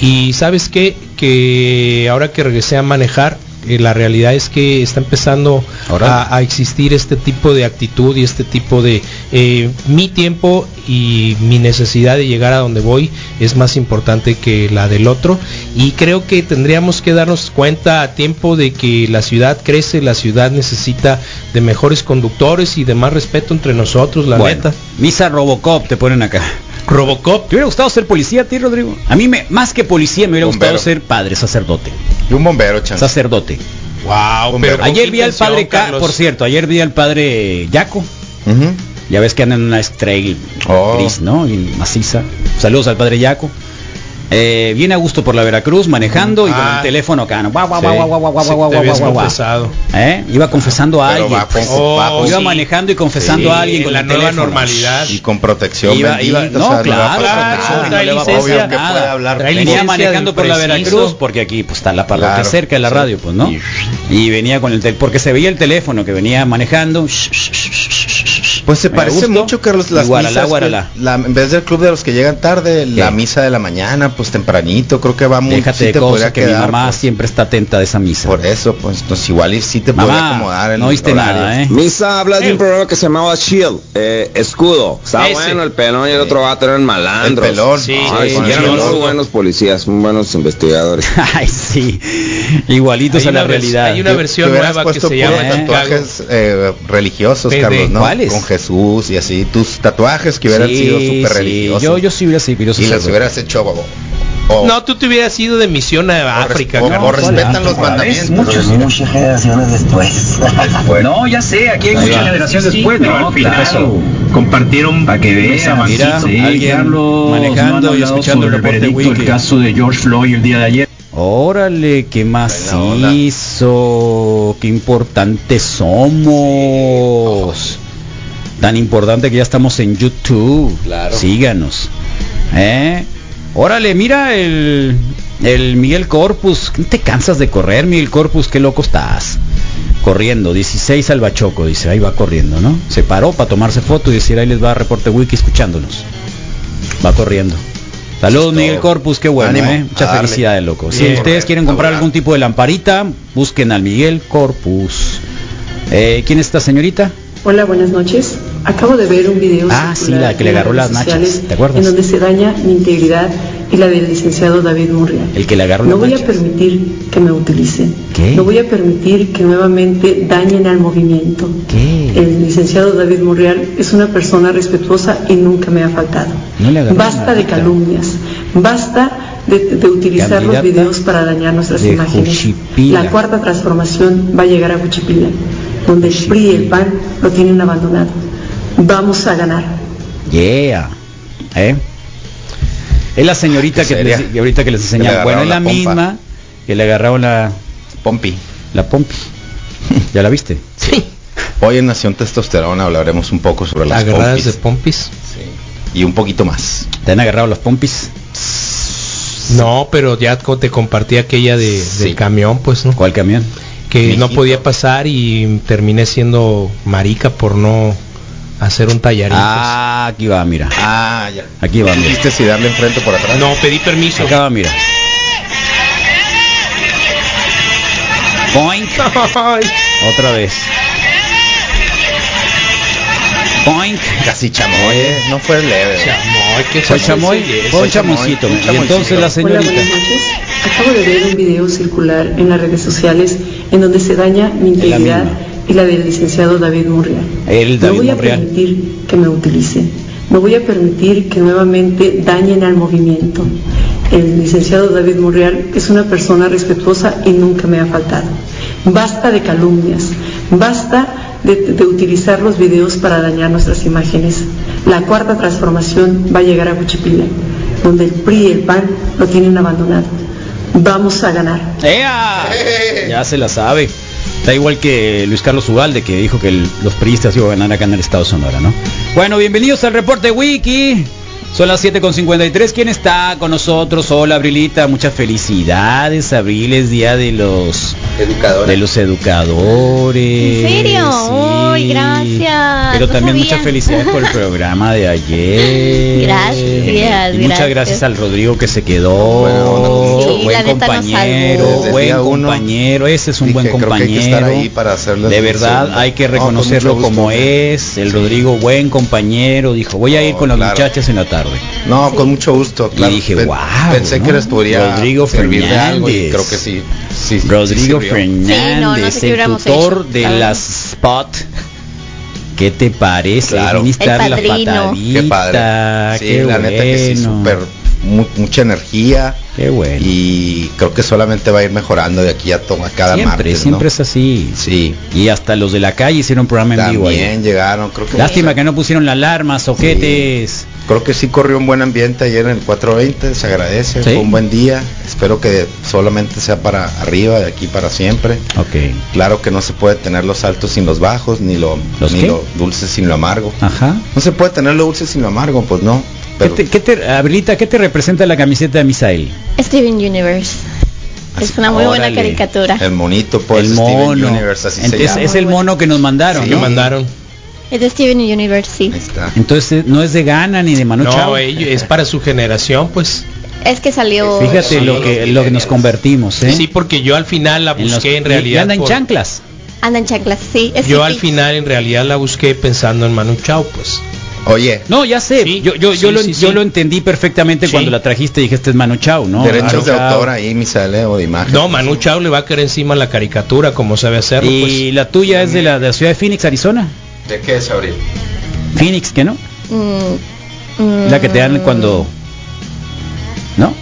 S7: Y sabes qué? Que ahora que regresé a manejar, eh, la realidad es que está empezando a, a existir este tipo de actitud y este tipo de eh, mi tiempo y mi necesidad de llegar a donde voy es más importante que la del otro y creo que tendríamos que darnos cuenta a tiempo de que la ciudad crece, la ciudad necesita de mejores conductores y de más respeto entre nosotros, la
S4: Bueno,
S7: neta.
S4: Misa Robocop te ponen acá.
S7: Robocop.
S4: ¿Te hubiera gustado ser policía a ti, Rodrigo? A mí, me, más que policía, me hubiera gustado ser padre, sacerdote.
S9: Y un bombero, chan.
S4: Sacerdote.
S7: Wow,
S9: pero ¿con
S4: ayer
S9: qué
S4: vi al
S9: intención,
S4: padre Ca-
S9: Carlos?
S4: por cierto, ayer vi al padre Yaco.
S9: Ujú.
S4: Ya ves que andan en una trail
S9: Oh.
S4: gris, ¿no? Y maciza. Saludos al padre Yaco. Eh, viene a gusto por la Veracruz manejando y con
S7: Ah.
S4: el teléfono acá. ¿no? Guau, guau,
S7: Sí.
S4: guau, guau, guau, guau,
S7: Sí,
S4: guau,
S7: te
S4: guau,
S7: habías
S4: guau, guau.
S7: confesado.
S4: ¿Eh? Iba confesando a
S9: Pero
S4: alguien. pues.
S9: va con-
S7: Oh,
S9: va con-
S4: Iba
S7: sí.
S4: manejando y confesando
S7: Sí,
S4: a alguien con
S7: la
S4: el
S7: nueva
S4: teléfono.
S7: normalidad.
S9: Y con protección.
S4: Iba- iba-
S9: bendita,
S4: no,
S9: o sea, le va a
S4: claro,
S9: pasar
S4: claro,
S9: nada,
S4: trae
S9: le va a
S4: licencia,
S9: obvio que
S4: nada.
S9: puede hablar.
S7: Trae
S4: Venía
S7: licencia
S4: manejando
S7: del
S4: por la
S7: preciso.
S4: Veracruz porque aquí pues está la parroquia
S9: Claro,
S4: cerca de la
S9: sí.
S4: radio, pues, ¿no? Y venía con el teléfono, porque se veía el teléfono que venía manejando. Shh, shh, shh, shh, shh, shh.
S9: Pues se
S4: Me
S9: parece
S4: gustó.
S9: mucho, Carlos, las
S4: Y guaralá,
S9: misas,
S4: guaralá.
S9: pues, la- en vez del club de los que llegan tarde, la misa de la mañana, pues tempranito, creo que va muy
S4: Déjate
S9: sí
S4: de
S9: te
S4: cosas
S9: podría
S4: que mi
S9: quedar,
S4: mamá
S9: pues,
S4: siempre está atenta de esa misa.
S9: por eso, pues, entonces, igual y sí te podría acomodar el
S4: no oíste
S9: horario.
S4: nada, ¿eh?
S15: Misa habla de un programa que se llamaba Shield, eh, escudo. Está
S7: Ese.
S15: bueno el pelón y el otro vato eran malandros.
S9: El pelón.
S7: Sí,
S15: Ay,
S7: sí,
S15: sí,
S7: sí,
S15: eran
S7: sí.
S15: muy buenos policías, muy buenos investigadores.
S4: Ay, sí. Igualitos
S7: Hay
S4: a la
S7: una vers-
S4: realidad.
S7: hay una
S9: Te-
S7: versión
S9: te hubieras
S7: nueva que
S9: puesto
S7: se
S9: puros
S7: llama
S9: tatuajes eh, religiosos,
S7: PD.
S9: Carlos, ¿no?
S4: ¿Cuáles?
S9: Con Jesús y así, tus tatuajes que hubieran
S4: Sí,
S9: sido súper
S4: sí,
S9: religiosos.
S4: Yo, yo sí hubiera sido yo sí
S9: y las
S4: seguro.
S9: hubieras hecho o, o-
S7: No, tú te hubieras ido de misión a África,
S9: o- o
S7: Carlos.
S9: respetan los mandamientos.
S12: Muchas generaciones después.
S16: No, ya sé, aquí hay mucha generación después, ¿no? Claro. Compartieron para que vean.
S4: Mira, alguien manejando y escuchando el reporte Wiki.
S16: El caso de George Floyd el día de ayer.
S4: Órale, qué
S9: Buena
S4: macizo, qué importantes somos. Tan importante que ya estamos en YouTube.
S9: Claro.
S4: Síganos. ¿Eh? Órale, mira el, el Miguel Corpus. ¿No te cansas de correr, Miguel Corpus? Qué loco estás. Corriendo, 16 al Bachoco, dice, ahí va corriendo, ¿no? Se paró para tomarse foto y decir, ahí les va reporte wiki escuchándonos. Va corriendo. Saludos Miguel Corpus, qué bueno,
S9: Ánimo,
S4: ¿eh? Muchas
S9: a darle.
S4: felicidades, loco. Si
S9: Bien.
S4: ustedes quieren comprar
S9: Laboral.
S4: algún tipo de lamparita, busquen al Miguel Corpus. Eh, ¿Quién es esta señorita?
S17: Hola, buenas noches. Acabo de ver un video
S4: Ah,
S17: circular
S4: sí, la que le
S17: en
S4: agarró las
S17: redes
S4: nachas,
S17: sociales
S4: ¿te acuerdas?
S17: en donde se daña mi integridad y la del licenciado David Murrial.
S4: El que le agarró
S17: No
S4: la
S17: voy a
S4: mancha.
S17: permitir que me utilicen.
S4: ¿Qué?
S17: No voy a permitir que nuevamente dañen al movimiento.
S4: ¿Qué?
S17: El licenciado David Murrial es una persona respetuosa y nunca me ha faltado.
S4: No le agarró
S17: Basta
S4: la
S17: de
S4: mancha.
S17: calumnias, basta de, de utilizar los
S4: Candidata
S17: videos para dañar nuestras
S4: de
S17: imágenes.
S4: Juchipila.
S17: La cuarta transformación va a llegar a Cuchipila, donde el PRI y el PAN lo tienen abandonado. Vamos a ganar.
S4: Yeah. ¿Eh? Es la señorita que, les, que ahorita que les enseñaba. Bueno, es la,
S9: pompa.
S4: misma que le agarraron la
S9: Pompi.
S4: la pompi. ¿Ya la viste?
S9: Sí. Hoy en Nación Testosterona hablaremos un poco sobre las
S7: Agarradas
S9: pompis
S7: de pompis.
S9: y un poquito más.
S4: ¿Te han agarrado las pompis?
S7: No, pero ya co- te compartí aquella de, del camión, pues, ¿no?
S4: ¿Cuál camión?
S7: Que no
S4: Mijito.
S7: podía pasar y terminé siendo marica por no hacer un tallarín.
S4: Ah, aquí va, mira.
S9: Ah, ya.
S4: Aquí va, mira.
S9: ¿Viste si darle enfrente o por atrás?
S7: pues. No, pedí permiso.
S4: Acá va, mira. Point. Otra vez. Point.
S9: Casi chamoy, eh. no fue leve.
S7: Chamoy, qué
S4: Fue chamoy. Fue un chamoycito.
S9: Un
S4: Y entonces la
S17: Hola,
S4: señorita.
S17: buenas noches. Acabo de ver un video circular en las redes sociales en donde se daña mi integridad y la del licenciado David Murrial.
S4: El
S17: no
S4: David
S17: voy a
S4: Monreal.
S17: permitir que me utilicen. No voy a permitir que nuevamente dañen al movimiento. El licenciado David Monreal es una persona respetuosa y nunca me ha faltado. Basta de calumnias, basta de, de utilizar los videos para dañar nuestras imágenes. La cuarta transformación va a llegar a Huichipila, donde el PRI y el PAN lo tienen abandonado. Vamos a ganar.
S4: ¡Ea! Ya se la sabe. Da igual que Luis Carlos Ugalde que dijo que el- los priistas iban a ganar acá en el estado de Sonora, ¿no? Bueno, bienvenidos al reporte Wiki. Son las 7.53. ¿Quién está con nosotros? Hola, Abrilita. Muchas felicidades. Abril es día de los educadores. De los educadores.
S18: ¿En serio?
S4: Sí.
S18: Uy, gracias. Pues
S4: Pero
S18: No
S4: también
S18: sabía.
S4: muchas felicidades por el programa de ayer.
S18: Gracias,
S4: Y muchas
S18: gracias.
S4: gracias al Rodrigo que se quedó.
S18: Sí,
S4: buen
S18: la neta nos
S4: compañero,
S18: salvó.
S4: buen
S9: día uno
S4: compañero, ese es un buen
S9: creo que hay que estar
S4: compañero.
S9: ahí para hacerles
S4: de
S9: un
S4: verdad
S9: segundo.
S4: hay que
S9: No, con
S4: reconocerlo
S9: mucho gusto.
S4: como es. El Rodrigo, buen compañero, dijo, voy a ir con las
S9: claro.
S4: muchachas en la tarde.
S9: No, con mucho gusto. Claro.
S4: dije,
S9: Pen-
S4: "Guau,
S9: Pensé que
S4: ¿no?
S9: les podría
S4: Ah, Rodrigo
S9: servir de algo y
S4: Fernández.
S9: creo que sí. sí
S4: Rodrigo
S9: sí sirvió.
S4: Fernández,
S18: Sí, no, no sé qué
S4: el
S18: hubiéramos
S4: tutor
S18: hecho,
S4: de
S18: la verdad.
S4: las Spot. ¿Qué te parece? Administrar
S18: El
S4: la
S18: padrino.
S4: patadita.
S9: Qué padre. Sí,
S4: qué
S9: la neta que sí,
S4: bueno.
S9: súper mu- mucha energía.
S4: Qué bueno.
S9: Y creo que solamente va a ir mejorando de aquí a toma cada
S4: Siempre,
S9: martes.
S4: siempre
S9: ¿no?
S4: es así.
S9: Sí.
S4: Y hasta los de la calle hicieron programa en vivo. ayer.
S9: También llegaron, creo que
S4: Lástima que no pusieron la alarma, soquetes.
S9: Creo que sí corrió un buen ambiente ayer en el 420, se agradece,
S4: Sí.
S9: fue un buen día, espero que solamente sea para arriba, de aquí para siempre.
S4: Ok.
S9: Claro que no se puede tener los altos sin los bajos, ni lo,
S4: ¿Los
S9: ni
S4: qué?
S9: lo dulce sin lo amargo.
S4: Ajá.
S9: No se puede tener lo dulce sin lo amargo, pues no.
S4: ¿Qué
S9: Pero
S4: te, qué te- Abrilita, qué te representa la camiseta de Misael?
S18: Steven Universe. Es una muy buena
S9: Órale.
S18: caricatura.
S9: el monito, pues
S4: el
S9: Steven
S4: mono.
S9: Universe, así se
S4: Entonces,
S9: llama.
S4: es el mono que nos mandaron.
S9: Sí,
S4: ¿no?
S9: que
S7: mandaron.
S18: Es de Steven Universe, sí.
S9: Ahí está.
S4: Entonces no es de Gana ni de Manu
S7: No,
S4: Chao.
S7: ello- es para su generación, pues.
S18: Es que salió.
S4: Fíjate
S7: Sí,
S4: lo que lo que nos convertimos, ¿eh?
S7: Sí, porque yo al final la
S4: En los-
S7: busqué en,
S4: y- y
S7: realidad.
S4: anda en
S7: por-
S4: chanclas.
S18: Anda en chanclas, sí. Es
S7: Yo
S18: hippie.
S7: al final en realidad la busqué pensando en Manu Chao, pues.
S9: Oye,
S4: No, ya sé. yo yo, yo,
S7: sí,
S4: lo,
S7: sí, sí.
S4: yo lo entendí perfectamente
S7: Sí.
S4: cuando la trajiste. Dije, este es Manu Chao, ¿no?
S9: derechos
S4: Manu
S9: de
S4: Chao.
S9: autor ahí, Misael, eh, o de imagen.
S7: No, Manu Chao le va a caer encima la caricatura como sabe hacerlo, pues.
S4: Y la tuya es de la, de la ciudad de Phoenix, Arizona.
S9: ¿De qué es Abril?
S4: Phoenix, ¿qué no?
S18: Mm, mm,
S4: La que te dan cuando... ¿No?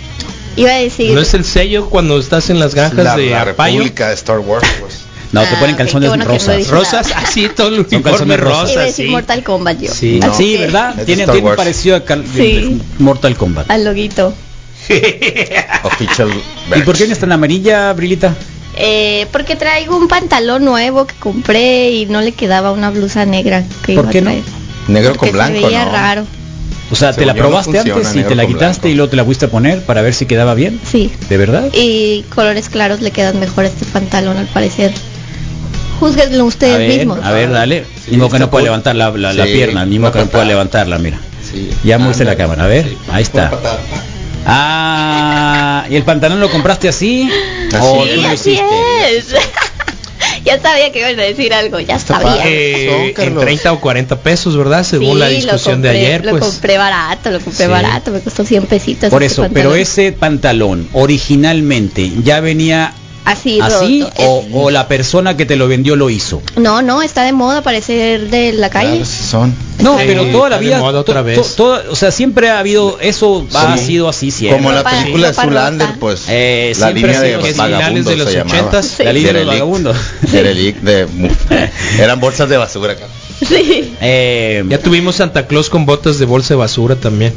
S18: Iba a
S7: pues.
S18: decir.
S7: No es el sello cuando estás en las granjas
S9: La,
S7: de
S9: la
S7: Arpaio.
S9: República de Star Wars, pues.
S4: No,
S18: Ah,
S4: te ponen
S18: ok,
S4: calzones
S18: qué bueno que no
S4: rosas.
S18: dije nada.
S7: Rosas, así todo el uniforme
S4: calzones rosas.
S18: Iba a
S7: rosa,
S18: decir
S7: sí.
S18: Mortal Kombat yo.
S7: Sí.
S4: Ah, Sí,
S18: Así que,
S9: Es de
S4: ¿verdad? Tiene,
S9: Star
S4: tiene un
S9: Wars.
S4: parecido a Cal-
S18: Sí.
S4: Mortal Kombat.
S18: Al loguito.
S9: Official
S4: ¿Y por qué no es tan amarilla, Brilita?
S18: Eh, porque traigo un pantalón nuevo que compré y no le quedaba una blusa negra que
S4: ¿Por
S18: iba
S4: qué
S18: a
S4: no?
S18: traer.
S9: Negro
S18: Porque
S9: con blanco,
S18: se veía
S9: ¿no?
S18: raro.
S4: O sea, te
S9: Según
S4: la
S9: yo no
S4: probaste
S9: funciona
S4: antes y
S9: negro
S4: te la
S9: con
S4: quitaste
S9: blanco.
S4: y luego te la fuiste a poner para ver si quedaba bien.
S18: Sí.
S4: ¿De verdad?
S18: Y colores claros le quedan mejor a este pantalón al parecer. Júzguenlo ustedes
S4: a ver,
S18: mismos.
S4: a ver, dale. ni modo que no pueda levantar la, la, la
S9: Sí,
S4: pierna, ni
S9: una
S4: modo que no pueda
S9: patada.
S4: levantarla, mira. Ya mueve la cámara, a ver. Ahí está. Ah, ¿y el pantalón lo compraste así? Oh, ¿O tú
S18: Sí,
S4: lo
S18: así
S4: hiciste?
S18: es. ya sabía que iban a decir algo, ya sabía.
S7: Eh,
S9: Son,
S7: en
S9: Carlos.
S7: 30 o 40 pesos, ¿verdad? Según la
S18: Sí,
S7: discusión
S18: lo compré,
S7: de ayer,
S18: Lo
S7: pues.
S18: compré barato, lo compré
S7: Sí.
S18: barato, me costó 100 pesitos.
S4: Por
S18: este
S4: eso, pero
S18: pantalón.
S4: ese pantalón originalmente ya venía
S18: Así,
S4: así
S18: roto.
S4: o, o la persona que te lo vendió lo hizo.
S18: No, no, está de moda parecer de la calle.
S9: Claro, sí son.
S4: No,
S7: Sí,
S4: pero toda la
S7: está de
S4: vida,
S7: moda otra
S4: to-
S7: vez.
S4: to- toda- o sea, siempre ha habido, eso ha sido así siempre.
S9: Como la
S18: Ropa-
S9: película de
S18: ropa
S9: Zulander,
S18: rota.
S9: pues.
S4: Eh,
S9: la
S4: siempre
S9: línea
S4: ha
S9: de
S4: sido
S7: así.
S9: vagabundos
S7: Finales de los
S9: se llamaba.
S7: ochentas,
S4: la línea de los
S9: Derelict.
S4: vagabundos.
S9: Derelict de mu- eran bolsas de basura acá.
S18: Sí.
S4: Eh,
S7: ya tuvimos Santa Claus con botas de bolsa de basura también.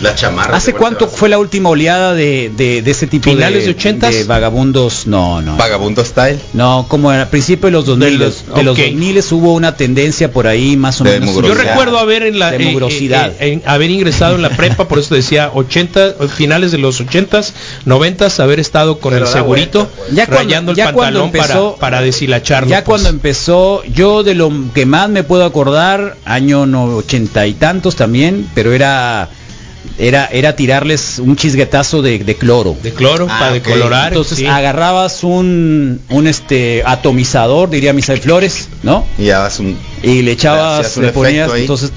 S9: La chamarra.
S4: ¿Hace cuánto fue la última oleada de, de, de ese tipo
S7: Finales de
S4: de
S7: 80s?
S4: de vagabundos? No, no.
S9: Vagabundo Style.
S4: No, como a principios de los 2000, de los,
S7: los- ok.
S4: 2000 hubo una tendencia por ahí más o
S9: De
S4: menos.
S7: Yo
S9: mugrosidad.
S7: recuerdo haber en la
S4: De
S7: eh, eh,
S4: mugrosidad.
S7: eh, en- haber ingresado en la prepa, por eso decía 80 eh, finales de los 80s, 90s haber estado con
S9: Pero
S7: el
S9: da
S7: segurito
S9: vuelta,
S4: pues. Ya cuando-
S7: rayando el
S4: ya cuando
S7: pantalón
S4: empezó-
S7: para para deshilacharlo.
S4: Ya
S7: pues.
S4: cuando empezó, yo de lo que más me puedo acordar, año no- ochenta y tantos también, pero era era era tirarles un chisguetazo de, de cloro.
S7: de cloro
S9: Ah,
S7: para
S9: ok.
S7: decolorar,
S4: Entonces
S7: sí.
S4: agarrabas un un este atomizador, diría Misael Flores, ¿no?
S9: Y ya vas un.
S4: Y le
S9: Le
S4: echabas,
S9: hacías un
S4: le ponías,
S9: efecto ahí.
S4: entonces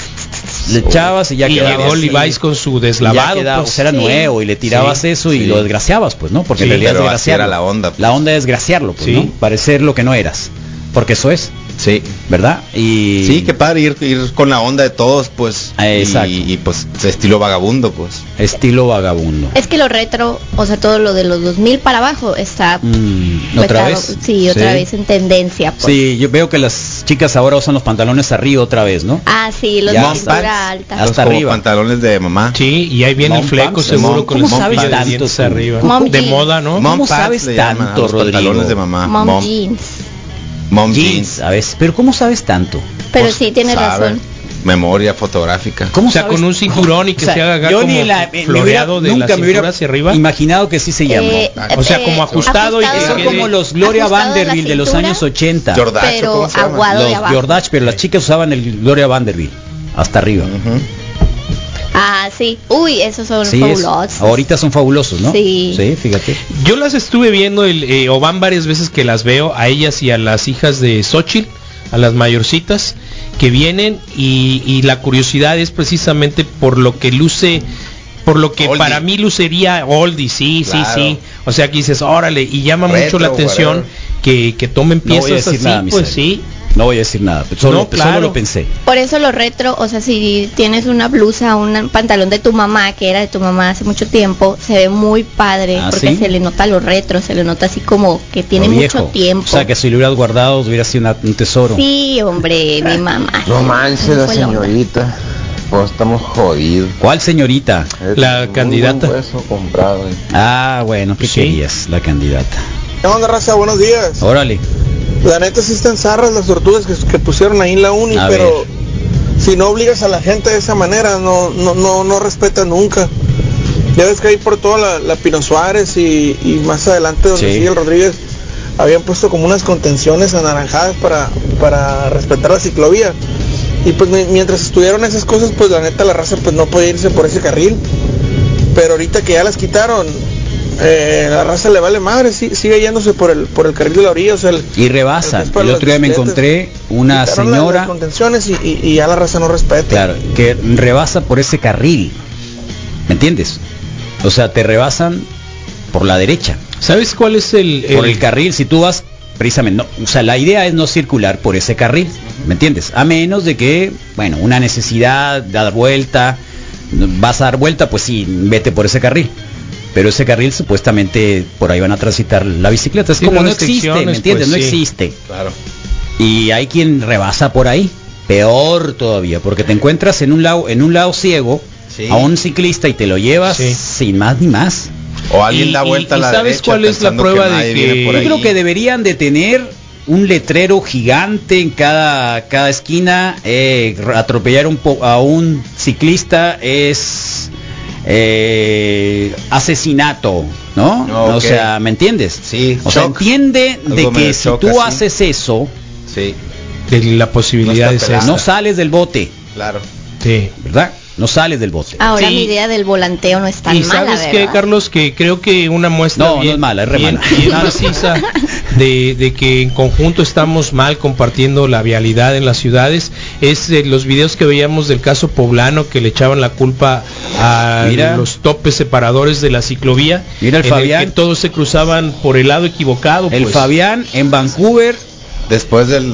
S4: le echabas y ya
S7: y
S4: quedaba
S7: llegó
S4: así.
S7: Levi's con su deslavado,
S4: Ya quedaba,
S7: pues.
S4: o sea, era
S18: Sí.
S4: nuevo y le tirabas
S7: Sí,
S4: eso y
S7: sí.
S4: lo desgraciabas, pues, ¿no? Porque
S9: Sí,
S4: en realidad
S9: pero así
S4: desgraciarlo.
S9: era la onda, pues.
S4: La onda es desgraciarlo, pues,
S7: Sí.
S4: ¿no? Parecer lo que no eras. Porque eso es,
S9: Sí.
S4: ¿verdad? Y
S9: Sí, qué padre ir, ir con la onda de todos, pues.
S4: Ah, exacto.
S9: Y, y, pues estilo vagabundo, pues.
S4: estilo vagabundo.
S18: Es que lo retro, o sea, todo lo de los 2000 para abajo está...
S4: Mm,
S18: pues,
S4: ¿Otra
S18: está-
S4: vez?
S18: Sí, otra vez en tendencia. Pues.
S4: Sí, yo veo que las chicas ahora usan los pantalones arriba otra vez, ¿no?
S18: Ah, sí, los
S4: Ya.
S18: de
S4: Mom
S18: cintura
S9: pants,
S18: alta.
S9: los
S4: Hasta
S9: como
S4: arriba.
S9: pantalones de mamá.
S7: Sí, y ahí viene
S4: Mom
S7: el fleco
S4: pumps,
S7: seguro
S9: mom-
S7: con
S4: ¿cómo
S7: la
S4: sabes
S7: bombilla de
S4: tanto
S7: dientes
S4: tú?
S7: arriba.
S18: Mom
S7: de
S18: jeans.
S7: moda, ¿no?
S4: Mom-
S9: Mom
S4: ¿Cómo
S9: pants
S4: sabes
S9: le llaman a
S4: tanto,
S9: los
S4: Rodrigo?
S9: pantalones de mamá.
S18: Mom, jeans.
S9: mom
S4: Jeans,
S9: jeans.
S4: a veces. Pero ¿cómo sabes tanto?
S18: Pero sí, tienes
S9: Sabe.
S18: razón.
S9: Memoria fotográfica.
S4: ¿Cómo
S7: O sea,
S4: sabes?
S7: con un cinturón y que
S4: O sea,
S7: se haga acá
S4: yo
S7: como
S4: ni la- me hubiera-
S7: floreado de la
S4: nunca me hubiera
S7: cintura hacia arriba.
S4: Imaginado que sí se llamó.
S18: Eh,
S7: O sea, como ajustado y
S18: ajustado
S4: Eso
S7: que
S18: la-
S4: como los Gloria
S18: ajustado la
S4: Vanderbilt de los
S18: cintura,
S4: años 80.
S9: Jordache,
S18: Pero
S9: ¿cómo se llama?
S18: aguado de
S4: Los
S18: abajo.
S4: Jordache, pero las chicas usaban el Gloria Vanderbilt hasta arriba.
S9: Ujú.
S18: Ah, sí. Uy, esos son
S4: Sí, es-
S18: fabulosos.
S4: ahorita son fabulosos, ¿no?
S18: Sí.
S4: fíjate.
S7: Yo las estuve viendo el, eh, o van varias veces que las veo a ellas y a las hijas de Xochitl, a las mayorcitas, que vienen y, y la curiosidad es precisamente por lo que luce, por lo que
S9: Oldie.
S7: para mí lucería oldie, sí,
S9: Claro.
S7: sí, sí. O sea que dices, órale, y llama mucho
S9: Retro,
S7: la atención
S9: whatever.
S7: que, que tomen
S4: No voy a
S7: piezas
S4: decir
S7: así,
S4: nada,
S7: pues
S4: Misael.
S7: sí.
S4: No voy a decir nada, solo,
S7: No, claro.
S4: solo lo pensé.
S18: Por eso lo retro, o sea, si tienes una blusa, un pantalón de tu mamá, que era de tu mamá hace mucho tiempo, se ve muy padre,
S4: ¿Ah,
S18: porque
S4: sí?
S18: se le nota lo retro, se le nota así como que tiene
S4: Lo
S18: mucho
S4: viejo.
S18: tiempo.
S4: O sea, que si lo hubieras guardado hubiera sido una- un tesoro.
S18: Sí, hombre, mi mamá.
S12: No manches la
S18: Fue onda.
S12: señorita. Pues estamos jodidos.
S4: ¿Cuál señorita?
S12: Es
S7: La
S12: un buen
S7: candidata.
S12: hueso comprado. eh.
S4: Ah, bueno, ¿qué
S7: Sí.
S4: querías? La candidata.
S11: ¿Qué onda, raza? Buenos días.
S4: Órale.
S11: La neta sí están zarras las tortugas que, que pusieron ahí en la uni,
S4: A
S11: pero
S4: ver.
S11: si no obligas a la gente de esa manera, no, no, no, no respeta nunca. Ya ves que ahí por toda la, la Pino Suárez y, y más adelante donde
S4: Sí.
S11: sigue el Rodríguez, habían puesto como unas contenciones anaranjadas para, para respetar la ciclovía. Y pues mi- mientras estuvieron esas cosas, pues la neta la raza pues no podía irse por ese carril. Pero ahorita que ya las quitaron, eh, la raza le vale madre, sí- sigue yéndose por el, por el carril de la orilla, o sea, el,
S4: Y rebasan. El otro día me encontré una
S11: Quitaron la-
S4: señora,
S11: Las contenciones y, y- y ya la raza no respeta.
S4: claro, que rebasa por ese carril. ¿Me entiendes? O sea, te rebasan por la derecha,
S7: ¿Sabes cuál es el,
S4: por el carril. Si tú vas precisamente, no, o sea, la idea es no circular por ese carril, ¿me entiendes? A menos de que, bueno, una necesidad, dar vuelta, vas a dar vuelta, pues sí, vete por ese carril. Pero ese carril supuestamente por ahí van a transitar la bicicleta. Es
S7: Sí,
S4: como
S7: las
S4: no existe, ¿me
S7: restricciones,
S4: entiendes?
S7: pues,
S4: no
S7: sí.
S4: existe.
S9: Claro.
S4: Y hay quien rebasa por ahí. Peor todavía, porque te encuentras en un lado, en un lado ciego
S9: Sí.
S4: a un ciclista y te lo llevas
S7: Sí.
S4: sin más ni más.
S9: O alguien
S7: Y-
S9: da
S7: y-
S9: vuelta
S7: y
S9: a la
S7: ¿sabes
S9: derecha
S7: cuál es la
S9: pensando
S7: prueba
S9: nadie
S7: de
S9: viene
S7: que-
S9: por
S4: Yo
S9: ahí.
S4: creo que deberían de tener un letrero gigante en cada, cada esquina. eh, atropellar un po- a un ciclista es eh, asesinato, ¿no?
S9: Ok.
S4: O sea, ¿me entiendes?
S9: Sí,
S4: O sea,
S9: shock.
S4: entiende de
S9: Algo medio
S4: que si
S9: shock
S4: tú
S9: así.
S4: haces eso,
S9: Sí,
S7: de la posibilidad
S9: No
S7: de
S9: está
S7: ser?
S9: pelada.
S4: eh, no sales del bote,
S9: claro.
S7: Sí.
S4: ¿verdad? No sales del bote.
S18: Ahora
S7: Sí.
S18: mi idea del volanteo no es tan
S7: y
S18: mala,
S7: sabes qué,
S18: ¿verdad?
S7: Carlos, que creo que una muestra
S4: No, no es mala, es re
S7: bien-
S4: mala.
S7: bien
S4: No, no.
S7: precisa de, de que en conjunto estamos mal compartiendo la vialidad en las ciudades es eh, los videos que veíamos del caso poblano que le echaban la culpa a
S4: Mira.
S7: los topes separadores de la ciclovía,
S4: Mira el
S7: en
S4: Fabián.
S7: que todos se cruzaban por el lado equivocado.
S4: El
S7: pues.
S4: Fabián en Vancouver,
S9: Después del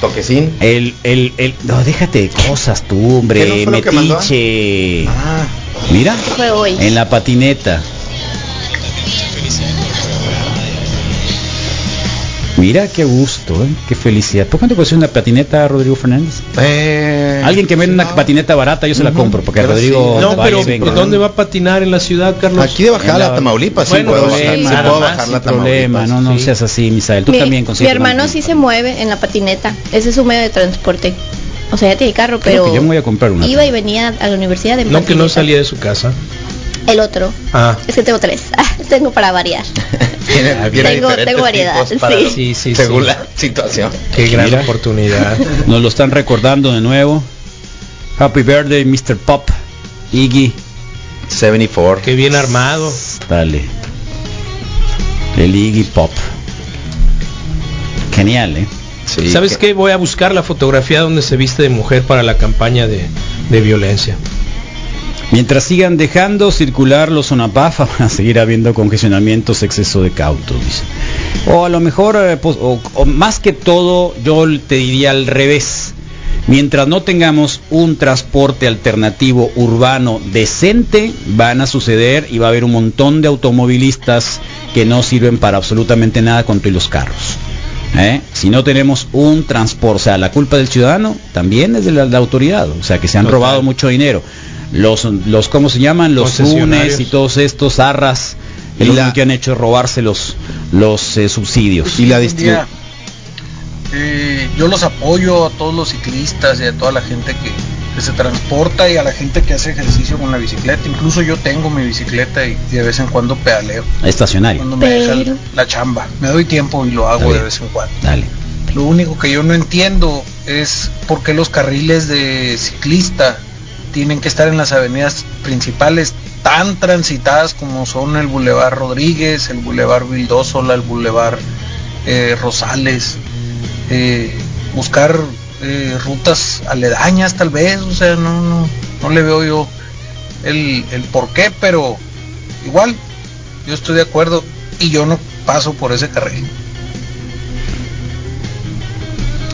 S9: toquecín.
S4: el, el, el, no, déjate de cosas tú, hombre,
S9: ¿Qué no fue lo que mandó?
S4: metiche.
S9: Ah,
S4: Mira,
S18: Fue hoy.
S4: en la patineta. Mira qué gusto, ¿eh? qué felicidad. ¿Por cuánto cuesta una patineta, Rodrigo Fernández?
S9: Eh,
S4: Alguien que vende una patineta barata, yo se la compro, porque
S7: Pero
S4: Rodrigo.
S7: sí, no,
S4: vale,
S7: pero
S4: venga.
S7: ¿dónde va a patinar en la ciudad, Carlos?
S9: Aquí de bajada
S7: En
S9: a Tamaulipas, sí
S7: Bueno,
S9: puedo
S7: problema,
S9: bajar, sí
S7: nada
S9: puedo
S7: más,
S9: bajar
S7: sin
S9: la
S4: problema, no, no seas así, Misael. Tú
S18: mi,
S4: también consigues.
S18: mi hermano sí se mueve en la patineta. Ese es su medio de transporte. O sea, ya tiene
S4: Creo
S18: carro, pero
S4: que pues, yo me voy a comprar una.
S18: iba y venía a la universidad en
S7: No que no
S18: patineta.
S7: salía de su casa.
S18: El otro.
S7: Ah.
S18: Es que tengo tres. tengo para variar.
S4: Ah,
S18: Tengo- tengo variedad, sí.
S7: Sí, sí,
S9: según
S7: sí.
S9: la situación.
S7: Qué gran
S4: Mira.
S7: oportunidad.
S4: Nos lo están recordando de nuevo. Happy birthday, Mr. Pop. Iggy.
S9: 74.
S7: Qué bien armado.
S4: Dale. El Iggy Pop. Genial, ¿eh?
S9: Sí,
S7: ¿Sabes qué? Voy a buscar la fotografía donde se viste de mujer para la campaña de, de violencia.
S4: Mientras sigan dejando circular los Zonapaf, van a seguir habiendo congestionamientos, exceso de cautos, dice. O a lo mejor, eh, pues, o- o más que todo, yo te diría al revés. Mientras no tengamos un transporte alternativo urbano decente, van a suceder y va a haber un montón de automovilistas que no sirven para absolutamente nada con tú y los carros. ¿eh? Si no tenemos un transporte, o sea, la culpa del ciudadano también es de la, la autoridad, o sea, que se han
S7: Total.
S4: robado mucho dinero. Los, los ¿cómo se llaman? Los
S7: Concesionarios.
S4: UNES y todos estos arras,
S9: Y
S4: lo
S9: la-
S4: único que han hecho es robarse los, los eh, subsidios.
S9: Y la
S19: Mira,
S9: distribución.
S19: eh, yo los apoyo a todos los ciclistas y a toda la gente que, que se transporta y a la gente que hace ejercicio con la bicicleta. Incluso yo tengo mi bicicleta y, y de vez en cuando pedaleo.
S4: Estacionario.
S19: Cuando me deja la chamba. Me doy tiempo y lo hago de
S4: bien.
S19: vez en cuando.
S4: Dale.
S19: Lo único que yo no entiendo es por qué los carriles de ciclista tienen que estar en las avenidas principales tan transitadas como son el Boulevard Rodríguez, el Boulevard Vildósola, el Boulevard eh, Rosales. Eh, buscar eh, rutas aledañas tal vez, o sea, no, no, no le veo yo el, el por qué, pero igual yo estoy de acuerdo y yo no paso por ese carril.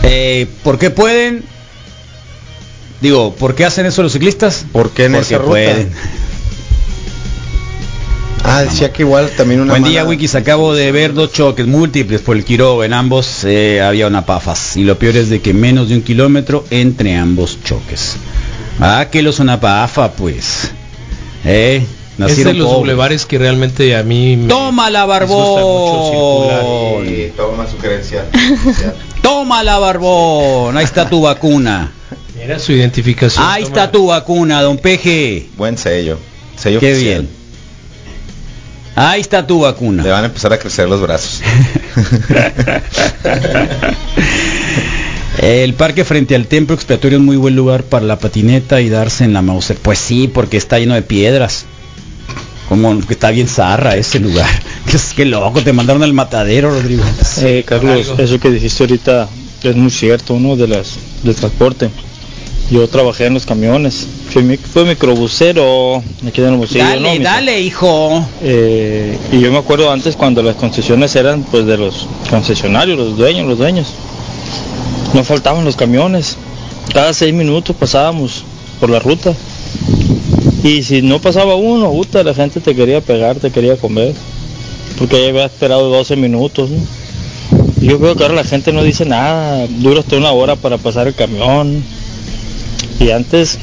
S4: Eh, ¿Por qué pueden? Digo, ¿por qué hacen eso los ciclistas?
S9: ¿Por qué en
S4: Porque
S9: esa ruta?
S4: pueden.
S9: Ah, decía que igual también una
S4: Buen día,
S9: mala-
S4: Wikis. Acabo de ver dos choques múltiples por el Quiro. En ambos eh, había una pafas. Y lo peor es de que menos de un kilómetro entre ambos choques. Ah, que los una pafa, pues. Eh,
S7: es
S4: nacieron
S7: de los
S4: pobres.
S7: bulevares que realmente a mí me
S4: Toma la barbón.
S9: Y toda una sugerencia.
S4: Toma la barbón. Ahí está tu vacuna.
S7: era su identificación.
S4: Ahí está tu vacuna, don Peje.
S9: Buen sello. Sello
S4: Qué
S9: oficial.
S4: bien. Ahí está tu vacuna.
S9: Le van a empezar a crecer los brazos.
S4: El parque frente al templo expiatorio es muy buen lugar para la patineta y darse en la Mauser. Pues sí, porque está lleno de piedras. Como que está bien zarra ese lugar. Que es que loco, te mandaron al matadero, Rodrigo.
S13: Eh, Carlos, eso que dijiste ahorita es muy cierto, uno de las del transporte. Yo trabajé en los camiones, fui, mi- fui microbusero, aquí en el museo.
S4: dale, dale, hijo.
S13: Eh, y yo me acuerdo antes cuando las concesiones eran pues de los concesionarios, los dueños, los dueños. No faltaban los camiones. Cada seis minutos pasábamos por la ruta. Y si no pasaba uno, puta, la gente te quería pegar, te quería comer. Porque ya había esperado 12 minutos. ¿no? Yo creo que ahora la gente no dice nada. Dura hasta una hora para pasar el camión. Y antes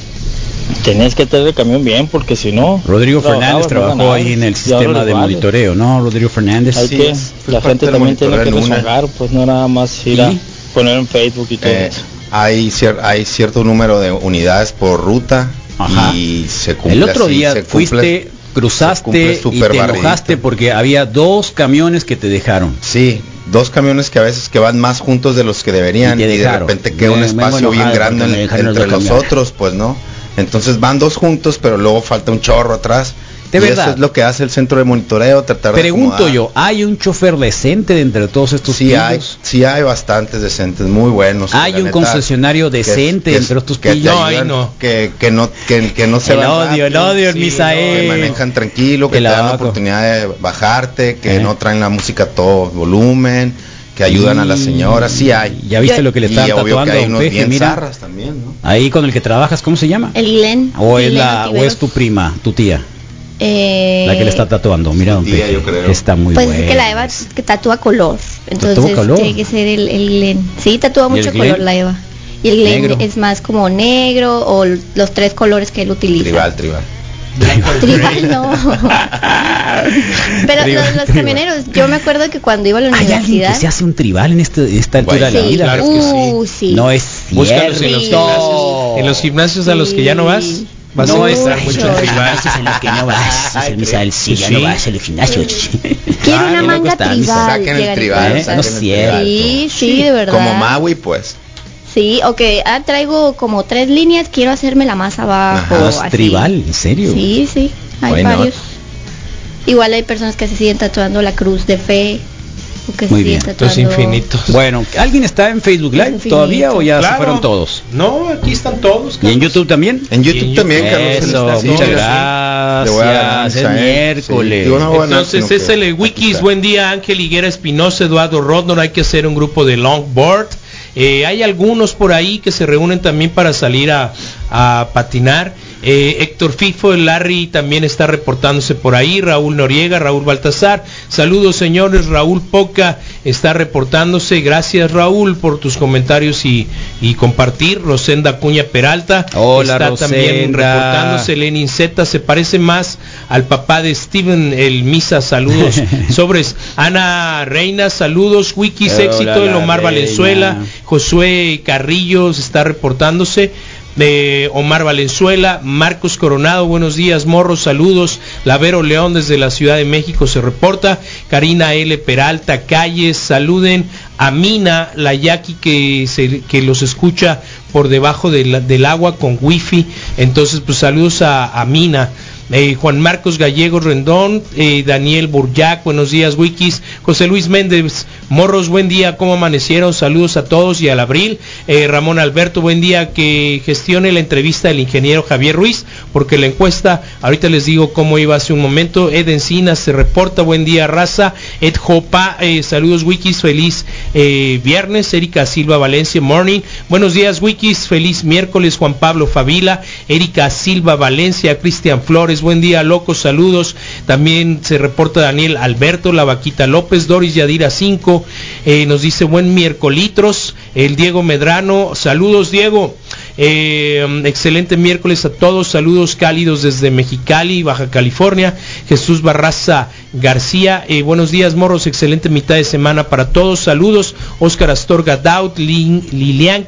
S13: tenías que tener el camión bien porque si no...
S4: Rodrigo
S13: trabajabas,
S4: Fernández
S13: no
S4: trabajó
S13: ganabas.
S4: ahí en el
S13: Y ahora
S4: sistema
S13: les
S4: de
S13: vale.
S4: monitoreo, ¿no? Rodrigo Fernández.
S13: Hay que,
S9: pues,
S13: la gente también tiene que resolver, pues no nada más ir a
S9: ¿Y?
S13: poner en Facebook y todo.
S9: Eh,
S13: eso.
S9: hay, cier- hay cierto número de unidades por ruta
S4: Ajá.
S9: y se cumple.
S4: El otro
S9: así,
S4: día
S9: se cumple-
S4: fuiste,
S9: cumple
S4: cruzaste y
S9: súper
S4: te
S9: barridita.
S4: enojaste porque había dos camiones que te dejaron.
S9: Sí, dos camiones que a veces que van más juntos de los que deberían
S4: Y
S9: y,
S4: te
S9: de
S4: dejaron.
S9: repente queda
S4: Me-
S9: un
S4: me
S9: espacio
S4: enojado
S9: bien
S4: porque
S9: grande
S4: me
S9: en-
S4: dejaron los dos
S9: entre los
S4: camiones.
S9: otros, pues no. Entonces van dos juntos, pero luego falta un chorro atrás.
S4: De
S9: y
S4: verdad.
S9: eso es lo que hace el centro de monitoreo, tratar de
S4: Pregunto
S9: acomodar.
S4: yo, ¿hay un chofer decente de entre todos estos
S9: Sí hay,
S4: pillos?
S9: sí hay bastantes decentes, muy buenos.
S4: Hay
S9: la
S4: un concesionario decente entre estos
S9: que te
S4: pillos.
S9: ayudan,
S4: No, ahí no.
S9: Que, que no, que, que no se
S4: El
S9: van
S4: odio, el odio, el Misael.
S9: Que manejan tranquilo, que
S4: El
S9: te dan la
S4: abaco.
S9: oportunidad de bajarte, que
S4: Eh.
S9: no traen la música a todo volumen, que ayudan a las señoras, sí hay.
S4: ¿Ya viste lo que le
S9: Y
S4: estaban
S9: obvio
S4: tatuando
S9: que
S4: a
S9: hay
S4: un
S9: unos
S4: peje?
S9: bien
S4: Mira.
S9: zarras también, ¿no?
S4: Ahí con el que trabajas, ¿cómo se llama?
S18: El Glen.
S4: Ah, O es
S18: Glen
S4: la o
S18: Ontiveros.
S4: es tu prima, tu tía.
S18: Eh,
S4: La que le está tatuando, mira, don
S9: Tía,
S4: Pepe.
S9: yo creo.
S4: Está muy
S18: pues
S4: buena.
S18: es que la Eva que tatúa color. Entonces este,
S4: color?
S18: tiene que ser el, el Glen. Sí, tatúa
S4: ¿Y el
S18: mucho
S4: Glen?
S18: color la Eva. Y el Glen
S4: Negro.
S18: es más como negro o l- los tres colores que él utiliza.
S9: Tribal, tribal.
S18: Tribal no. Pero
S4: Tribal,
S18: los,
S4: tribal.
S18: los camioneros, yo me acuerdo que cuando iba a la
S4: Hay alguien
S18: universidad.
S4: que se hace un tribal en este- esta altura de la
S18: sí,
S4: vida.
S18: uh, sí.
S4: No es cierto.
S7: Búscalos en los gimnasios, en los gimnasios a los que ya no vas. Vas
S4: No,
S7: a estar mucho en
S4: esos
S7: tribal.
S4: gimnasios en los que no vas, en los al- sí, ya
S7: Sí.
S4: no vas a los gimnasios.
S18: Quiero
S4: Ah,
S18: una
S4: ya no
S18: manga
S4: costaba, mis-
S18: tribal.
S9: Saquen el
S18: llegaría
S9: tribal,
S18: a
S4: ¿Eh?
S9: saquen
S18: pensar.
S4: No
S9: el
S4: cierto.
S9: tribal.
S18: Sí, sí, de verdad.
S9: Como Maui, pues.
S18: Sí, ok, ah, traigo como tres líneas, quiero hacerme la más abajo.
S4: Ajá, es
S18: así.
S4: tribal, en serio.
S18: Sí, sí, hay
S4: Why not?
S18: varios. Igual hay personas que se siguen tatuando la cruz de fe. O que se
S4: Muy
S18: siguen
S4: bien.
S18: tatuando...
S4: Bueno, ¿alguien está en Facebook Live
S18: Infinito.
S4: todavía o ya se
S7: Claro.
S4: fueron todos?
S7: No, aquí están todos.
S4: ¿Y en YouTube también?
S9: En YouTube,
S7: Y en
S9: también,
S7: YouTube.
S9: Carlos.
S4: Eso,
S9: está así,
S4: muchas
S9: sí. Le voy a dar
S4: gracias. Es
S9: ancha, ¿eh?
S4: miércoles.
S9: Sí, yo no voy a dar
S7: Entonces
S9: ancha,
S7: es
S9: no,
S7: el Wikis, buen día Ángel Higuera Espinosa, Eduardo Rodnor, hay que hacer un grupo de longboard. Eh, hay algunos por ahí que se reúnen también para salir a, a patinar. Eh, Héctor Fifo, el Larry también está reportándose por ahí. Raúl Noriega, Raúl Baltasar. Saludos señores, Raúl Poca está reportándose. Gracias Raúl por tus comentarios y, y compartir. Rosenda Cuña Peralta
S4: Hola,
S7: está también
S4: Rosenda.
S7: reportándose. Lenin Z se parece más al papá de Steven el Misa, saludos. Sobres, Ana Reina, saludos, Wikis,
S4: Eh, Hola,
S7: éxito, el
S4: la
S7: Omar
S4: Reina.
S7: Valenzuela, Josué Carrillo se está reportándose. eh, Omar Valenzuela, Marcos Coronado, buenos días, Morros, saludos. Lavero León desde la Ciudad de México se reporta. Karina L. Peralta, Calles, saluden a Mina, la Yaqui que, se- que los escucha por debajo de la- del agua con wifi. Entonces, pues saludos a, a Mina. Eh, Juan Marcos Gallego Rendón, eh, Daniel Burjac, buenos días, Wikis. José Luis Méndez, Morros, buen día, ¿cómo amanecieron? Saludos a todos y al abril. Eh, Ramón Alberto, buen día, que gestione la entrevista del ingeniero Javier Ruiz, porque la encuesta, ahorita les digo cómo iba hace un momento. Ed Encinas se reporta, buen día, raza. Ed Jopa, eh, saludos, Wikis, feliz eh, viernes. Erika Silva Valencia, morning. Buenos días, Wikis, feliz miércoles. Juan Pablo Favila, Erika Silva Valencia, Cristian Flores, buen día, locos, saludos. También se reporta Daniel Alberto, la vaquita López, Doris Yadira 5, eh, nos dice buen miércolitros, el Diego Medrano, saludos Diego. Eh, excelente miércoles a todos, saludos cálidos desde Mexicali, Baja California, Jesús Barraza García, eh, buenos días morros, excelente mitad de semana para todos, saludos, Óscar Astorga Daut, Lin- Lilianc,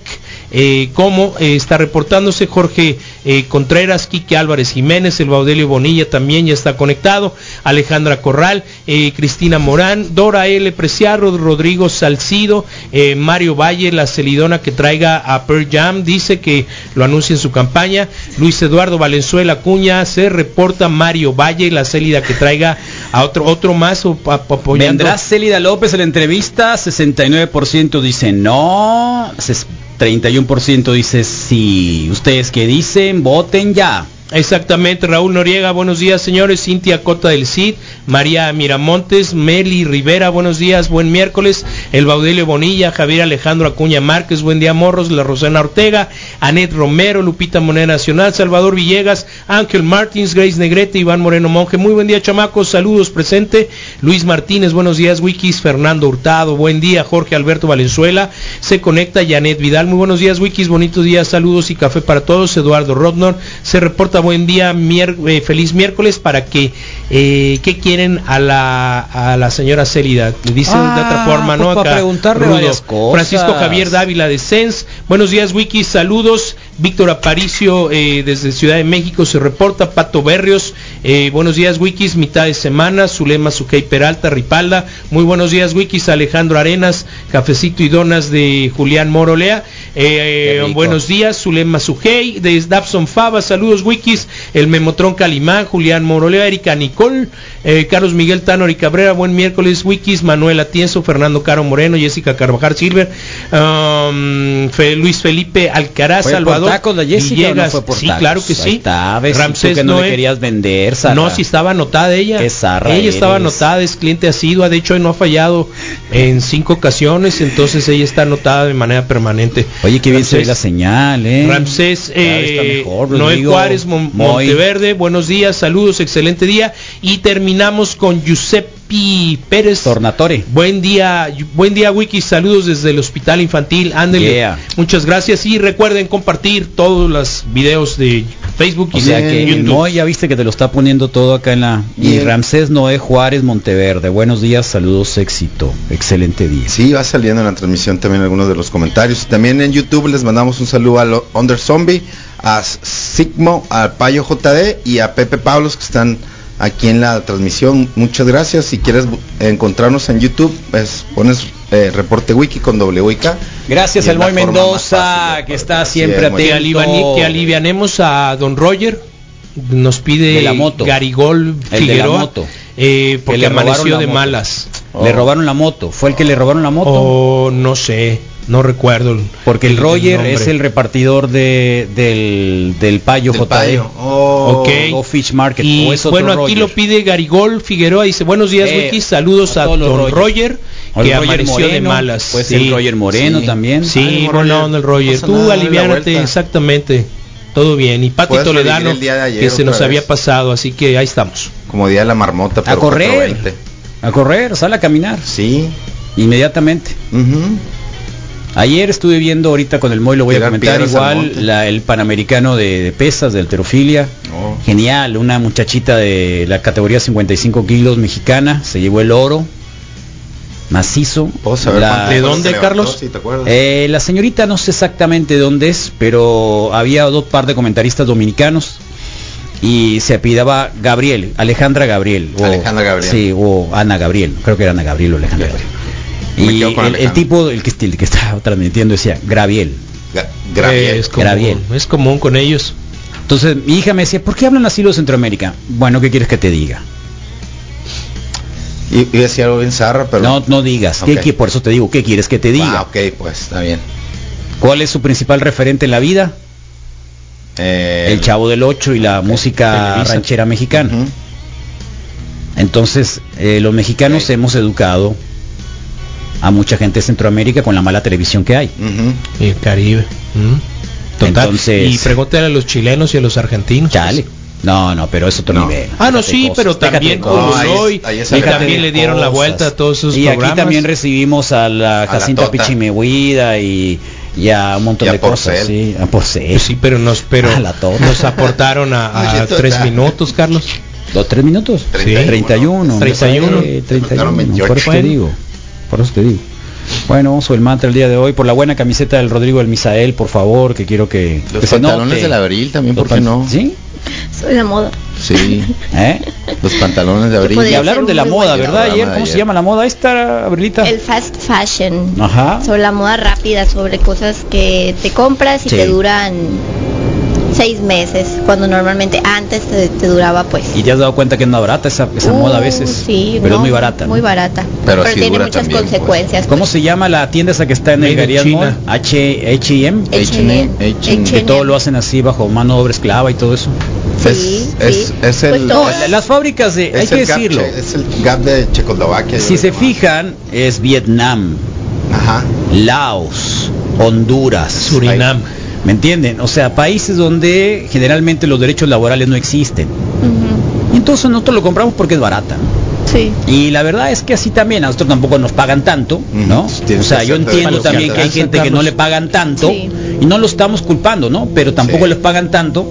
S7: eh, como eh, está reportándose Jorge eh, Contreras, Quique Álvarez Jiménez, el Baudelio Bonilla también ya está conectado, Alejandra Corral, eh, Cristina Morán, Dora L. Preciado, Rodrigo Salcido, eh, Mario Valle, la celidona que traiga a Per Jam, dice que lo anuncia en su campaña, Luis Eduardo Valenzuela Cuña, se reporta Mario Valle, la célida que traiga a otro, otro más o, pa- pa- apoyando.
S4: Vendrá Célida López a la entrevista, 69% dice no, ses- 31% dice sí. Ustedes que dicen, voten ya.
S7: Exactamente, Raúl Noriega, buenos días señores, Cintia Cota del Cid, María Miramontes, Meli Rivera, buenos días, buen miércoles, El Baudelio Bonilla, Javier Alejandro Acuña Márquez, buen día Morros, La Rosana Ortega, Anet Romero, Lupita Moneda Nacional, Salvador Villegas, Ángel Martins, Grace Negrete, Iván Moreno Monje, muy buen día chamacos, saludos presente, Luis Martínez, buenos días Wikis, Fernando Hurtado, buen día Jorge Alberto Valenzuela, se conecta Janet Vidal, muy buenos días Wikis, bonitos días, saludos y café para todos, Eduardo Rodnor, se reporta buen día, mier- eh, feliz miércoles para que, eh, ¿qué quieren a la, a la señora Célida? Le dicen de otra
S4: Ah,
S7: forma, ¿no?
S4: pues, para preguntarle varias cosas.
S7: Francisco Javier Dávila de Sens, buenos días Wikis, saludos, Víctor Aparicio eh, desde Ciudad de México se reporta, Pato Berrios, eh, buenos días Wikis, mitad de semana, Zulema Suquey Peralta, Ripalda, muy buenos días Wikis, Alejandro Arenas, Cafecito y Donas de Julián Morolea, eh,
S4: rico.
S7: buenos días Zulema Suquey, de Dabson Fava, saludos Wikis, el Memotron Calimán, Julián Morolea, Erika Nicol, eh, Carlos Miguel Tanori Cabrera, buen miércoles Wikis, Manuel Atienzo, Fernando Caro Moreno, Jessica Carvajal Silver, um, Fe- Luis Felipe Alcaraz,
S4: ¿Fue
S7: Salvador.
S4: por tacos la Jessica o no
S7: Villegas.
S4: fue por
S7: sí,
S4: tacos?
S7: claro que
S4: Ahí
S7: sí.
S4: está, ves, y tú
S7: Ramsés
S4: que no le
S7: Noé.
S4: querías vender, Sara.
S7: No, si estaba anotada ella.
S4: Qué zarra
S7: ella estaba
S4: eres.
S7: anotada, es cliente asidua, de hecho hoy no ha fallado en cinco ocasiones, entonces ella está anotada de manera permanente.
S4: Oye, qué bien se ve la señal, ¿eh?
S7: Ramsés, eh,
S4: está mejor,
S7: Noel
S4: Rodrigo.
S7: Juárez, Mon-
S4: Moy.
S7: Monteverde, buenos días, saludos, excelente día. Y terminamos con Giuseppe Pérez.
S4: Tornatore.
S7: Buen día, buen día Wiki, saludos desde el Hospital Infantil, ándele.
S4: Yeah.
S7: Muchas gracias y recuerden compartir todos los videos de Facebook y
S4: O sea
S7: de
S4: que
S7: YouTube.
S4: no, ya viste que te lo está poniendo todo acá en la... Y
S9: Bien.
S4: Ramsés Noé Juárez Monteverde. Buenos días, saludos, éxito. Excelente día.
S9: Sí, va saliendo en la transmisión también algunos de los comentarios. También en YouTube les mandamos un saludo a lo- Under Zombie, a Sigmo, al Payo JD y a Pepe Pablos que están aquí en la transmisión. Muchas gracias. Si quieres bu- encontrarnos en YouTube, pues pones eh, reporte wiki con WIK.
S4: Gracias
S9: Y es
S4: al
S9: la
S4: Moy
S9: forma
S4: Mendoza, que está siempre
S9: es, Moy.
S7: Que, alivani-
S4: atento.
S7: que alivianemos a Don Roger. Nos pide
S4: De la moto.
S7: Garigol
S4: de la
S7: Figueroa.
S4: moto.
S7: eh,
S4: Que
S7: porque
S4: le robaron
S7: amaneció
S4: la
S7: de
S4: moto.
S7: malas. Oh.
S4: Le robaron la moto. ¿Fue el que le robaron la moto?
S7: O no sé, no recuerdo.
S4: Porque el Roger
S7: nombre.
S4: es el repartidor de, del, del Payo
S9: Del
S4: JD.
S9: Payo. Oh.
S4: Ok. O Fish Market.
S7: Y
S4: o es otro
S7: bueno, aquí
S4: Roger.
S7: lo pide Garigol Figueroa. Dice, buenos días,
S4: Eh,
S7: Wiki. Saludos a,
S4: todos los
S7: Don
S4: Roger.
S7: Roger.
S4: O el
S7: que
S4: Roger
S7: amaneció de
S4: Moreno,
S7: malas.
S4: puede ser Roger Moreno también. Ay,
S7: Sí,
S4: no,
S7: no,
S4: Roger,
S7: no, no, el
S4: no
S7: Roger.
S4: pasa
S7: Tú
S4: nada, dale la
S7: aliviánate,
S4: vuelta.
S7: exactamente. Todo bien. Y Pati
S9: Puedes revivir
S7: Toledano,
S9: el día de ayer
S7: que se
S9: otra
S7: nos había
S9: vez.
S7: pasado. Así que ahí estamos.
S9: Como día de la marmota, pero
S4: correr.
S9: 420.
S4: A correr, sale a caminar.
S9: Sí.
S4: Inmediatamente.
S9: Ujú.
S4: Ayer estuve viendo ahorita con el Moy, lo voy
S9: Tirar
S4: a comentar
S9: piedras al monte.
S4: igual, la- el Panamericano de, de Pesas, de Alterofilia.
S9: Oh.
S4: Genial, una muchachita de la categoría 55 kilos mexicana, se llevó el oro, macizo.
S9: ¿Puedo saber
S4: La,
S9: cuánto
S7: ¿De
S9: fue que
S7: dónde,
S9: se levantó,
S7: Carlos?
S9: si te acuerdas?
S4: eh, la señorita no sé exactamente dónde es, pero había dos par de comentaristas dominicanos y se apidaba Gabriel, Alejandra Gabriel.
S9: Alejandra Gabriel.
S4: Sí, o Ana Gabriel, creo que era Ana Gabriel o Alejandra Gabriel.
S9: Me
S4: Y
S9: quedo con
S4: el, el
S9: Alejandra.
S4: tipo, el que, el que estaba transmitiendo decía, Graviel,
S9: Ga- Graviel.
S7: Eh, es, común,
S4: Graviel.
S7: es común con ellos.
S4: Entonces mi hija me decía, ¿por qué hablan así los de Centroamérica? Bueno, ¿qué quieres que te diga?
S9: Y, y decía algo bien zarra, pero...
S4: no, no digas. ¿Qué
S9: Ok.
S4: qui- por eso te digo, ¿qué quieres que te diga?
S9: Ah, ok, pues está bien.
S4: ¿Cuál es su principal referente en la vida?
S9: Eh,
S4: El Chavo del Ocho y la música
S7: Televisa.
S4: ranchera mexicana.
S9: ujú.
S4: Entonces, eh, los mexicanos
S9: Ok.
S4: hemos educado a mucha gente de Centroamérica con la mala televisión que hay.
S9: Ujú.
S7: Y el Caribe. ¿Mm? Total.
S4: Entonces-
S7: y pregúntale a los chilenos y a los argentinos.
S4: Chale. No, no, pero es otro
S9: No.
S4: nivel.
S7: Ah, no,
S4: Déjate
S7: sí,
S4: cosas,
S7: pero
S4: déjate
S7: también
S4: cosas.
S7: como
S9: ahí es-
S7: hoy,
S9: ahí es
S7: y
S9: el
S7: también
S9: cambio
S7: le dieron la vuelta a todos sus
S4: y
S7: programas.
S4: aquí también recibimos a la
S9: la
S4: Jacinta
S9: Tota.
S4: Pichimehuida y, y a un montón
S9: Y a
S4: de cosas.
S9: Porcel.
S4: Sí, a Porcel.
S7: Pues sí, pero nos, pero
S4: A la Tota. torre.
S7: nos aportaron a, a
S9: Oye, tota.
S7: tres minutos, Carlos.
S4: ¿Dos, tres minutos?
S9: Sí.
S4: 31.
S7: 31.
S4: Eh, 31.
S9: Tocaron 28.
S4: Por eso te
S7: Bueno.
S4: digo. Por eso te digo. Bueno, vamos el mantra el día de hoy por la buena camiseta del Rodrigo del Misael, por favor, que quiero que
S9: Los
S4: que se
S9: pantalones
S4: note.
S9: del abril también,
S4: Los
S9: ¿por qué
S4: pan-
S9: no?
S4: ¿Sí?
S18: Soy la moda.
S9: Sí,
S4: ¿Eh?
S9: los pantalones de abril.
S18: podría
S4: Y
S18: ser
S4: hablaron de la
S18: muy
S4: moda,
S18: bueno.
S4: ¿verdad?
S9: Programa
S4: Ayer,
S9: de
S4: ¿cómo se
S9: ayer.
S4: llama la moda esta, Abrilita?
S18: El fast fashion.
S4: Ajá.
S18: Sobre la moda rápida, sobre cosas que te compras y
S4: Sí.
S18: te duran seis meses, cuando normalmente antes te, te duraba pues.
S4: Y te has dado cuenta que es una barata esa, esa
S18: Uh,
S4: moda a veces.
S18: Sí,
S4: pero
S18: no,
S4: es muy barata. ¿no?
S18: Muy barata.
S9: Pero
S18: Pero,
S9: sí
S18: tiene
S9: dura
S18: muchas
S9: también, pues.
S18: consecuencias.
S4: ¿Cómo se llama la tienda esa que está en el
S7: Made in
S4: Galerías Mall?
S7: China.
S4: H H&M.
S18: H&M,
S9: H&M.
S4: Que todo lo hacen así bajo mano de obra esclava y todo eso.
S9: Es,
S18: Sí,
S9: es,
S18: sí.
S9: es
S18: Pues
S9: el,
S18: todo.
S4: No, la- las fábricas de,
S9: es
S4: hay que
S9: el gap
S4: decirlo.
S9: che- es el gap de Checoslovaquia.
S4: Si
S9: yo
S4: se
S9: creo.
S4: fijan, es Vietnam,
S9: Ajá.
S4: Laos, Honduras,
S7: Surinam.
S4: ¿Me entienden? O sea, países donde generalmente los derechos laborales no existen.
S18: Ujú,
S4: Y entonces nosotros lo compramos porque es barata.
S18: Sí.
S4: Y la verdad es que así también, a nosotros tampoco nos pagan tanto, ¿no?
S9: Tiene
S4: O sea,
S9: que
S4: yo
S9: ser de
S4: entiendo
S9: los que
S4: también que hay
S9: alcanzan,
S4: gente que no
S7: Carlos.
S4: le pagan tanto
S18: Sí.
S4: y no lo estamos culpando, ¿no? Pero tampoco
S9: Sí.
S4: les pagan tanto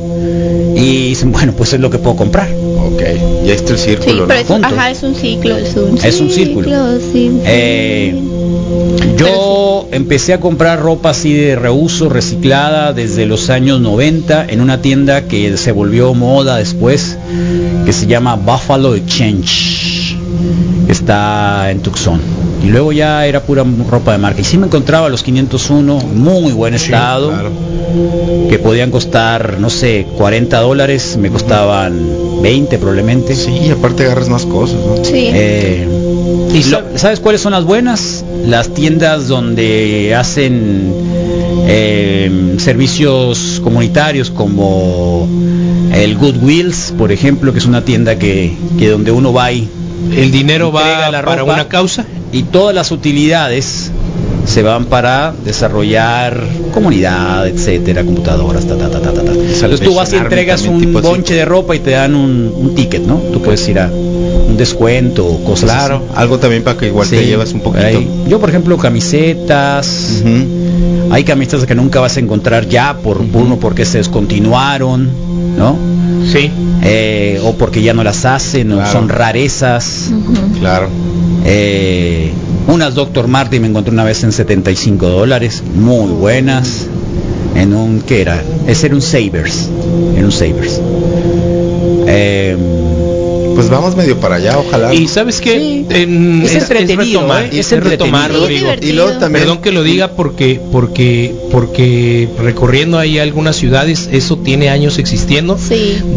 S4: y dicen, bueno, pues es lo que puedo comprar.
S9: Ok, ya está el
S18: Sí,
S9: círculo. ¿no?
S18: pero es,
S4: Punto.
S18: ajá, es un ciclo, es un
S4: Ah, Es un círculo.
S18: sí.
S4: Eh, yo empecé a comprar ropa así de reuso, reciclada, desde los años 90 en una tienda que se volvió moda después, que se llama Buffalo Exchange. que Está en Tucson. Y luego ya era pura ropa de marca. Y sí me encontraba los 501, muy buen estado, que podían costar, no sé, 40 dólares, me costaban 20 probablemente.
S9: Sí, y aparte agarras más cosas. ¿no?
S18: Sí.
S4: Eh,
S7: Y
S4: lo-
S7: sa-
S4: ¿Sabes cuáles son las buenas? Las tiendas donde hacen eh, servicios comunitarios como el Goodwills, por ejemplo, que es una tienda que, que donde uno va y
S7: El dinero
S4: Entrega
S7: va
S4: la
S7: para
S4: ropa
S7: una causa.
S4: y todas las utilidades se van para desarrollar comunidad, etcétera, computadoras, ta, ta, ta, ta, ta, ta. Entonces tú vas y entregas
S9: también,
S4: un
S9: tipo así.
S4: bonche de ropa y te dan un, un ticket, ¿no? Tú puedes ir a un descuento, cosas
S9: Pues Claro, algo también para que igual te
S4: Sí,
S9: llevas un poquito.
S4: ahí. Yo, por ejemplo, camisetas. Hay camisetas que nunca vas a encontrar ya por uno porque se descontinuaron, ¿no? Eh,
S7: Sí.
S4: o porque ya no las hacen, o son rarezas.
S9: Claro.
S4: Eh, unas Dr. Martin me encontré una vez en 75 dólares, muy buenas. En un, ¿qué era? Ese era un Sabers. En un Eh, Sabers.
S9: pues vamos medio para allá, ojalá.
S7: Y sabes que es,
S4: entretenido,
S7: retomar,
S4: ¿eh?
S7: es,
S4: Es entretenido.
S7: retomar,
S4: Es
S7: Rodrigo.
S4: divertido. Y luego también-
S7: Perdón que lo diga porque porque porque recorriendo ahí algunas ciudades eso tiene años existiendo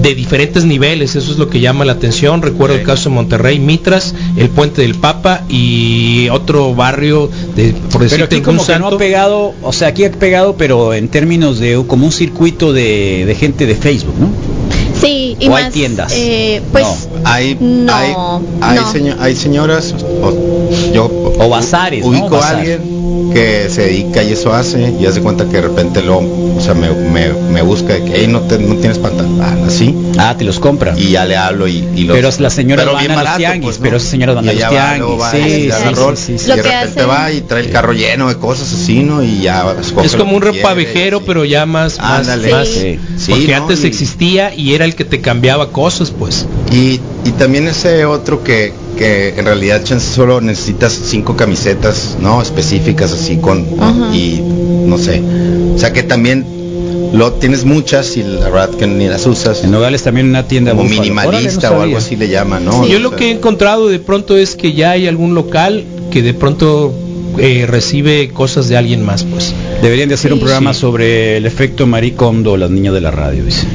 S7: de diferentes niveles, eso es lo que llama la atención. Recuerdo el caso de Monterrey, Mitras, el Puente del Papa y otro barrio de por
S4: Pero
S7: decirte
S4: aquí
S7: que un
S4: como que no ha
S7: santo
S4: pegado, o sea, aquí ha pegado, pero en términos de como un circuito de, de gente de Facebook, ¿no?
S18: Sí, y
S4: ¿O hay
S18: más,
S4: tiendas?
S18: eh, pues
S9: No, hay,
S18: no,
S9: hay, hay,
S18: no.
S9: seño- hay señoras, o, yo
S4: o bazares, ¿no?
S9: ubico a
S4: Bazar.
S9: alguien que se dedica y eso hace y hace cuenta que de repente lo, o sea, me, me, me busca de que "Ey, no, te- no tienes pantalón, así.
S4: Ah, te los compra.
S9: Y ya le hablo y, y los.
S4: Pero las señoras
S9: pero
S4: van
S9: bien
S4: a los
S9: barato,
S4: tianguis,
S9: pues, ¿no?
S4: pero esas señoras van
S9: Y
S4: a los
S9: ella va, luego
S4: tianguis.
S9: va,
S4: sí,
S9: y hace
S4: sí,
S9: el rol,
S4: sí, sí, sí.
S9: Y de repente va y trae el carro lleno de cosas así, ¿no? Y ya escoge
S7: es
S9: lo
S7: como un
S9: que quiere.
S7: repavejero, pero ya más, más,
S9: Ándale.
S7: más-
S9: Sí. Sí,
S7: porque
S9: ¿no?
S7: antes
S9: Y-
S7: existía y era el que te cambiaba cosas, pues.
S9: Y, y también ese otro que, que en realidad chance solo necesitas cinco camisetas, ¿no? Específicas así con
S18: Ajá.
S9: y no sé. O sea que también lo tienes muchas y la verdad que ni las usas. En
S4: Nogales también una tienda
S9: como
S4: Búfalo. Órale, no
S9: minimalista o algo
S4: sabía.
S9: así le llaman, ¿no?
S7: Yo
S9: O
S7: lo
S9: sea,
S7: que he encontrado de pronto es que ya hay algún local que de pronto eh, recibe cosas de alguien más, pues.
S4: Deberían de hacer un
S7: Sí.
S4: programa
S7: Sí.
S4: sobre el efecto maricondo, las niñas de la radio, dice.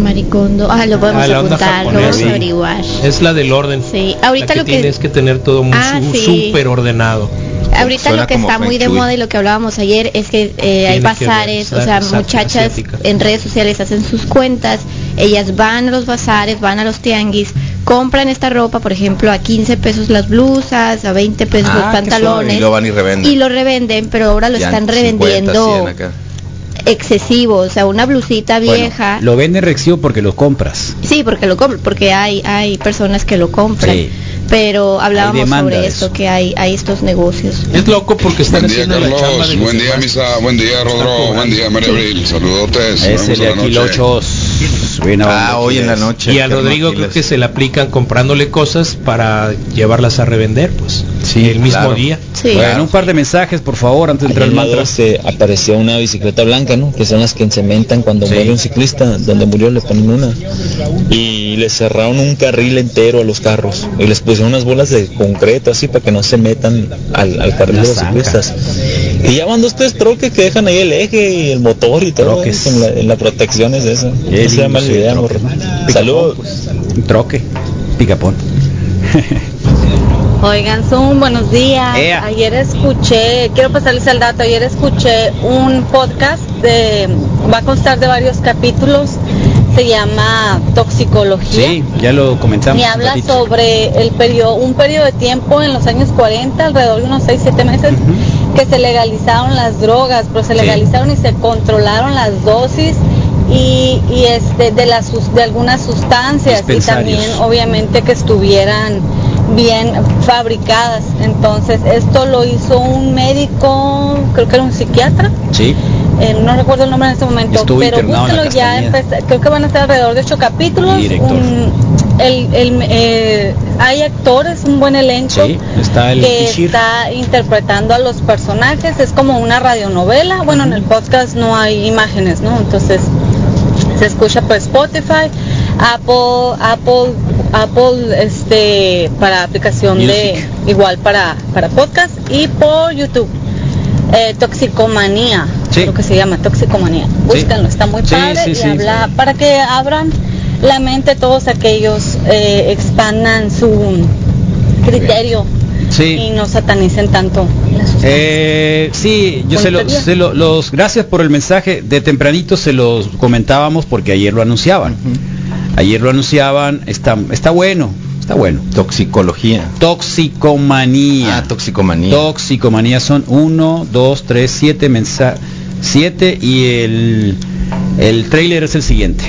S18: Maricondo. Ah, lo podemos
S7: Ah, la onda
S18: apuntar, lo
S7: japonesa,
S18: vamos a
S7: sí.
S18: averiguar.
S7: Es la del orden.
S18: Sí,
S7: La
S18: ahorita
S7: que
S18: lo que
S7: tienes que tener todo muy
S18: Ah,
S7: su-
S18: sí.
S7: súper ordenado.
S18: Ahorita
S7: Suena
S18: lo que
S7: como
S18: está
S7: Feng
S18: muy de
S7: Shui.
S18: moda y lo que hablábamos ayer es que eh, hay
S7: que ver,
S18: bazares, o sea,
S7: exacto,
S18: muchachas
S7: asiática.
S18: en redes sociales hacen sus cuentas, ellas van a los bazares, van a los tianguis, compran esta ropa, por ejemplo, a 15 pesos las blusas, a 20 pesos
S9: ah,
S18: los
S9: qué suave.
S18: pantalones.
S9: Y lo van y revenden.
S18: Y lo revenden, pero ahora lo
S9: Ya
S18: están
S9: 50, 100
S18: revendiendo
S9: acá.
S18: excesivo, o sea, una blusita vieja.
S4: Lo venden rexivo porque lo compras.
S18: Sí, porque lo compran, porque hay hay personas que lo compran.
S4: Sí.
S18: Pero hablábamos
S4: demanda
S18: sobre
S4: de
S18: eso,
S4: eso.
S18: que hay, hay estos negocios.
S7: Es loco porque están
S20: Buen día,
S7: haciendo la chamba
S20: Carlos.
S7: de los
S20: Buen día,
S7: demás.
S20: Misa. Buen día, Rodro. Buen día, María Abril. Saludotes.
S4: Ese
S20: Nos vemos en
S4: de
S20: la
S4: aquí,
S20: noche.
S4: lochos. Viene
S9: Ah, hoy en la noche.
S7: Y al Rodrigo creo que se le aplican comprándole cosas para llevarlas a revender, pues. Sí, el mismo
S4: claro.
S7: día.
S4: Bueno, un par de mensajes, por favor, antes de entrar al mantra.
S21: se apareció una bicicleta blanca, ¿no? Que son las que encementan cuando muere un ciclista, donde murió le ponen una. Y le cerraron un carril entero a los carros y les pusieron unas bolas de concreto así para que no se metan al, al carril de los ciclistas. Y ya van dos tres troques que dejan ahí el eje y el motor y todo ¿eh? en, la, en la protección es eso.
S4: Qué
S21: No sea
S4: lindo
S21: mala
S4: ese
S21: idea,
S4: troque,
S21: morro.
S4: ¿no?
S21: Saludos.
S4: Un troque, picapón.
S22: Oigan, son buenos días.
S4: Ea.
S22: Ayer escuché, quiero pasarles el dato, ayer escuché un podcast de, va a constar de varios capítulos, se llama Toxicología.
S4: Sí, ya lo comentamos.
S22: Y
S4: un
S22: habla
S4: ratito.
S22: sobre el periodo, un periodo de tiempo en los años 40, alrededor de unos 6, 7 meses, que se legalizaron las drogas, pero se legalizaron y se controlaron las dosis y, y, este de las sus- de algunas sustancias y
S23: Dispensarios.
S22: también obviamente que estuvieran bien fabricadas. Entonces, esto lo hizo un médico, creo que era un psiquiatra,
S4: Sí.
S22: eh, no recuerdo el nombre en este momento,
S4: Estuvo
S22: pero
S4: internado en la
S22: búsquelo ya,
S4: Castañeda.
S22: empecé- creo que van a estar alrededor de ocho capítulos.
S4: Director.
S22: un- el- el- eh, hay actores, un buen elenco
S4: Sí, está el
S22: que
S4: Kishir.
S22: está interpretando a los personajes, es como una radionovela, bueno, en el podcast no hay imágenes, ¿no? Entonces se escucha por Spotify, Apple, Apple, Apple, este, para aplicación
S4: Music.
S22: de, igual para, para podcast y por YouTube. Eh, toxicomanía, creo que se llama toxicomanía. Búscanlo, está muy
S4: Sí,
S22: padre
S4: sí,
S22: y
S4: sí,
S22: habla para que abran la mente todos aquellos, eh, expandan su criterio y no satanicen tanto las
S4: Eh, sí, yo se, lo,
S22: Puntería.
S4: se lo- los gracias por el mensaje. De tempranito se los comentábamos porque ayer lo anunciaban. Ayer lo anunciaban, está, está bueno. Está bueno.
S9: Toxicología.
S4: Toxicomanía.
S9: Ah, toxicomanía.
S4: Toxicomanía son 1, 2, 3, 7 mensajes. 7 y el, el trailer es el siguiente.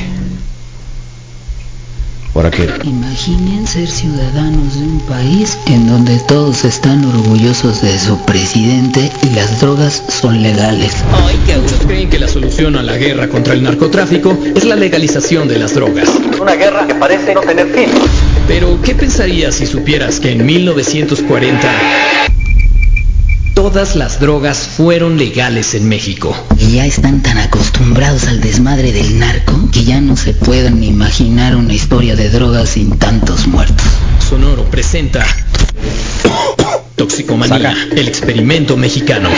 S9: ¿Para qué?
S1: Imaginen ser ciudadanos de un país en donde todos están orgullosos de su presidente y las drogas son legales.
S3: Muchos creen que la solución a la guerra contra el narcotráfico es la legalización de las drogas.
S23: Una guerra que parece no tener fin.
S3: Pero, ¿qué pensarías si supieras que en 1940 todas las drogas fueron legales en México?
S1: Y ya están tan acostumbrados al desmadre del narco que ya no se pueden imaginar una historia de drogas sin tantos muertos.
S3: Sonoro presenta Toxicomanía, el experimento mexicano.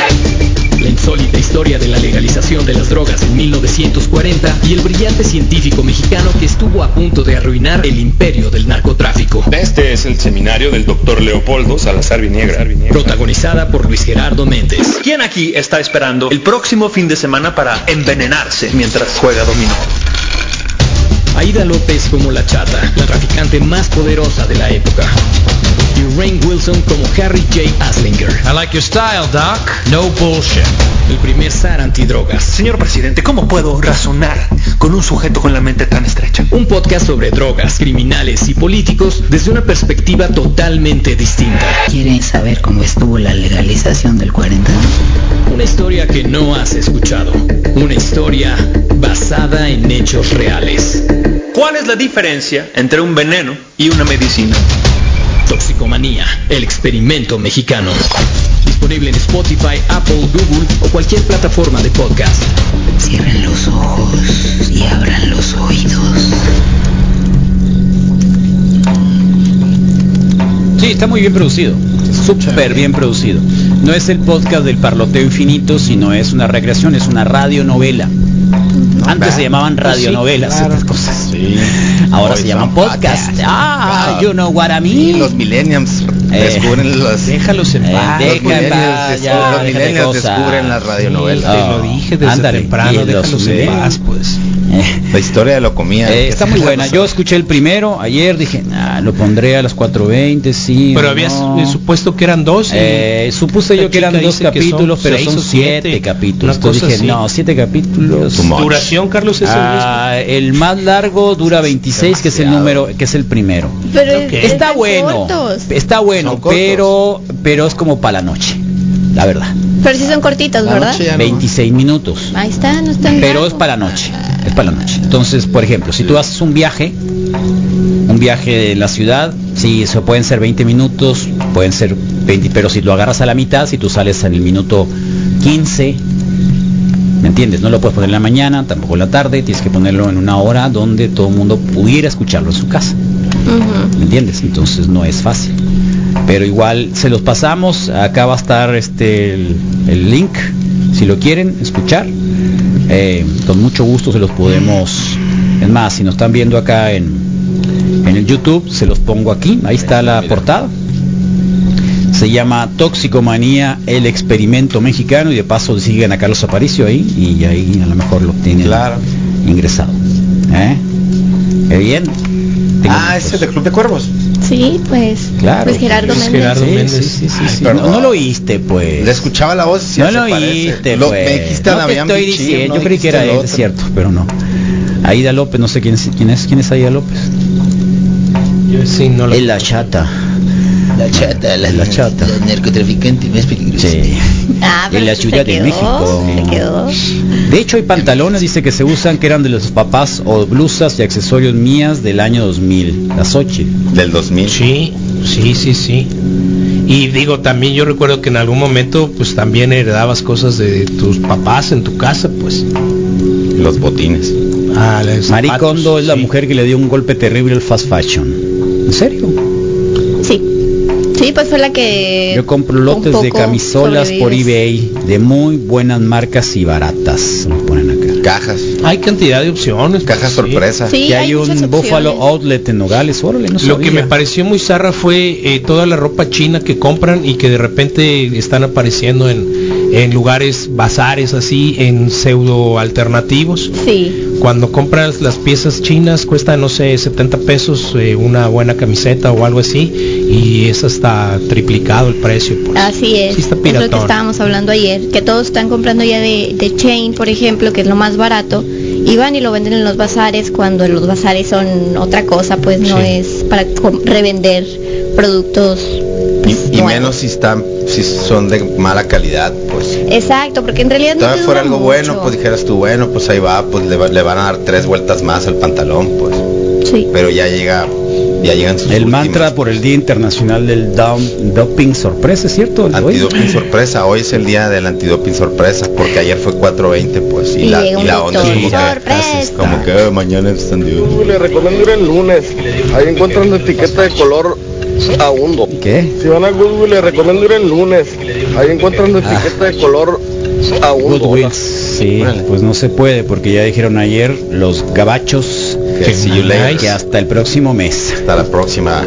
S3: La insólita historia de la legalización de las drogas en 1940 y el brillante científico mexicano que estuvo a punto de arruinar el imperio del narcotráfico.
S24: Este es el seminario del doctor Leopoldo Salazar Viniegra.
S3: Protagonizada por Luis Gerardo Méndez.
S25: ¿Quién aquí está esperando el próximo fin de semana para envenenarse mientras juega dominó?
S3: Aida López como la chata, la traficante más poderosa de la época. Y Rain Wilson como Harry J. Aslinger.
S26: I like your style, Doc. No bullshit.
S3: El primer zar antidrogas.
S25: Señor presidente, ¿cómo puedo razonar con un sujeto con la mente tan estrecha?
S3: Un podcast sobre drogas, criminales y políticos desde una perspectiva totalmente distinta.
S1: ¿Quieren saber cómo estuvo la legalización del 40?
S3: Una historia que no has escuchado. Una historia basada en hechos reales.
S25: ¿Cuál es la diferencia entre un veneno y una medicina?
S3: Toxicomanía, el experimento mexicano. Disponible en Spotify, Apple, Google o cualquier plataforma de podcast.
S1: Cierren los ojos y abran los oídos.
S4: Sí, está muy bien producido. Súper bien producido. No es el podcast del parloteo infinito, sino es una recreación, es una radionovela. Antes se llamaban radionovelas,
S9: Pues Sí, claro.
S4: estas cosas.
S9: Sí.
S4: Ahora
S9: Hoy
S4: se llaman
S9: son
S4: podcast.
S9: podcasts.
S4: Ah,
S9: Claro.
S4: you know what I
S9: Y
S4: mean. Eh,
S9: los millennials descubren las Eh,
S7: Déjalos en paz.
S4: Deja
S9: los
S4: en paz,
S9: millennials,
S4: ya,
S9: los
S4: déjate
S9: millennials
S4: cosas.
S9: descubren las radionovelas. Ah.
S4: Sí,
S7: Te lo dije desde
S4: Ah, Ándale,
S7: temprano,
S4: y los
S7: déjalos en
S4: millennials.
S7: paz, pues.
S9: La historia de la comida.
S4: Eh, está muy buena. Yo escuché el primero ayer, dije, nah, lo pondré a
S18: Pues
S4: las 4.20, sí.
S7: Pero
S4: o
S7: habías
S4: no.
S7: eh, supuesto que eran dos. y
S4: Eh, supuse
S7: esta
S4: yo que eran
S7: chica
S4: dos
S7: dice que son
S4: capítulos, pero
S7: seis
S4: son
S7: o
S4: siete,
S7: siete,
S4: capítulos.
S7: una
S4: Entonces
S7: cosa
S4: dije,
S7: así.
S4: no, siete capítulos.
S9: Too much.
S7: Duración, Carlos, es el
S4: Ah, el más largo dura 26, que es el número, que es el primero.
S18: Pero
S7: Ok.
S18: es-
S4: Está
S18: están
S4: bueno,
S18: cortos.
S4: está bueno,
S9: Son cortos.
S4: pero pero es como para la noche, la verdad.
S18: Pero sí son cortitos, Pues, ¿verdad?
S4: 26 minutos,
S18: Ahí está, no están
S4: pero es para la noche, es para la noche. Entonces, por ejemplo, si tú haces un viaje, un viaje de la ciudad, sí, eso pueden ser 20 minutos, pueden ser 20, pero si lo agarras a la mitad, si tú sales en el minuto 15, ¿me entiendes? No lo puedes poner en la mañana, tampoco en la tarde, tienes que ponerlo en una hora donde todo el mundo pudiera escucharlo en su casa. ¿Me entiendes? Entonces no es fácil. Pero igual se los pasamos. Acá va a estar este el, el link, si lo quieren escuchar. Eh, con mucho gusto se los podemos. Es más, si nos están viendo acá en, en el YouTube, se los pongo aquí. Ahí está la portada. Se llama Toxicomanía, el experimento mexicano. Y de paso siguen a Carlos Aparicio ahí. Y ahí a lo mejor lo tienen
S9: Claro.
S4: ingresado. ¿Eh? ¿Qué bien? Tengo
S11: Ah,
S4: muchos-
S11: ese es el Club de Cuervos.
S18: Sí, pues.
S4: Claro.
S18: Pues Gerardo
S4: Pues
S18: Méndez.
S7: Gerardo
S4: Sí,
S7: Méndez.
S4: sí, sí, sí,
S9: Ay,
S4: sí.
S9: perdón.
S4: No, no lo oíste,
S9: Le
S4: pues.
S9: escuchaba la voz. sí,
S4: no
S9: se
S4: lo
S9: parece.
S4: oíste,
S9: Lo-
S4: pues.
S9: me dijiste a
S4: no te
S9: Damián
S4: estoy
S9: Bichir,
S4: diciendo,
S9: no
S4: yo creí que
S9: dijiste
S4: era
S9: al
S4: él,
S9: otro.
S4: es cierto, pero no. Aida López, no sé quién es, quién es, quién es Aida López.
S7: Yo sí, no lo-
S4: Es la chata.
S1: La chata,
S4: La chata.
S1: El narcotraficante más peligroso.
S4: Sí.
S18: Ah, pero
S4: En la
S18: sí se
S4: Ciudad de
S18: quedó,
S4: México.
S18: se quedó.
S4: De hecho hay pantalones, dice que se usan, que eran de los papás o blusas y accesorios mías del año 2000, las ocho.
S9: Del 2000.
S7: Sí, sí, sí, sí. Y digo, también yo recuerdo que en algún momento, pues también heredabas cosas de tus papás en tu casa, pues.
S9: Los botines.
S7: Ah, los zapatos,
S4: Marie Kondo es la
S7: sí.
S4: mujer que le dio un golpe terrible al fast fashion. ¿En serio?
S18: Sí. Sí, pues fue la que.
S4: Yo compro lotes
S18: un
S4: de
S18: poco
S4: camisolas por
S18: sobrevives.
S4: eBay de muy buenas marcas y baratas. Nos ponen acá.
S9: Cajas.
S7: Hay cantidad de opciones.
S9: Cajas
S7: sí.
S9: sorpresa.
S18: Sí,
S4: que hay,
S18: hay muchas
S4: un Buffalo
S18: opciones.
S4: Outlet en Nogales, órale, no
S7: Lo
S4: sabía.
S7: que me pareció muy zarra fue eh, toda la ropa china que compran y que de repente están apareciendo en, en lugares, bazares así, en pseudo alternativos.
S18: Sí.
S7: Cuando compras las piezas chinas cuesta, no sé, 70 pesos eh, una buena camiseta o algo así y es hasta triplicado el precio. pues.
S18: Así es.
S7: Sí está
S18: es lo que
S7: piratón.
S18: estábamos hablando ayer, que todos están comprando ya de, de chain, por ejemplo, que es lo más barato, y van y lo venden en los bazares cuando en los bazares son otra cosa, pues no
S9: Sí.
S18: es para com- revender productos.
S9: Y, y menos si están, si son de mala calidad, pues.
S18: Exacto, porque en realidad no te
S9: Todavía fuera
S18: dura
S9: algo bueno,
S18: mucho.
S9: pues dijeras tú, bueno, pues ahí va, pues le, va- le van a dar tres vueltas más al pantalón, pues.
S18: Sí.
S9: Pero ya llega, ya llegan sus
S4: El mantra por el Día Internacional del Dom- Doping Sorpresa, ¿es ¿cierto? El de hoy.
S9: Antidoping sorpresa, hoy es el día del antidoping sorpresa, porque ayer fue 4.20, pues, y,
S11: Y
S9: la,
S11: llega
S9: y
S11: un
S9: la onda es como
S11: doctor,
S9: que, como que "Eh, mañana es tan duro".
S11: Le recomiendo ir el lunes. Ahí encuentran la etiqueta de color abundo.
S4: ¿Qué?
S11: Si van a Google, le recomiendo ir el lunes. Ahí encuentran la etiqueta de color abundo.
S4: Goodwill. Sí, pues no se puede porque ya dijeron ayer los gabachos
S9: Que see you later.
S4: que hasta el próximo mes.
S9: Hasta la próxima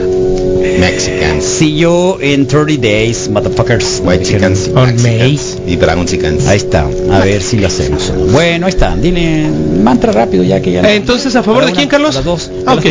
S9: Mexican.
S4: See you in 30 days, motherfuckers.
S9: White chickens, black chickens y dragon chickens.
S4: Ahí está, a ver si lo hacemos. Bueno, ahí está, dile mantra rápido ya que ya.
S7: Eh, Entonces, ¿a favor de quién, Carlos? Las dos. Ah, ok.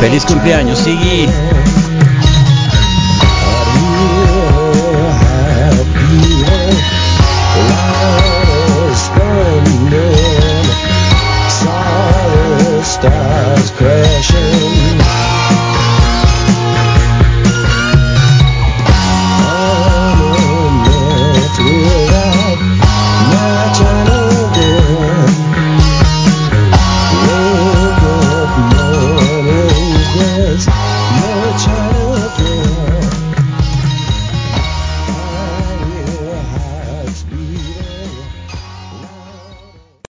S4: Feliz cumpleaños, Sigui.
S2: Stars crash.